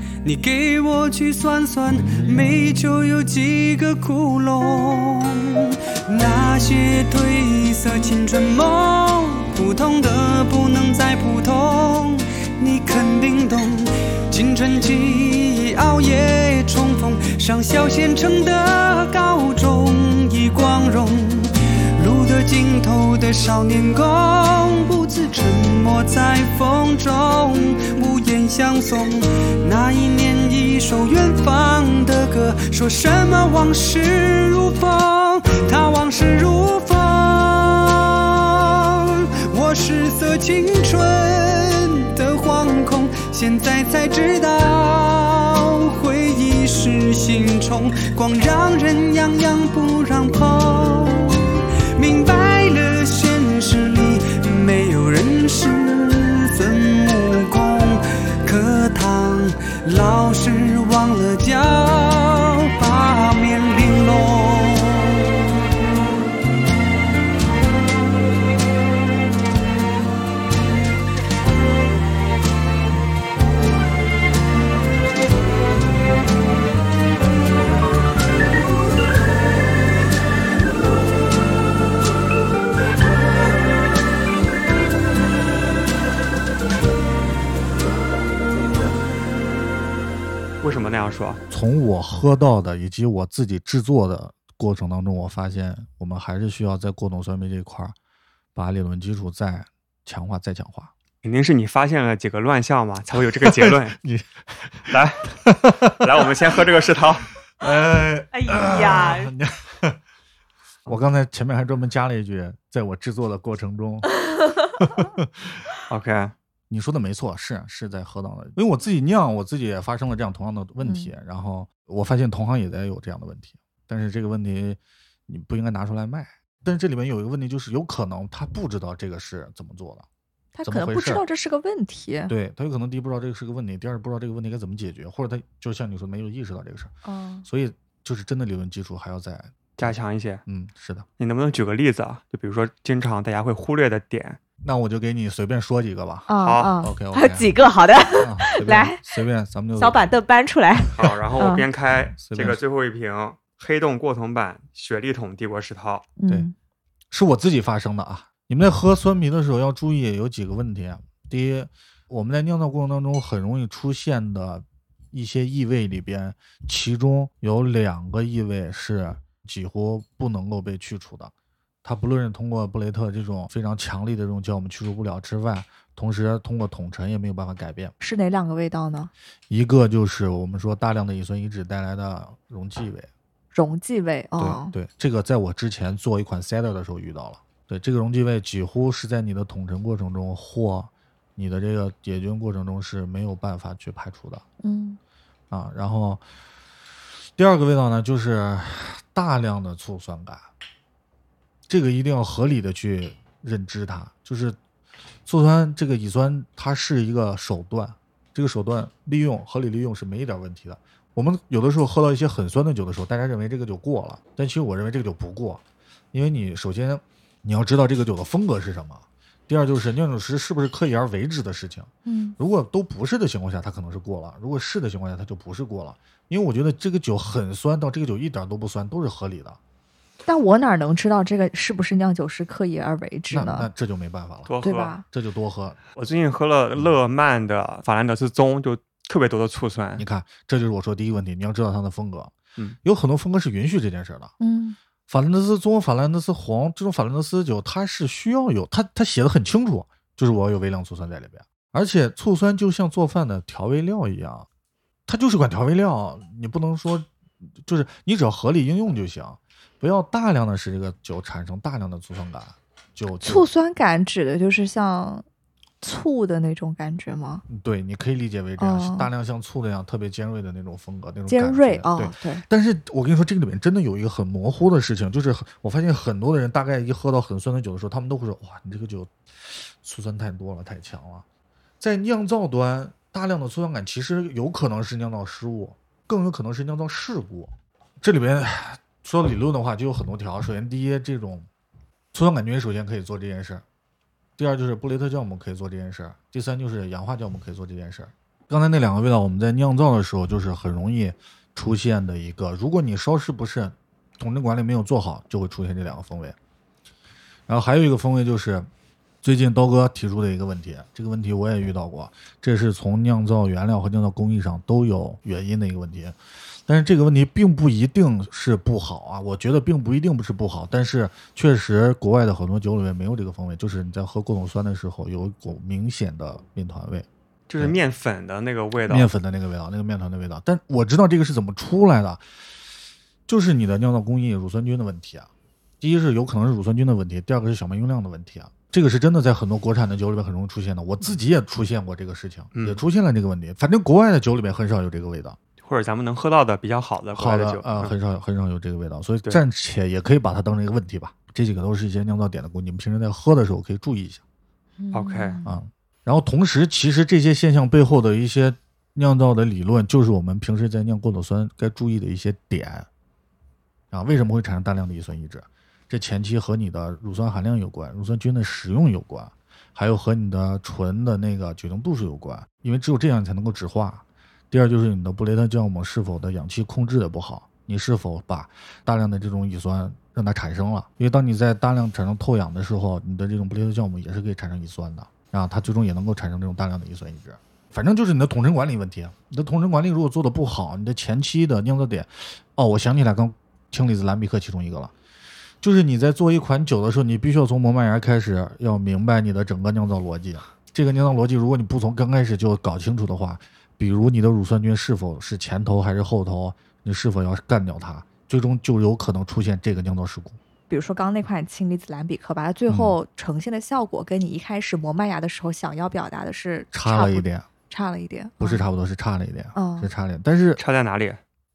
Speaker 6: 你给我去算算，煤球有几个窟窿？”那些褪色青春梦，普通的不能再普通，你肯定懂。青春期熬夜冲锋，上小县城的高中已光荣。路的尽头的少年宫，不自沉默在风中，无言相送。那一年，一首远方的歌，说什么往事如风，他往事如风，我失色青春的惶恐，现在才知道回忆是心虫，光让人痒痒不让碰。明白了现实里没有人是孙悟空，课堂老师
Speaker 2: 为什么那样说？
Speaker 4: 从我喝到的以及我自己制作的过程当中，我发现我们还是需要在过浓酸酶这一块儿，把理论基础再强化、再强化。
Speaker 2: 肯定是你发现了几个乱象嘛，才会有这个结论。
Speaker 4: 你
Speaker 2: 来，来，我们先喝这个世涛。
Speaker 4: 哎，
Speaker 3: 哎呀，
Speaker 4: 我刚才前面还专门加了一句，在我制作的过程中，
Speaker 2: OK，
Speaker 4: 你说的没错，是是在喝到的，因为我自己酿，我自己也发生了这样同样的问题，
Speaker 3: 嗯
Speaker 4: 然后我发现同行也在有这样的问题，但是这个问题你不应该拿出来卖。但是这里面有一个问题，就是有可能他不知道这个是怎么做的，
Speaker 3: 他
Speaker 4: 怎
Speaker 3: 可
Speaker 4: 么
Speaker 3: 能
Speaker 4: 回
Speaker 3: 不知
Speaker 4: 事
Speaker 3: 道这是个问题。
Speaker 4: 对他有可能第一不知道这个是个问题，第二不知道这个问题该怎么解决，或者他就像你说没有意识到这个事儿，
Speaker 3: 嗯，
Speaker 4: 所以就是真的理论基础还要在，
Speaker 2: 加强一些。
Speaker 4: 嗯，是的。
Speaker 2: 你能不能举个例子啊？就比如说，经常大家会忽略的点，
Speaker 4: 那我就给你随便说几个吧。
Speaker 3: 啊
Speaker 2: 好
Speaker 3: 啊，
Speaker 4: OK
Speaker 3: 还
Speaker 4: OK，啊
Speaker 3: 有几个好的，来
Speaker 4: 随便咱们就
Speaker 3: 小板凳搬出来。
Speaker 2: 好，然后我
Speaker 3: 嗯
Speaker 2: 边开
Speaker 4: 随
Speaker 2: 这
Speaker 4: 便
Speaker 2: 个
Speaker 4: 说
Speaker 2: 最后一瓶黑洞过桶版雪莉桶帝国世涛，
Speaker 4: 对
Speaker 3: 嗯
Speaker 4: 是我自己发生的啊。你们在喝酸啤的时候要注意有几个问题啊。第一，我们在酿造过程当中很容易出现的一些异味里边，其中有两个异味是几乎不能够被去除的。它不论是通过布雷特这种非常强力的这种叫我们去除不了之外，同时通过桶陈也没有办法改变。
Speaker 3: 是哪两个味道呢？
Speaker 4: 一个就是我们说大量的乙酸乙酯带来的溶剂味，
Speaker 3: 溶剂味哦，
Speaker 4: 对对，这个在我之前做一款 cider 的时候遇到了。对，这个溶剂味几乎是在你的桶陈过程中或你的这个解菌过程中是没有办法去排除的
Speaker 3: 嗯
Speaker 4: 啊。然后第二个味道呢，就是大量的醋酸感，这个一定要合理的去认知它，就是醋酸这个乙酸它是一个手段，这个手段利用合理利用是没一点问题的。我们有的时候喝到一些很酸的酒的时候，大家认为这个酒过了，但其实我认为这个酒不过，因为你首先你要知道这个酒的风格是什么，第二就是酿酒师是不是刻意而为之的事情。
Speaker 3: 嗯
Speaker 4: 如果都不是的情况下，它可能是过了；如果是的情况下，它就不是过了。因为我觉得这个酒很酸，到这个酒一点都不酸，都是合理的。
Speaker 3: 但我哪能知道这个是不是酿酒师刻意而为之
Speaker 4: 那那
Speaker 3: 呢？
Speaker 4: 这就没办法了，
Speaker 2: 多
Speaker 3: 对
Speaker 2: 喝。
Speaker 3: 吧？
Speaker 4: 这就多喝。
Speaker 2: 我最近喝了乐曼的法兰德斯棕，就特别多的醋酸
Speaker 4: 你。看，这就是我说第一个问题，你要知道它的风格。
Speaker 2: 嗯，
Speaker 4: 有很多风格是允许这件事儿的。
Speaker 3: 嗯
Speaker 4: 法兰德斯棕、法兰德斯黄这种法兰德斯酒，它是需要有它它写的很清楚，啊就是我要有微量醋酸在里边，而且醋酸就像做饭的调味料一样，它就是款调味料，啊你不能说就是你只要合理应用就行，不要大量的使这个酒产生大量的醋酸感，就就
Speaker 3: 醋酸感指的就是像醋的那种感觉吗？
Speaker 4: 对，你可以理解为这样，
Speaker 3: 哦
Speaker 4: 是大量像醋那样特别尖锐的那种风格，那种
Speaker 3: 尖
Speaker 4: 感
Speaker 3: 锐
Speaker 4: 觉
Speaker 3: 哦
Speaker 4: 对，，
Speaker 3: 对，
Speaker 4: 但是我跟你说，这个里面真的有一个很模糊的事情，就是很我发现很多的人大概一喝到很酸的酒的时候，他们都会说：“哇，你这个酒醋酸太多了，太强了。”在酿造端，大量的醋酸感其实有可能是酿造失误，更有可能是酿造事故。这里边唉说理论的话，就有很多条。首先，第一，这种醋酸杆菌首先可以做这件事儿；第二，就是布雷特酵母可以做这件事儿；第三，就是氧化酵母可以做这件事儿。刚才那两个味道，我们在酿造的时候就是很容易出现的一个，如果你稍事不慎，桶陈管理没有做好，就会出现这两个风味。然后还有一个风味就是，最近刀哥提出的一个问题，这个问题我也遇到过，这是从酿造原料和酿造工艺上都有原因的一个问题。但是这个问题并不一定是不好啊，我觉得并不一定不是不好，但是确实国外的很多酒里面没有这个风味，就是你在喝过桶酸的时候有一股明显的面团味。
Speaker 2: 就是面粉的那个味道，
Speaker 4: 面粉的那个味道，那个面团的味道。但我知道这个是怎么出来的，就是你的酿造工艺乳酸菌的问题啊。第一是有可能是乳酸菌的问题，第二个是小麦用量的问题啊。这个是真的在很多国产的酒里面很容易出现的，我自己也出现过这个事情，
Speaker 2: 嗯
Speaker 4: 也出现了这个问题。反正国外的酒里面很少有这个味道，
Speaker 2: 或者咱们能喝到的比较好的国
Speaker 4: 好
Speaker 2: 外
Speaker 4: 的
Speaker 2: 酒，
Speaker 4: 啊、
Speaker 2: 嗯
Speaker 4: 很少很少有这个味道，所以
Speaker 2: 对
Speaker 4: 暂且也可以把它当成一个问题吧。这几个都是一些酿造点的工艺，你们平时在喝的时候可以注意一下。
Speaker 3: 嗯
Speaker 2: OK
Speaker 4: 啊。然后同时，其实这些现象背后的一些酿造的理论，就是我们平时在酿过桶酸该注意的一些点啊。为什么会产生大量的乙酸乙酯？这前期和你的乳酸含量有关，乳酸菌的使用有关，还有和你的醇的那个酒精度数有关，因为只有这样才能够酯化。第二就是你的布雷特酵母是否的氧气控制的不好，你是否把大量的这种乙酸让它产生了？因为当你在大量产生透氧的时候，你的这种布雷特酵母也是可以产生乙酸的，啊，它最终也能够产生这种大量的乙酸乙酯。反正就是你的统称管理问题。啊你的统称管理如果做的不好，你的前期的酿造点，哦，我想起来刚听李子兰比克其中一个了，就是你在做一款酒的时候，你必须要从磨麦芽开始，要明白你的整个酿造逻辑。这个酿造逻辑，如果你不从刚开始就搞清楚的话，比如你的乳酸菌是否是前头还是后头，你是否要干掉它，最终就有可能出现这个酿造事故。
Speaker 3: 比如说刚刚那款青离子蓝比克吧，它最后呈现的效果跟你一开始磨麦芽的时候想要表达的是
Speaker 4: 嗯差
Speaker 3: 不
Speaker 4: 了一，点，
Speaker 3: 差了一点，
Speaker 4: 不是
Speaker 3: 嗯
Speaker 4: 差不多，是差了一点，
Speaker 3: 嗯
Speaker 4: 是差了一点。但是
Speaker 2: 差在哪里？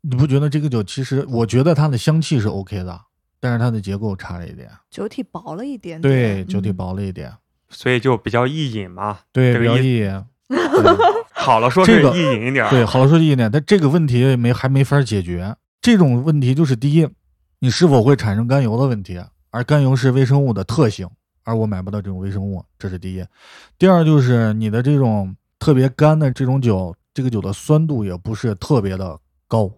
Speaker 4: 你不觉得这个酒其实，我觉得它的香气是 OK 的，但是它的结构差了一点，
Speaker 3: 酒体薄了一点
Speaker 4: 对，
Speaker 3: 点，
Speaker 4: 酒体
Speaker 3: 嗯。
Speaker 4: 薄了一点，
Speaker 2: 所以就比较易饮嘛。
Speaker 4: 对，
Speaker 2: 这
Speaker 4: 比
Speaker 2: 个
Speaker 4: 较
Speaker 2: 意
Speaker 4: 易，
Speaker 2: 好了，说是
Speaker 4: 这个
Speaker 2: 易饮一点儿。
Speaker 4: 对，好了说易一点，但这个问题没还没法解决。这种问题就是第一，你是否会产生甘油的问题，而甘油是微生物的特性，而我买不到这种微生物，这是第一。第二就是你的这种特别干的这种酒，这个酒的酸度也不是特别的高，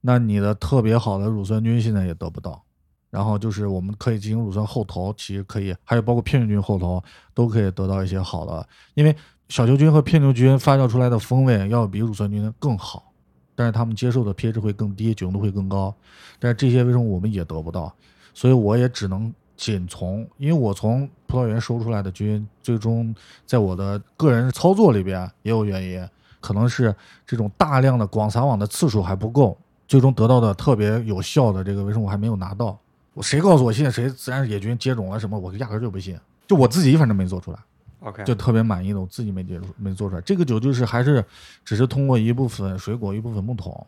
Speaker 4: 那你的特别好的乳酸菌现在也得不到。然后就是我们可以进行乳酸后投，其实可以，还有包括片菌后投，都可以得到一些好的，因为小球菌和片球菌发酵出来的风味要比乳酸菌更好，但是它们接受的 pH 会更低，酒度会更高，但是这些微生物我们也得不到，所以我也只能仅从，因为我从葡萄园收出来的菌，最终在我的个人操作里边也有原因，可能是这种大量的广撒网的次数还不够，最终得到的特别有效的这个微生物还没有拿到。我谁告诉我现在谁自然野菌接种了什么，我压根儿就不信，就我自己反正没做出来。
Speaker 2: OK，
Speaker 4: 就特别满意的，我自己没接触没做出来。这个酒就是还是只是通过一部分水果、一部分木桶，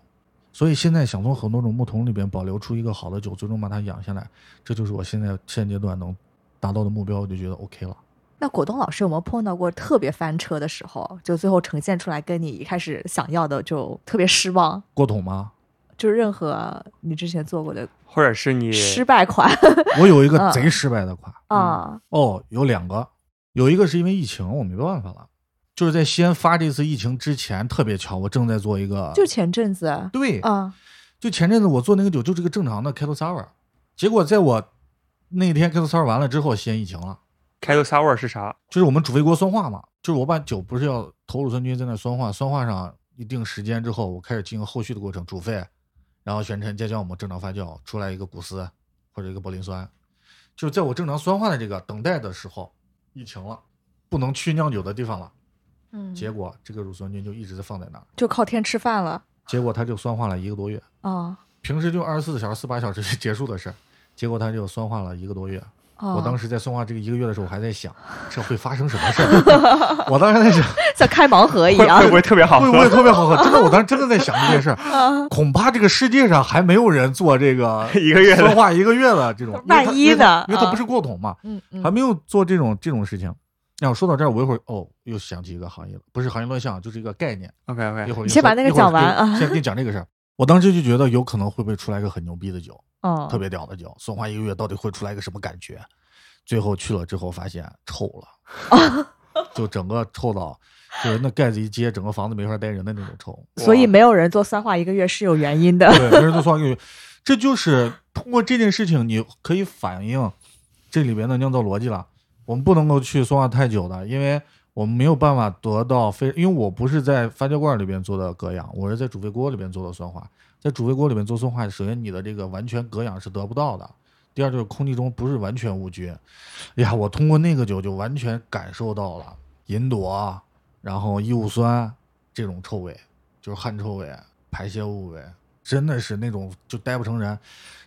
Speaker 4: 所以现在想从很多种木桶里边保留出一个好的酒，最终把它养下来，这就是我现在现阶段能达到的目标，我就觉得 OK 了。
Speaker 3: 那果冻老师有没有碰到过特别翻车的时候？就最后呈现出来跟你一开始想要的就特别失望，
Speaker 4: 过桶吗？
Speaker 3: 就是任何你之前做过的
Speaker 2: 或者是你
Speaker 3: 失败款
Speaker 4: 我有一个贼失败的款，
Speaker 3: 啊，
Speaker 4: 哦，有两个，有一个是因为疫情，我没办法了，就是在西安发这次疫情之前，特别巧，我正在做一个，
Speaker 3: 就前阵子
Speaker 4: 嗯对，
Speaker 3: 啊，
Speaker 4: 就前阵子我做那个酒就是个正常的 kettle sour，结果在我那天 kettle sour 完了之后，西安疫情了，
Speaker 2: 开头 sour 是啥？
Speaker 4: 就是我们煮沸锅酸化嘛，就是我把酒不是要投乳酸菌在那酸化，酸化上一定时间之后，我开始进行后续的过程，煮沸，然后全陈加酵母正常发酵，出来一个古斯或者一个柏林酸，就是在我正常酸化的这个等待的时候，疫情了，不能去酿酒的地方了，
Speaker 3: 嗯，
Speaker 4: 结果这个乳酸菌就一直在放在那儿，
Speaker 3: 就靠天吃饭了
Speaker 4: 结果它就酸化了一个多月。
Speaker 3: 啊
Speaker 4: 平时就二十四小时、四八小时就结束的事儿，结果他就酸化了一个多月。
Speaker 3: 啊！
Speaker 4: 我当时在酸化这个一个月的时候，我还在想这会发生什么事儿。 我当时在想，
Speaker 3: 像开盲盒一
Speaker 2: 会
Speaker 3: 样
Speaker 2: 会，不会特别好
Speaker 4: 会不会
Speaker 2: 喝？
Speaker 4: 特别好喝？真的，我当时真的在想这件事
Speaker 3: 嗯
Speaker 4: 儿。恐怕这个世界上还没有人做这个
Speaker 2: 一个月
Speaker 4: 酸
Speaker 2: 的
Speaker 4: 化一个月的这种，因为它
Speaker 3: 万一呢
Speaker 4: 因为它因为它
Speaker 3: 啊
Speaker 4: 不是过桶嘛，
Speaker 3: 嗯
Speaker 4: 还
Speaker 3: 嗯，
Speaker 4: 没有做这种这种事情。那我说到这儿，我一会儿哦，又想起一个行业了，不是行业乱象，就是一个概念。
Speaker 2: OK
Speaker 4: 一
Speaker 2: OK，
Speaker 4: 会儿
Speaker 3: 你先把那个讲完啊
Speaker 4: 一会儿给先给你讲这个事儿。我当时就觉得有可能会不会出来一个很牛逼的酒，
Speaker 3: 哦，
Speaker 4: 特别屌的酒，送花一个月到底会出来一个什么感觉？最后去了之后发现臭了，就整个臭到，就是那盖子一揭，整个房子没法待人的那种臭。
Speaker 3: 所以没有人做酸化一个月是有原因的。
Speaker 4: 对，没人做送花一个月，这就是通过这件事情，你可以反映这里边的酿造逻辑了。我们不能够去酸化太久的，因为我们没有办法得到非，因为我不是在发酵罐里边做的隔氧，我是在煮沸锅里边做的酸化。在煮沸锅里面做酸化，首先你的这个完全隔氧是得不到的，第二就是空气中不是完全无菌。哎呀，我通过那个酒就完全感受到了银朵，然后异戊酸这种臭味，就是汗臭味、排泄物味，真的是那种就待不成人。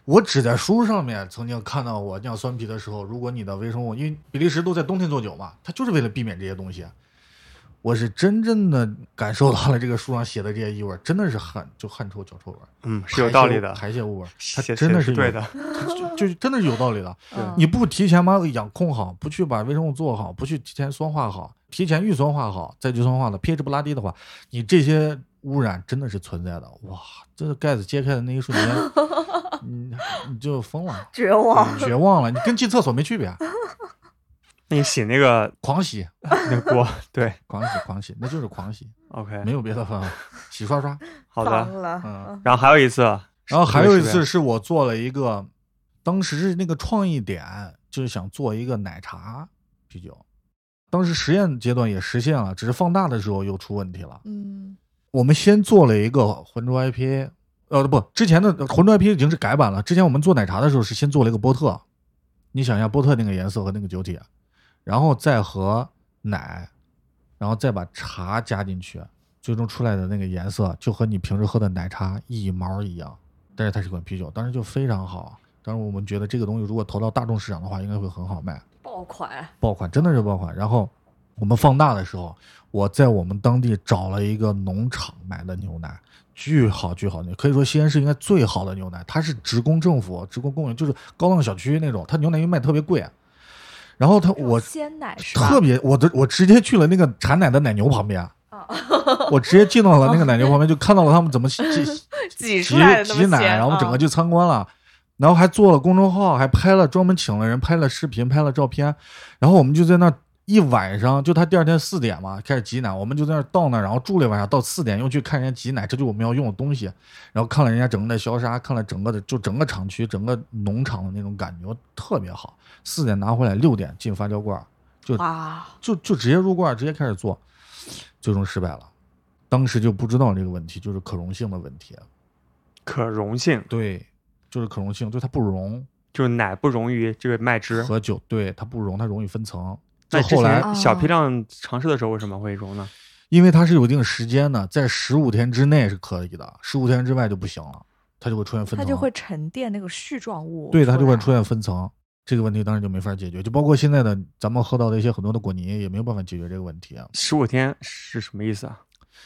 Speaker 4: 我只在书上面曾经看到我酿酸啤的时候，如果你的微生物，因为比利时都在冬天做酒嘛，它就是为了避免这些东西。我是真正的感受到了这个书上写的这些异味儿，真的是汗就汗臭脚臭味儿。
Speaker 2: 嗯，是有道理的，
Speaker 4: 排泄物味儿，它
Speaker 2: 写
Speaker 4: 真的
Speaker 2: 写
Speaker 4: 是
Speaker 2: 得对
Speaker 4: 有，
Speaker 2: 的。
Speaker 4: 就就真的是有道理的。
Speaker 3: 嗯
Speaker 4: 你不提前把氧控好，不去把微生物做好，不去提前酸化好，提前预酸化好，再去酸化的 pH 不拉低的话，你这些污染真的是存在的。哇，这个盖子揭开的那一瞬间，你你就疯了，
Speaker 3: 绝望。
Speaker 4: 绝望了，你跟进厕所没区别，
Speaker 2: 那你洗那个
Speaker 4: 狂洗，
Speaker 2: 那个 锅，对
Speaker 4: 狂洗，狂洗，那就是狂洗，
Speaker 2: ，OK，
Speaker 4: 没有别的方法，洗刷刷。
Speaker 2: 好
Speaker 3: 脏
Speaker 2: 的。
Speaker 3: 了，
Speaker 4: 嗯
Speaker 2: 然后还有一次，
Speaker 4: 然后还有一
Speaker 2: 这
Speaker 4: 次
Speaker 2: 个
Speaker 4: 是我做了一个，当时是那个创意点就是想做一个奶茶啤酒，当时实验阶段也实现了，只是放大的时候又出问题了。
Speaker 3: 嗯
Speaker 4: 我们先做了一个浑浊 IPA，呃，不，之前的浑浊 IPA 已经是改版了。之前我们做奶茶的时候是先做了一个波特，你想一下波特那个颜色和那个酒体，啊然后再和奶，然后再把茶加进去，最终出来的那个颜色就和你平时喝的奶茶一毛一样。但是它是款啤酒，当时就非常好。当时我们觉得这个东西如果投到大众市场的话，应该会很好卖。
Speaker 1: 爆款，
Speaker 4: 爆款，真的是爆款。然后我们放大的时候，我在我们当地找了一个农场买的牛奶，巨好巨好，可以说西安市应该最好的牛奶。它是职工政府、职工公园，就是高档小区那种，它牛奶又卖特别贵。啊然后它我
Speaker 3: 鲜奶是吧？
Speaker 4: 特别，我的我直接去了那个产奶的奶牛旁边，
Speaker 3: 哦
Speaker 4: 我直接进到了那个奶牛旁边，就看到了他们怎么挤
Speaker 3: 挤
Speaker 4: 挤
Speaker 3: 出来的那么
Speaker 4: 挤奶，
Speaker 3: 鲜
Speaker 4: 然后我们整个
Speaker 3: 啊
Speaker 4: 去参观了，然后还做了公众号，还拍了专门请了人拍了视频，拍了照片，然后我们就在那儿一晚上，就他第二天四点嘛开始挤奶，我们就在那儿到那儿，然后住了一晚上，到四点又去看人家挤奶，这就是我们要用的东西，然后看了人家整个的消杀，看了整个的就整个厂区、整个农场的那种感觉特别好，四点拿回来，六点进发酵罐儿，就
Speaker 3: 哇，
Speaker 4: 就就直接入罐儿，直接开始做，最终失败了。当时就不知道这个问题，就是可溶性的问题。
Speaker 2: 可溶性，
Speaker 4: 对，就是可溶性，就它不溶
Speaker 2: 就是奶不溶于这个麦汁。
Speaker 4: 和酒，对它不溶，它容易分层。
Speaker 2: 那
Speaker 4: 这
Speaker 2: 之
Speaker 4: 后来
Speaker 2: 前小批量尝试的时候为什么会溶呢？
Speaker 4: 因为它是有一定时间的，在十五天之内是可以的，十五天之外就不行了，它就会出现分
Speaker 3: 它
Speaker 4: 层，
Speaker 3: 就会沉淀那个絮状物出
Speaker 4: 对
Speaker 3: 来，
Speaker 4: 它就会出现分层。这个问题当然就没法解决，就包括现在的咱们喝到的一些很多的果泥也没有办法解决这个问题，啊
Speaker 2: 十五天是什么意思啊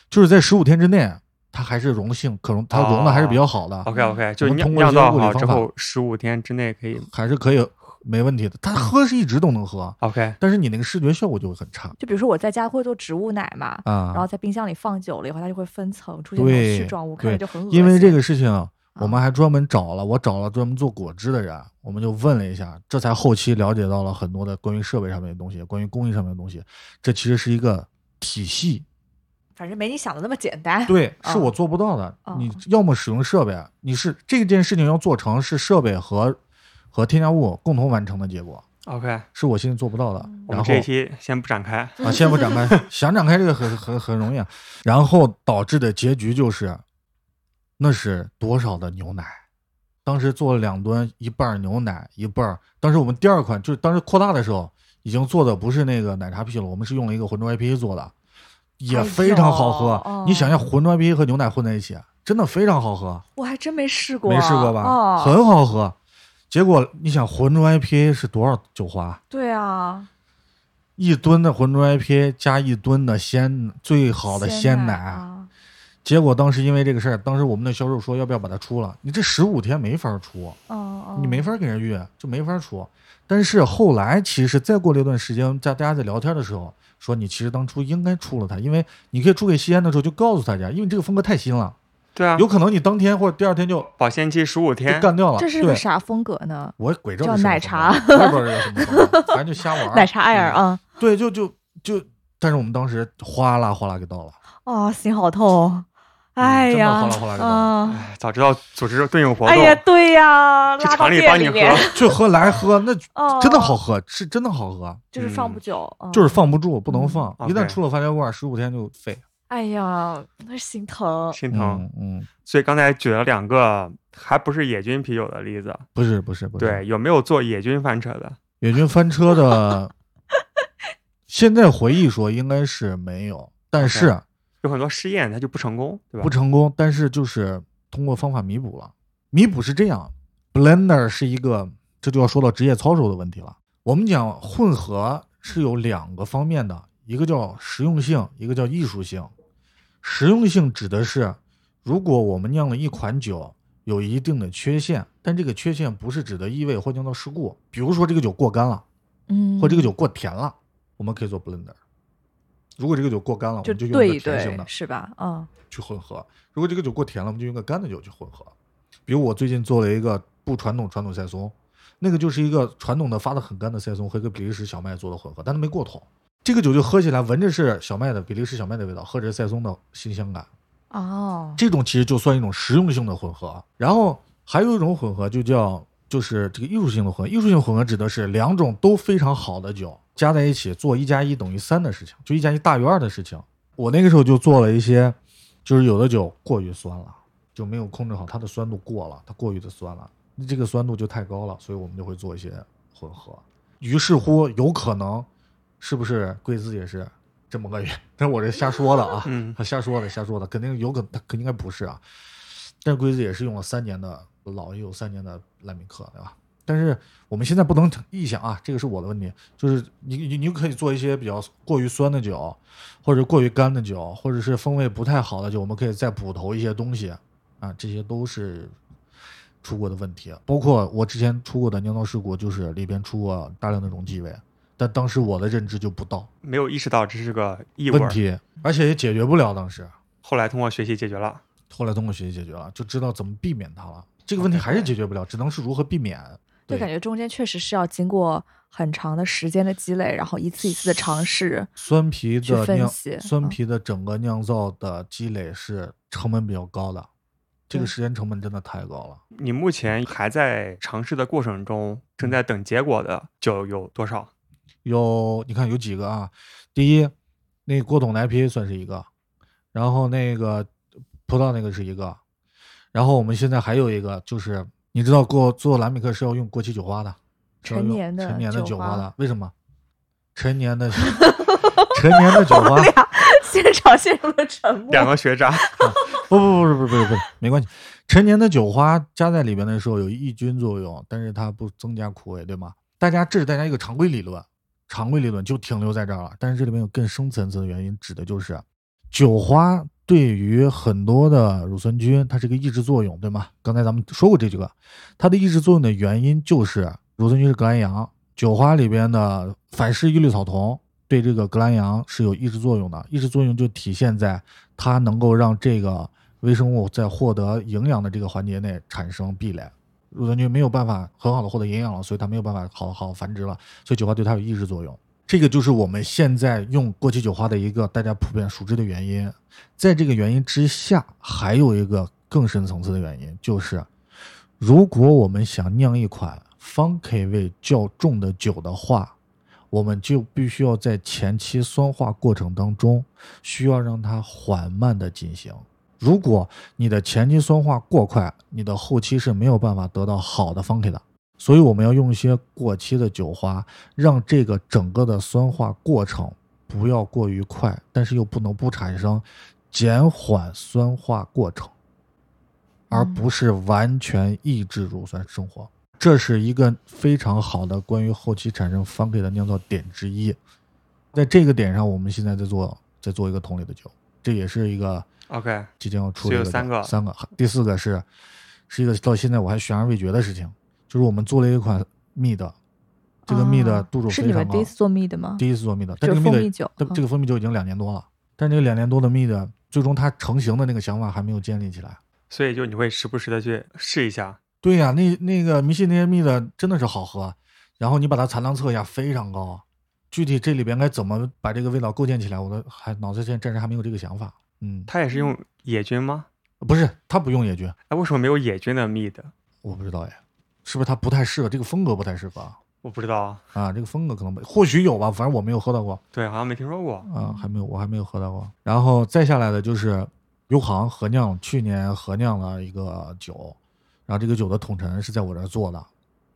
Speaker 4: 就是在十五天之内，它还是溶性可溶，它溶的还是比较好的，
Speaker 2: ？OK OK，就是
Speaker 4: 啊我
Speaker 2: 酿
Speaker 4: 们通过一
Speaker 2: 酿
Speaker 4: 些
Speaker 2: 造
Speaker 4: 物理
Speaker 2: 好之
Speaker 4: 方法
Speaker 2: 后，十五天之内可以。
Speaker 4: 还是可以没问题的。它喝是一直都能喝，
Speaker 2: OK，
Speaker 4: 但是你那个视觉效果就会很差
Speaker 3: 就比如说我在家会做植物奶嘛，
Speaker 4: 啊。
Speaker 3: 然后在冰箱里放久了以后，它就会分层，出现那种
Speaker 4: 对
Speaker 3: 絮状物，看着
Speaker 4: 对
Speaker 3: 就很恶心。啊
Speaker 4: 因为这个事情，啊我们还专门找了，我找了专门做果汁的人，我们就问了一下，这才后期了解到了很多的关于设备上面的东西，关于工艺上面的东西。这其实是一个体系，
Speaker 3: 反正没你想的那么简单。
Speaker 4: 对，
Speaker 3: 啊
Speaker 4: 是我做不到的。
Speaker 3: 啊
Speaker 4: 你要么使用设备，你是这件事情要做成，是设备和和添加物共同完成的结果，
Speaker 2: OK，
Speaker 4: 是我现在做不到
Speaker 3: 嗯
Speaker 4: 的。
Speaker 2: 我们
Speaker 4: 然后
Speaker 2: 这一期先不展开。
Speaker 4: 啊，先不 展开，想展开这个很很很容易啊。然后导致的结局就是，那是多少的牛奶？当时做了两吨，一半儿牛奶，一半儿。当时我们第二款就是当时扩大的时候，已经做的不是那个奶茶啤酒了，我们是用了一个浑浊 IPA 做的，也
Speaker 3: 哎
Speaker 4: 非常好喝。
Speaker 3: 呦哦
Speaker 4: 你想一下，浑浊 IPA 和牛奶混在一起，啊真的非常好喝，
Speaker 3: 我还真没试过，
Speaker 4: 没试过吧？
Speaker 3: 哦，
Speaker 4: 很好喝。结果你想，浑浊 IPA 是多少酒花？
Speaker 3: 对啊，
Speaker 4: 一吨的浑浊 IPA 加一吨的鲜最好的鲜
Speaker 3: 奶
Speaker 4: 奶，
Speaker 3: 啊，
Speaker 4: 结果当时因为这个事儿，当时我们的销售说要不要把它出了？你这十五天没法出，
Speaker 3: 嗯嗯，
Speaker 4: 你没法给人约，就没法出。但是后来其实再过了一段时间，在大家在聊天的时候说，你其实当初应该出了它，因为你可以出给西安的时候就告诉大家，因为这个风格太新了，
Speaker 2: 对啊，
Speaker 4: 有可能你当天或者第二天就
Speaker 2: 保鲜期十五
Speaker 4: 就
Speaker 2: 天。
Speaker 4: 干掉了。
Speaker 3: 这是
Speaker 4: 对
Speaker 3: 个啥风格呢？
Speaker 4: 我鬼知道
Speaker 3: 叫
Speaker 4: 这是什么
Speaker 3: 奶茶
Speaker 4: 风格，我也不知道这叫什么风格，反正就瞎玩儿。 嗯
Speaker 3: 奶茶艾尔啊，
Speaker 4: 对，就就就，但是我们当时哗啦哗啦给倒了。
Speaker 3: 哦，心好
Speaker 4: 嗯
Speaker 3: 痛，哎呀，
Speaker 4: 真的哗啦哗啦就嗯
Speaker 3: 啊，
Speaker 2: 哎早知道组织队友活
Speaker 3: 哎呀，
Speaker 2: 动，
Speaker 3: 对呀，
Speaker 2: 去
Speaker 3: 拉到
Speaker 2: 厂里帮
Speaker 3: 店
Speaker 2: 你
Speaker 3: 里
Speaker 2: 喝。
Speaker 3: 面，
Speaker 4: 就喝来喝，那
Speaker 3: 哦，
Speaker 4: 真的好，喝，是真的好喝，
Speaker 3: 就是放不久，嗯
Speaker 4: 就是，放不住，不能放。
Speaker 2: 嗯
Speaker 4: 一旦
Speaker 2: OK
Speaker 4: 出了发酵罐，十五天就废。
Speaker 3: 哎呀，那心疼，
Speaker 2: 心疼。
Speaker 4: 嗯嗯，
Speaker 2: 所以刚才举了两个还不是野菌啤酒的例子，
Speaker 4: 不是不是不是。
Speaker 2: 对，，有没有做野菌翻车的？
Speaker 4: 野军翻车的， 现在回忆说应该是没有，但是
Speaker 2: 有很多试验它就不成功，对吧？
Speaker 4: 不成功，但是就是通过方法弥补了。弥补是这样，Blender 是一个，这就要说到职业操守的问题了。我们讲混合是有两个方面的，一个叫实用性，一个叫艺术性。实用性指的是，如果我们酿了一款酒有一定的缺陷，但这个缺陷不是指的异味或酿造事故，比如说这个酒过干了，
Speaker 3: 嗯，
Speaker 4: 或这个酒过甜了，我们可以做 blender。如果这个酒过干了，我
Speaker 3: 就
Speaker 4: 们用
Speaker 3: 对
Speaker 4: 一个
Speaker 3: 一
Speaker 4: 甜型
Speaker 3: 对
Speaker 4: 的，
Speaker 3: 是吧？嗯，
Speaker 4: 去混合。如果这个酒过甜了，我们就用个干的酒去混合。比如我最近做了一个不传统传统赛松，那个就是一个传统的发的很干的赛松和一个比利时小麦做的混合，但它没过桶。这个酒就喝起来闻着是小麦的比利时小麦的味道，喝着是赛松的新鲜感。
Speaker 3: 哦，
Speaker 4: 这种其实就算一种实用性的混合。然后还有一种混合就叫就是这个艺术性的混合，艺术性混合指的是两种都非常好的酒，加在一起做一加一等于三的事情，就一加一大于二的事情。我那个时候就做了一些，就是有的酒过于酸了，就没有控制好它的酸度过了，它过于的酸了，那这个酸度就太高了，所以我们就会做一些混合。于是乎，有可能是不是贵子也是这么个原？但是我这瞎说的啊，
Speaker 5: 嗯
Speaker 4: 瞎说的瞎说的，肯定有可能，他应该不是啊。但是龟子也是用了三年的老也有三年的莱米克，对吧？但是我们现在不能臆想啊，这个是我的问题，就是你你你可以做一些比较过于酸的酒，或者过于干的酒，或者是风味不太好的酒，我们可以再补投一些东西啊，这些都是出过的问题。包括我之前出过的酿造事故，就是里边出过大量的容积味，但当时我的认知就不到
Speaker 2: 没有意识到这是个异味
Speaker 4: 问
Speaker 2: 儿，
Speaker 4: 题，而且也解决不了当时。
Speaker 2: 后来通过学习解决了。
Speaker 4: 后来通过学习解决了，就知道怎么避免它了。这个问题
Speaker 2: 哦
Speaker 4: 还是解决不了，只能是如何避免。
Speaker 3: 就感觉中间确实是要经过很长的时间的积累，然后一次一次的尝试。
Speaker 4: 酸啤
Speaker 3: 去
Speaker 4: 的
Speaker 3: 分
Speaker 4: 酿，
Speaker 3: 析
Speaker 4: 酸
Speaker 3: 嗯
Speaker 4: 啤的整个酿造的积累是成本比较高的，这个
Speaker 3: 对
Speaker 4: 时间成本真的太高了。
Speaker 2: 你目前还在尝试的过程中，正在等结果的酒有多少？
Speaker 4: 有你看有几个啊？第一，那郭董来 p 算是一个，然后那个葡萄那个是一个，然后我们现在还有一个就是，你知道过做蓝米克是要用过期酒花的，是要
Speaker 3: 陈
Speaker 4: 用
Speaker 3: 年的
Speaker 4: 陈年的
Speaker 3: 酒
Speaker 4: 酒
Speaker 3: 花
Speaker 4: 花的，为什么？陈年的 陈年的酒
Speaker 3: 我
Speaker 4: 花
Speaker 3: 们，俩 现场陷入了沉默。
Speaker 2: 两个学渣，
Speaker 4: 不不不不不不不，没关系。陈年的酒花加在里面的时候有抑菌作用，但是它不增加苦味，对吗？大家这是大家一个常规理论，常规理论就停留在这儿了。但是这里面有更深层次的原因，指的就是酒花对于很多的乳酸菌，它是一个抑制作用，对吗？刚才咱们说过这句话，它的抑制作用的原因就是乳酸菌是革兰阳，酒花里边的反式异氯草酮对这个革兰阳是有抑制作用的，抑制作用就体现在它能够让这个微生物在获得营养的这个环节内产生壁垒。乳酸菌没有办法很好的获得营养了，所以它没有办法好好繁殖了，所以酒花对它有抑制作用。这个就是我们现在用过期酒花的一个大家普遍熟知的原因。在这个原因之下，还有一个更深层次的原因，就是如果我们想酿一款 funky 味较重的酒的话，我们就必须要在前期酸化过程当中，需要让它缓慢的进行。如果你的前期酸化过快，你的后期是没有办法得到好的 funky 的。所以我们要用一些过期的酒花，让这个整个的酸化过程不要过于快，但是又不能不产生减缓酸化过程，而
Speaker 3: 嗯
Speaker 4: 不是完全抑制乳酸生活。这是一个非常好的关于后期产生 funky 的酿造点之一。在这个点上，我们现在在做在做一个同类的酒，这也是一个
Speaker 2: OK，
Speaker 4: 即将要出
Speaker 2: 所以
Speaker 4: 的
Speaker 2: 有
Speaker 4: 一个
Speaker 2: 三
Speaker 4: 点
Speaker 2: 个
Speaker 4: 三个，第四个是是一个到现在我还悬而未决的事情，就是我们做了一款蜜的，这个蜜的
Speaker 3: 啊
Speaker 4: 度数
Speaker 3: 是
Speaker 4: 非
Speaker 3: 你
Speaker 4: 常高，
Speaker 3: 们第一次做蜜的吗？
Speaker 4: 第一次做蜜的，但
Speaker 3: 就
Speaker 4: 这
Speaker 3: 是
Speaker 4: 个蜜
Speaker 3: 蜂
Speaker 4: 的
Speaker 3: 蜜酒啊
Speaker 4: 但这个蜂蜜酒已经两年多了，但这个两年多的蜜的，最终它成型的那个想法还没有建立起来。
Speaker 2: 所以就你会时不时的去试一下，
Speaker 4: 对呀、那那个迷信那些蜜的真的是好喝，然后你把它产量测一下，非常高。具体这里边该怎么把这个味道构建起来，我的还脑子现在暂时还没有这个想法。嗯，
Speaker 2: 它也是用野菌吗？
Speaker 4: 不是，它不用野菌，
Speaker 2: 哎，为什么没有野菌的蜜的？
Speaker 4: 我不知道哎，是不是它不太适合这个风格不太适合啊
Speaker 2: 我不知道啊，
Speaker 4: 啊？这个风格可能不或许有吧，反正我没有喝到过
Speaker 2: 对，好像没听说过。
Speaker 4: 啊，还没有我还没有喝到过。然后再下来的就是优航合酿，去年合酿了一个酒，然后这个酒的统陈是在我这儿做的，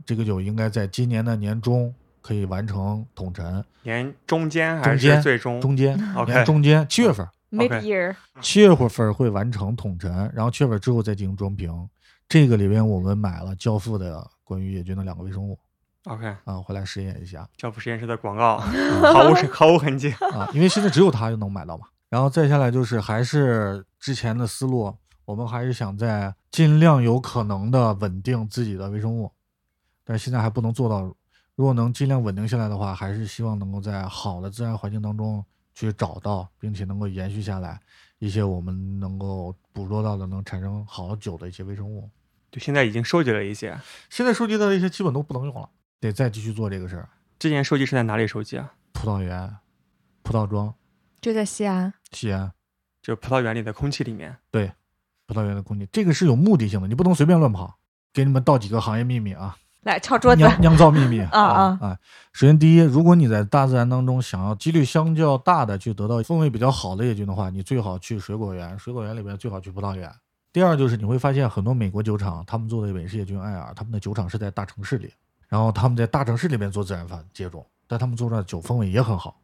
Speaker 4: 这个酒应该在今年的年中可以完成统陈，
Speaker 2: 年中间还
Speaker 4: 中
Speaker 2: 是
Speaker 4: 间
Speaker 2: 最终？
Speaker 4: 中间
Speaker 2: OK 嗯
Speaker 4: 年中间七月份，
Speaker 3: Mid
Speaker 2: OK
Speaker 3: Year
Speaker 4: 七月份会完成统陈，然后七月份之后再进行装瓶。这个里边我们买了《教父》的关于野菌的两个微生物
Speaker 2: OK，
Speaker 4: 啊，回来实验一下。
Speaker 2: 教父实验室的广告 毫无毫无痕迹。
Speaker 4: 啊，因为现在只有它就能买到嘛。然后再下来就是还是之前的思路，我们还是想在尽量有可能的稳定自己的微生物，但是现在还不能做到。如果能尽量稳定下来的话，还是希望能够在好的自然环境当中去找到，并且能够延续下来一些我们能够捕捉到的能产生好的酒的一些微生物。
Speaker 2: 就现在已经收集了一些，
Speaker 4: 现在收集到的一些基本都不能用了，得再继续做这个事儿。
Speaker 2: 之前收集是在哪里收集啊？
Speaker 4: 葡萄园、葡萄庄、
Speaker 3: 就在西安，
Speaker 4: 西安，
Speaker 2: 就葡萄园里的空气里面。
Speaker 4: 葡萄园的空气，这个是有目的性的，你不能随便乱跑。给你们道几个行业秘密啊，
Speaker 3: 来敲桌子
Speaker 4: 酿，酿造秘密
Speaker 3: 啊啊
Speaker 4: 哎，首先第一，如果你在大自然当中想要几率相较大的去得到风味比较好的野菌的话，你最好去水果园，水果园里边最好去葡萄园。第二就是你会发现很多美国酒厂，他们做的美式野菌艾尔，他们的酒厂是在大城市里，然后他们在大城市里面做自然繁接种，但他们做出来的酒风味也很好。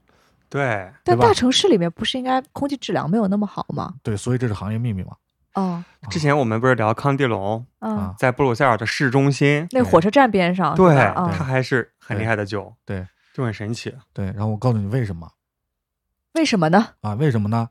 Speaker 2: 对，
Speaker 3: 但
Speaker 4: 对吧
Speaker 3: 大城市里面不是应该空气质量没有那么好吗？
Speaker 4: 对，所以这是行业秘密嘛。
Speaker 3: 哦，
Speaker 2: 之前我们不是聊康帝龙
Speaker 3: 嗯
Speaker 4: 啊，
Speaker 2: 在布鲁塞尔的市中心，
Speaker 3: 那火车站边上，
Speaker 2: 对，
Speaker 3: 啊，
Speaker 2: 它还是很厉害的酒，
Speaker 4: 对
Speaker 2: 就很神奇。
Speaker 4: 对，然后我告诉你为什么
Speaker 3: 为什么呢？
Speaker 4: 啊？为什么呢？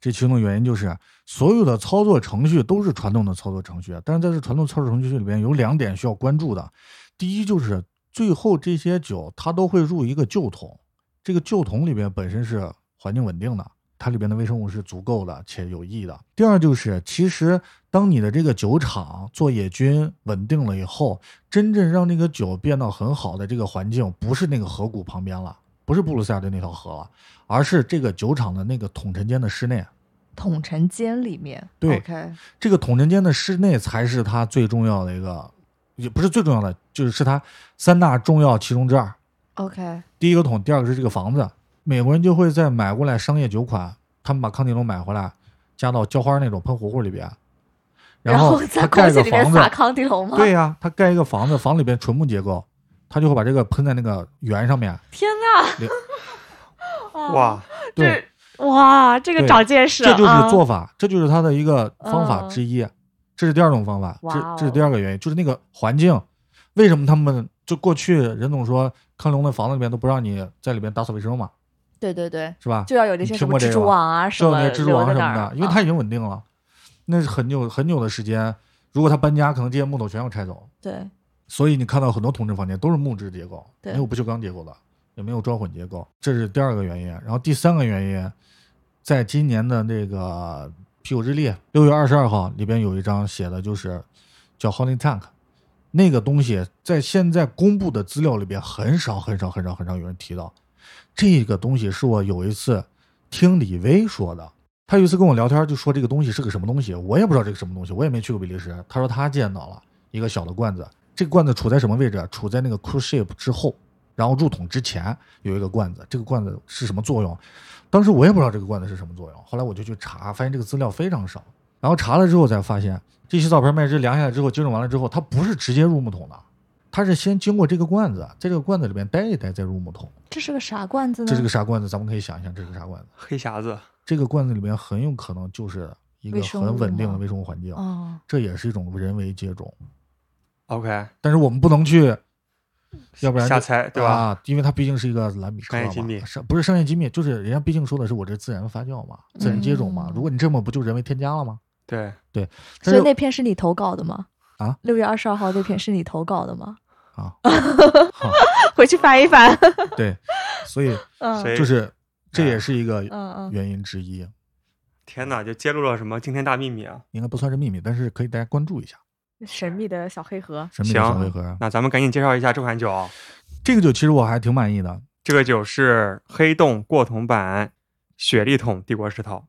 Speaker 4: 这其中的原因就是所有的操作程序都是传统的操作程序，但是在这传统操作程序里边有两点需要关注的。第一就是最后这些酒它都会入一个旧桶，这个旧桶里边本身是环境稳定的，它里边的微生物是足够的且有益的。第二就是，其实当你的这个酒厂做野菌稳定了以后，真正让那个酒变到很好的这个环境，不是那个河谷旁边了，不是布鲁塞尔的那条河了，而是这个酒厂的那个桶陈间的室内。
Speaker 3: 统城间里面，
Speaker 4: 对
Speaker 3: o k
Speaker 4: 这个桶陈间的室内才是它最重要的一个，也不是最重要的，就是是它三大重要其中之二。
Speaker 3: OK，
Speaker 4: 第一个桶，第二个是这个房子。美国人就会在买过来商业酒款，他们把康帝龙买回来，加到浇花那种喷壶壶里边，后
Speaker 3: 在
Speaker 4: 他
Speaker 3: 空
Speaker 4: 盖
Speaker 3: 气
Speaker 4: 个
Speaker 3: 里面
Speaker 4: 房
Speaker 3: 撒
Speaker 4: 子，
Speaker 3: 康帝龙吗？
Speaker 4: 对呀、他盖一个房子，房里边纯木结构，他就会把这个喷在那个圆上面。
Speaker 3: 天哪， 哦
Speaker 2: 哇，
Speaker 4: 对，
Speaker 3: 这哇，这个
Speaker 4: 对
Speaker 3: 长见识，
Speaker 4: 这就是
Speaker 3: 啊嗯
Speaker 4: 做法，这就是他的一个方法之一。啊这是第二种方法，
Speaker 3: 哇哦
Speaker 4: 这这是第二个原因，就是那个环境，为什么他们就过去任总说康龙的房子里面都不让你在里面打扫卫生嘛，
Speaker 3: 对对对，
Speaker 4: 是吧？
Speaker 3: 就要有那些
Speaker 4: 你
Speaker 3: 什
Speaker 4: 听
Speaker 3: 么
Speaker 4: 过这
Speaker 3: 蜘
Speaker 4: 个
Speaker 3: 蛛网啊什
Speaker 4: 就
Speaker 3: 么
Speaker 4: 那
Speaker 3: 留
Speaker 4: 蜘蛛网
Speaker 3: 在
Speaker 4: 什
Speaker 3: 那
Speaker 4: 么
Speaker 3: 儿
Speaker 4: 的，因为
Speaker 3: 啊
Speaker 4: 它已经稳定了，那是很久很久的时间。如果他搬家，可能这些木头全要拆走，
Speaker 3: 对
Speaker 4: 所以你看到很多同志房间都是木质结构，
Speaker 3: 对
Speaker 4: 没有不锈钢结构的，也没有砖混结构，这是第二个原因。然后第三个原因，在今年的那个啤酒日历六月二十二号里边有一张写的就是叫 Honey Tank，那个东西在现在公布的资料里边很少很少很少很少有人提到。这个东西是我有一次听李威说的，他有一次跟我聊天就说这个东西是个什么东西，我也不知道这个什么东西，我也没去过比利时。他说他见到了一个小的罐子，这个罐子处在什么位置啊？处在那个 cruise ship 之后，然后入桶之前有一个罐子，这个罐子是什么作用？啊当时我也不知道这个罐子是什么作用，啊后来我就去查，发现这个资料非常少。然后查了之后才发现，这些照片麦汁量下来之后，精准完了之后，它不是直接入木桶的，它是先经过这个罐子，啊在这个罐子里面待一待再入木桶。
Speaker 3: 这是个啥罐子呢？
Speaker 4: 这是个啥罐子？咱们可以想一想，这是个啥罐子？
Speaker 2: 黑匣子，
Speaker 4: 这个罐子里面很有可能就是一个
Speaker 3: 微生物
Speaker 4: 很稳定的
Speaker 3: 吗
Speaker 4: 微生物环境，
Speaker 3: 哦，
Speaker 4: 这也是一种人为接种。
Speaker 2: OK，
Speaker 4: 但是我们不能去，
Speaker 3: 嗯
Speaker 4: 要不然
Speaker 2: 瞎
Speaker 4: 就
Speaker 2: 猜对吧？
Speaker 4: 啊？因为它毕竟是一个蓝米克
Speaker 2: 商业
Speaker 4: 嘛
Speaker 2: 机密
Speaker 4: 商不是商业机密，就是人家毕竟说的是我这自然发酵嘛，自然接种嘛。
Speaker 3: 嗯
Speaker 4: 如果你这么不就人为添加了吗？
Speaker 2: 对，
Speaker 4: 但
Speaker 3: 所
Speaker 4: 是
Speaker 3: 以那篇是你投稿的吗？
Speaker 4: 啊，
Speaker 3: 六月二十二号那篇是你投稿的吗？
Speaker 4: 啊，
Speaker 3: 回去翻一翻。
Speaker 4: 对，所以
Speaker 3: 嗯
Speaker 2: 谁
Speaker 4: 就是
Speaker 2: 哎
Speaker 4: 这也是一个
Speaker 3: 嗯嗯，
Speaker 4: 原因之一，
Speaker 2: 天哪，就揭露了什么惊天大秘密啊！
Speaker 4: 应该不算是秘密，但是可以大家关注一下
Speaker 3: 神秘的小黑 盒。
Speaker 4: 神秘的
Speaker 2: 行
Speaker 4: 小黑盒。啊
Speaker 2: 那咱们赶紧介绍一下这款酒，
Speaker 4: 这个酒其实我还挺满意的，
Speaker 2: 这个酒是黑洞过桶版雪莉桶帝国石涛，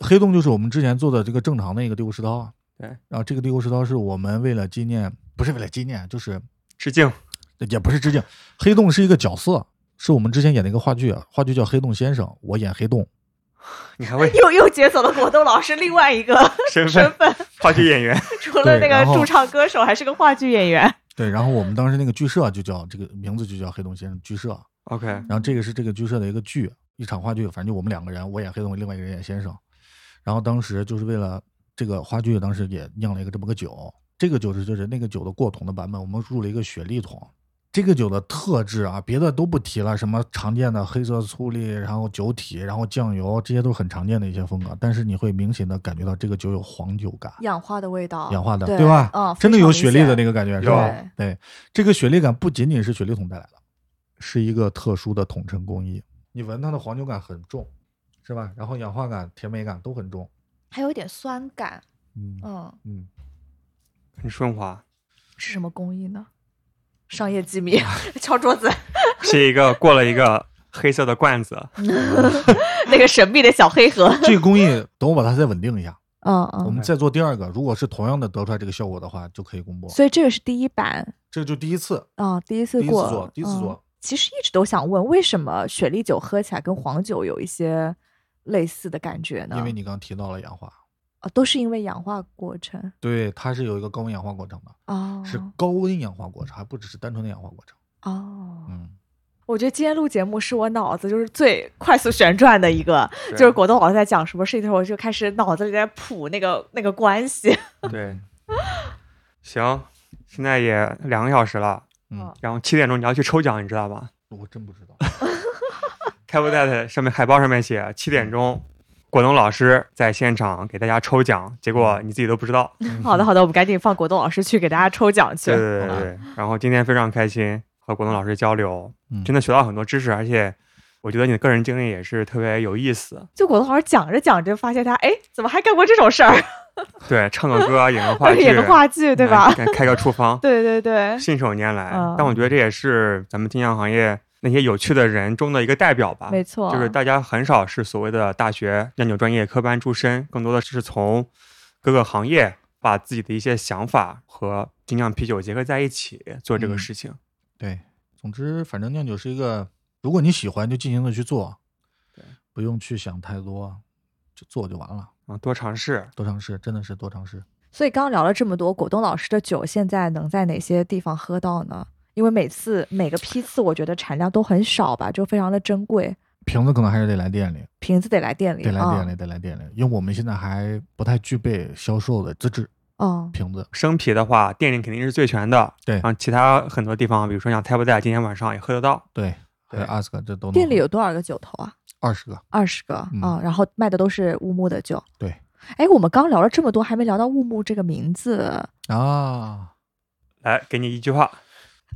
Speaker 4: 黑洞就是我们之前做的这个正常的一个帝国石涛啊。
Speaker 2: 对
Speaker 4: 然后这个帝国石涛是我们为了纪念，不是为了纪念，就是
Speaker 2: 致敬。
Speaker 4: 也不是致敬。黑洞是一个角色，是我们之前演的一个话剧，啊话剧叫《黑洞先生》，我演黑洞。
Speaker 2: 你还会
Speaker 3: 又又解锁了果冻老师另外一 个
Speaker 2: 身
Speaker 3: 身
Speaker 2: 份
Speaker 3: 份，
Speaker 2: 话剧演员，
Speaker 3: 除了那个
Speaker 4: 对然后
Speaker 3: 驻唱歌手，还是个话剧演员。
Speaker 4: 对，然后我们当时那个剧社就叫这个名字就叫黑洞先生剧社，
Speaker 2: OK，
Speaker 4: 然后这个是这个剧社的一个剧，一场话剧，反正就我们两个人，我演黑洞，另外一个人演先生。然后当时就是为了这个话剧，当时也酿了一个这么个酒，这个酒是就是那个酒的过桶的版本，我们入了一个雪莉桶。这个酒的特质啊，别的都不提了，什么常见的黑色醋栗，然后酒体，然后酱油，这些都是很常见的一些风格。但是你会明显的感觉到这个酒有黄酒感，
Speaker 3: 氧化的味道，
Speaker 4: 氧化的，
Speaker 3: 对
Speaker 4: 对吧？
Speaker 3: 嗯，
Speaker 4: 真的有雪莉的
Speaker 3: 个。
Speaker 4: 那个感觉，是
Speaker 2: 有
Speaker 4: 吧？对，这个雪莉感不仅仅是雪莉桶带来的，是一个特殊的桶陈工艺。你闻它的黄酒感很重，是吧？然后氧化感、甜美感都很重。
Speaker 3: 还有点酸感。
Speaker 4: 嗯
Speaker 3: 嗯，
Speaker 4: 嗯，
Speaker 2: 很顺滑，
Speaker 3: 是什么工艺呢？商业机密， 敲桌子，
Speaker 2: 是一个过了一个黑色的罐子，
Speaker 3: 那个神秘的小黑盒。
Speaker 4: 这个工艺等我把它再稳定一下，
Speaker 3: 嗯
Speaker 4: 我
Speaker 3: 嗯，
Speaker 4: 们再做第二个，如果是同样的得出来这个效果的话，就可以公布了。
Speaker 3: 所以这个是第一版
Speaker 4: 这就第一次，
Speaker 3: 啊、第一次
Speaker 4: 第一次
Speaker 3: 过，
Speaker 4: 做第一次
Speaker 3: 嗯
Speaker 4: 做
Speaker 3: 其实一直都想问，为什么雪莉酒喝起来跟黄酒有一些类似的感觉呢？
Speaker 4: 因为你刚提到了氧化，
Speaker 3: 啊，都是因为氧化过程
Speaker 4: 对，它是有一个高温氧化过程的，
Speaker 3: 哦，
Speaker 4: 是高温氧化过程，还不只是单纯的氧化过程。
Speaker 3: 哦。
Speaker 4: 嗯，
Speaker 3: 我觉得今天录节目是我脑子就是最快速旋转的一个，
Speaker 2: 对
Speaker 3: 就是果冻老师在讲什么事情的时候，我就开始脑子里在谱那个那个关系。
Speaker 4: 嗯
Speaker 2: 对，行，现在也两个小时了，
Speaker 4: 嗯
Speaker 3: 哦，
Speaker 2: 然后七点钟你要去抽奖，你知道吧？
Speaker 4: 我真不知道。
Speaker 2: 开播带的上面海报上面写七点钟，果冻老师在现场给大家抽奖，结果你自己都不知道。
Speaker 3: 好的，好的，我们赶紧放果冻老师去给大家抽奖去
Speaker 2: 对。对对对。然后今天非常开心和果冻老师交流，
Speaker 4: 嗯
Speaker 2: 真的学到很多知识，而且我觉得你的个人经历也是特别有意思。
Speaker 3: 就果冻老师讲着讲着，发现他哎，怎么还干过这种事儿？
Speaker 2: 对，唱个歌， 演个话剧，
Speaker 3: 演个话剧，
Speaker 4: 嗯
Speaker 3: 对 吧？
Speaker 2: 开？开个厨房，
Speaker 3: 对对对，
Speaker 2: 信手拈来
Speaker 3: 嗯。
Speaker 2: 但我觉得这也是咱们听讲行业那些有趣的人中的一个代表
Speaker 4: 啊
Speaker 2: 吧。
Speaker 3: 没错，
Speaker 2: 就是大家很少是所谓的大学酿酒专业科班出身，更多的是从各个行业把自己的一些想法和精酿啤酒结合在一起做这个
Speaker 4: 嗯
Speaker 2: 事情。
Speaker 4: 对，总之，反正酿酒是一个，如果你喜欢就尽情的去做，
Speaker 2: 对，
Speaker 4: 不用去想太多，就做就完了，
Speaker 2: 啊，多尝试。
Speaker 4: 多尝试，真的是多尝试。
Speaker 3: 所以刚刚聊了这么多，果冻老师的酒现在能在哪些地方喝到呢？因为每次每个批次，我觉得产量都很少吧，就非常的珍贵，
Speaker 4: 瓶子可能还是得来店里，
Speaker 3: 瓶子得来店里，
Speaker 4: 得来店
Speaker 3: 里，
Speaker 4: 里，得来店里，因为我们现在还不太具备销售的资质，
Speaker 3: 嗯，
Speaker 4: 瓶子。
Speaker 2: 生啤的话，店里肯定是最全的。
Speaker 4: 对
Speaker 2: 然后其他很多地方，比如说像 Tap 带，今天晚上也喝得到。
Speaker 4: 对，还有
Speaker 2: 对
Speaker 4: ask 这都能
Speaker 3: 店里
Speaker 4: 喝
Speaker 3: 有多少个酒头啊？
Speaker 4: 二十个，
Speaker 3: 二十个啊、
Speaker 4: 嗯
Speaker 3: 然后卖的都是乌木的酒。
Speaker 4: 对
Speaker 3: 哎，我们刚聊了这么多，还没聊到乌木这个名字，
Speaker 4: 啊，
Speaker 2: 来，给你一句话，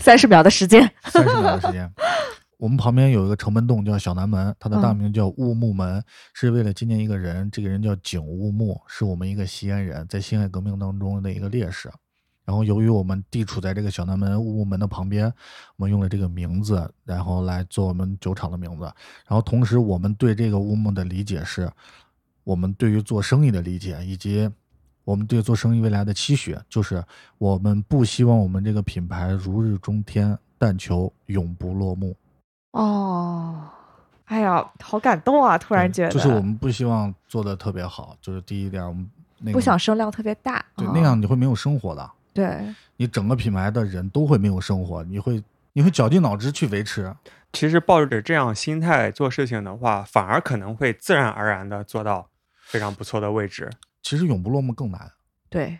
Speaker 3: 三十秒的时间。
Speaker 4: 三十秒的时间。 我们旁边有一个城门洞叫小南门，它的大
Speaker 3: 嗯
Speaker 4: 名叫雾木门，是为了纪念一个人，这个人叫景雾木，是我们一个西安人，在辛亥革命当中的一个烈士。然后由于我们地处在这个小南门雾木门的旁边，我们用了这个名字，然后来做我们酒厂的名字。然后同时，我们对这个乌木的理解是，我们对于做生意的理解，以及我们对做生意未来的期许，就是我们不希望我们这个品牌如日中天，但求永不落幕。
Speaker 3: 哦，哎呀，好感动啊！突然
Speaker 4: 对
Speaker 3: 觉得，
Speaker 4: 就是我们不希望做的特别好，就是第一点，我们那个
Speaker 3: 不想声量特别大，
Speaker 4: 对
Speaker 3: 啊
Speaker 4: 那样你会没有生活的，
Speaker 3: 对，
Speaker 4: 你整个品牌的人都会没有生活，你会你会绞尽脑汁去维持。
Speaker 2: 其实抱着这样心态做事情的话，反而可能会自然而然的做到非常不错的位置。
Speaker 4: 其实永不落幕更难，
Speaker 3: 对，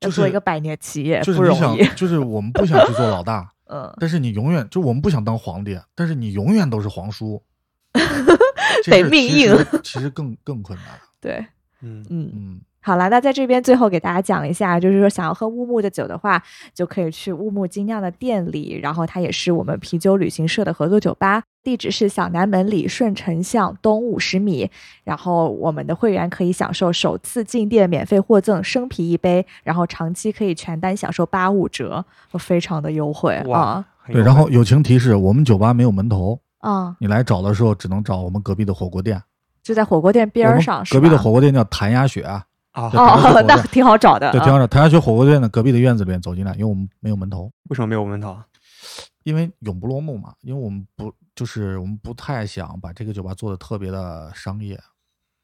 Speaker 4: 就
Speaker 3: 要做一
Speaker 4: 是
Speaker 3: 个百年企业
Speaker 4: 就是
Speaker 3: 不
Speaker 4: 你
Speaker 3: 容
Speaker 4: 想
Speaker 3: 易，，
Speaker 4: 就是我们不想去做老大，
Speaker 3: 嗯，
Speaker 4: 但是你永远就我们不想当皇帝，但是你永远都是 皇叔，这
Speaker 3: 得
Speaker 4: 事儿
Speaker 3: 命
Speaker 4: 其
Speaker 3: 硬
Speaker 4: 实其实更更困难。
Speaker 3: 对，
Speaker 2: 嗯，
Speaker 3: 嗯。
Speaker 4: 嗯，
Speaker 3: 好了，那在这边最后给大家讲一下，就是说想要喝乌木的酒的话，就可以去乌木精酿的店里，然后它也是我们啤酒旅行社的合作酒吧，地址是小南门里顺城巷东五十米。然后我们的会员可以享受首次进店免费获赠生啤一杯，然后长期可以全单享受八五折，非常的优惠
Speaker 2: 哇
Speaker 3: 啊，
Speaker 2: 很
Speaker 4: 对。
Speaker 2: 有
Speaker 4: 然
Speaker 2: 味
Speaker 4: 后友情提示，我们酒吧没有门头，
Speaker 3: 啊、
Speaker 4: 你来找的时候只能找我们隔壁的火锅店，
Speaker 3: 就在火锅店边
Speaker 4: 我
Speaker 3: 儿
Speaker 4: 们
Speaker 3: 上，是
Speaker 4: 隔壁的
Speaker 3: 吧
Speaker 4: 火锅店叫谭鸭血，
Speaker 2: 啊，
Speaker 4: 对别的火
Speaker 3: 哦
Speaker 4: 锅，
Speaker 3: 那
Speaker 4: 店
Speaker 3: 挺好找的，
Speaker 4: 对，
Speaker 3: 啊
Speaker 4: 听着谭鸭血火锅店的隔壁的院子里面走进来，因为我们没有门头，
Speaker 2: 为什么没有啊文涛？
Speaker 4: 因为永不落幕嘛，因为我们不就是我们不太想把这个酒吧做的特别的商业，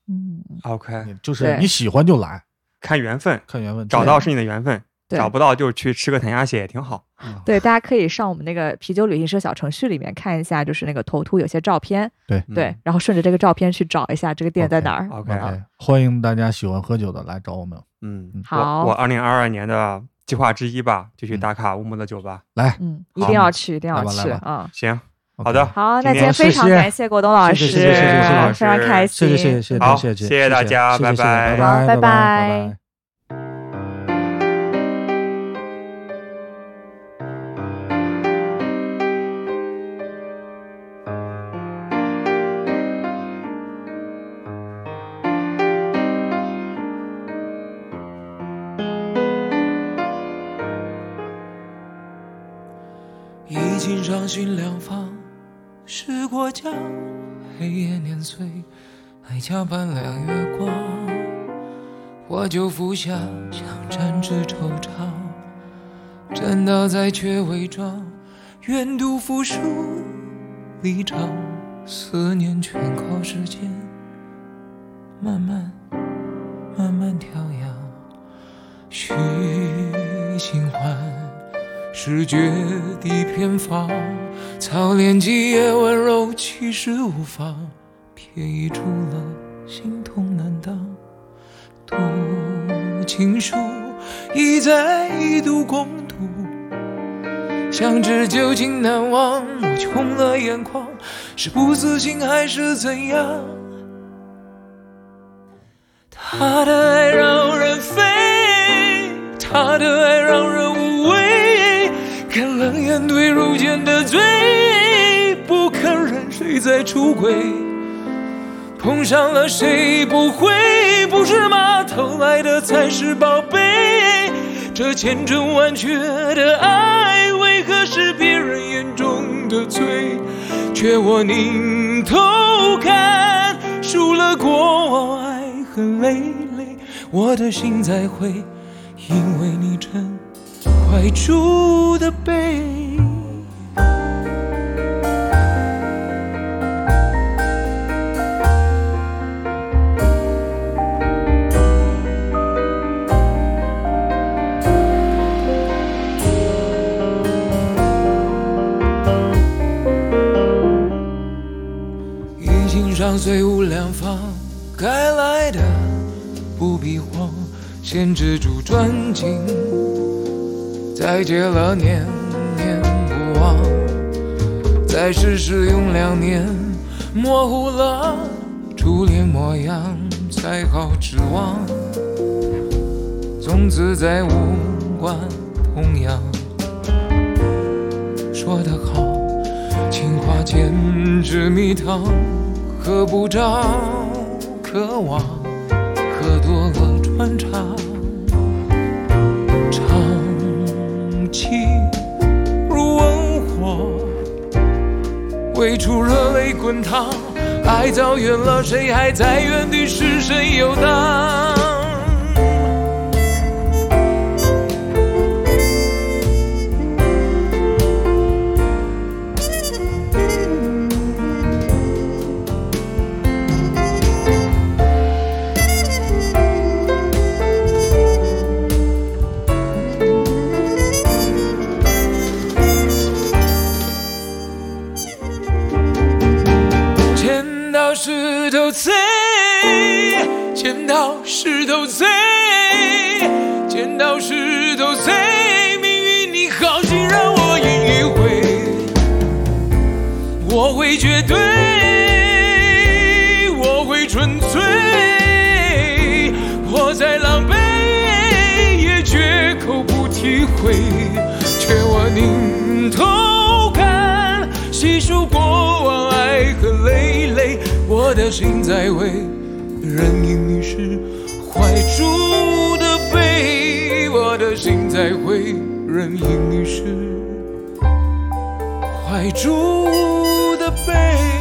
Speaker 3: 嗯，
Speaker 2: OK，
Speaker 4: 你就是
Speaker 3: 对
Speaker 4: 你喜欢就来，
Speaker 2: 看缘分，
Speaker 4: 看缘分
Speaker 2: 找到是你的缘分，
Speaker 3: 对
Speaker 2: 找不到就去吃个弹牙血也挺好。
Speaker 4: 嗯
Speaker 3: 对，大家可以上我们那个啤酒旅行社小程序里面看一下，就是那个头图有些照片，
Speaker 4: 对
Speaker 2: 嗯
Speaker 3: 对，然后顺着这个照片去找一下这个店在
Speaker 4: OK，
Speaker 3: 哪儿。嗯
Speaker 2: OK，啊
Speaker 4: OK，欢迎大家喜欢喝酒的来找我们。
Speaker 2: 嗯
Speaker 4: 嗯，
Speaker 3: 好
Speaker 2: 我我二零二二年的计划之一吧，就去打卡乌木的酒吧。
Speaker 4: 来，
Speaker 3: 嗯，一
Speaker 4: 好
Speaker 3: 定要去，一定要
Speaker 4: 来吧来
Speaker 3: 去
Speaker 4: 吧
Speaker 3: 啊！
Speaker 2: 行，好的，
Speaker 3: 好，
Speaker 2: 今
Speaker 3: 那今
Speaker 2: 天
Speaker 3: 天非常
Speaker 4: 谢谢
Speaker 3: 感谢果冻老
Speaker 4: 谢
Speaker 3: 师，
Speaker 4: 谢谢谢谢谢老
Speaker 3: 非常
Speaker 2: 师
Speaker 3: 开心，
Speaker 4: 谢谢谢谢谢谢
Speaker 2: 好
Speaker 4: 谢谢
Speaker 2: 谢谢大家
Speaker 4: 谢谢
Speaker 2: 拜拜
Speaker 4: 谢谢拜
Speaker 3: 好
Speaker 4: 拜
Speaker 3: 拜
Speaker 4: 拜
Speaker 3: 拜
Speaker 4: 拜。
Speaker 5: 已经伤心两方，是过家，黑夜碾碎，爱家伴两月光。
Speaker 6: 我就服下，像战至惆怅，站到在却伪装，愿赌服输离场，思念全靠时间，慢慢慢慢调养，虚心欢。是绝地偏方，操练几夜温柔，其实无妨。偏移出了心痛难当，读情书一再一度共读，相知旧情难忘，我红了眼眶，是不自信还是怎样？他的爱让人飞，他的爱让人无畏，看冷眼对如剑的罪，不肯认谁在出轨，碰上了谁不会，不是吗？偷来的才是宝贝，这千真万确的爱，为何是别人眼中的罪？却我拧头看，输了过往爱恨累累，我的心在灰，因为你真怀中的悲。已经上虽无良方，该来的不必慌，先止住专情。再结了念，念不忘，再试试用两年，模糊了初恋模样，才好指望从此再无关痛痒。说得好。情话间之蜜糖，喝不着渴望，喝多了穿肠。长气如文火，喂出热泪滚烫。爱走远了，谁还在原地失神游荡？剪刀石头贼，剪刀石头贼，剪刀石头贼，命运你好心让我赢一回，我会绝对，我会纯粹，我再狼狈也绝口不提悔，却我拧头看，细数过往爱恨累累，我的心在为人因你是怀中的悲，我的心在为人因你是怀中的悲。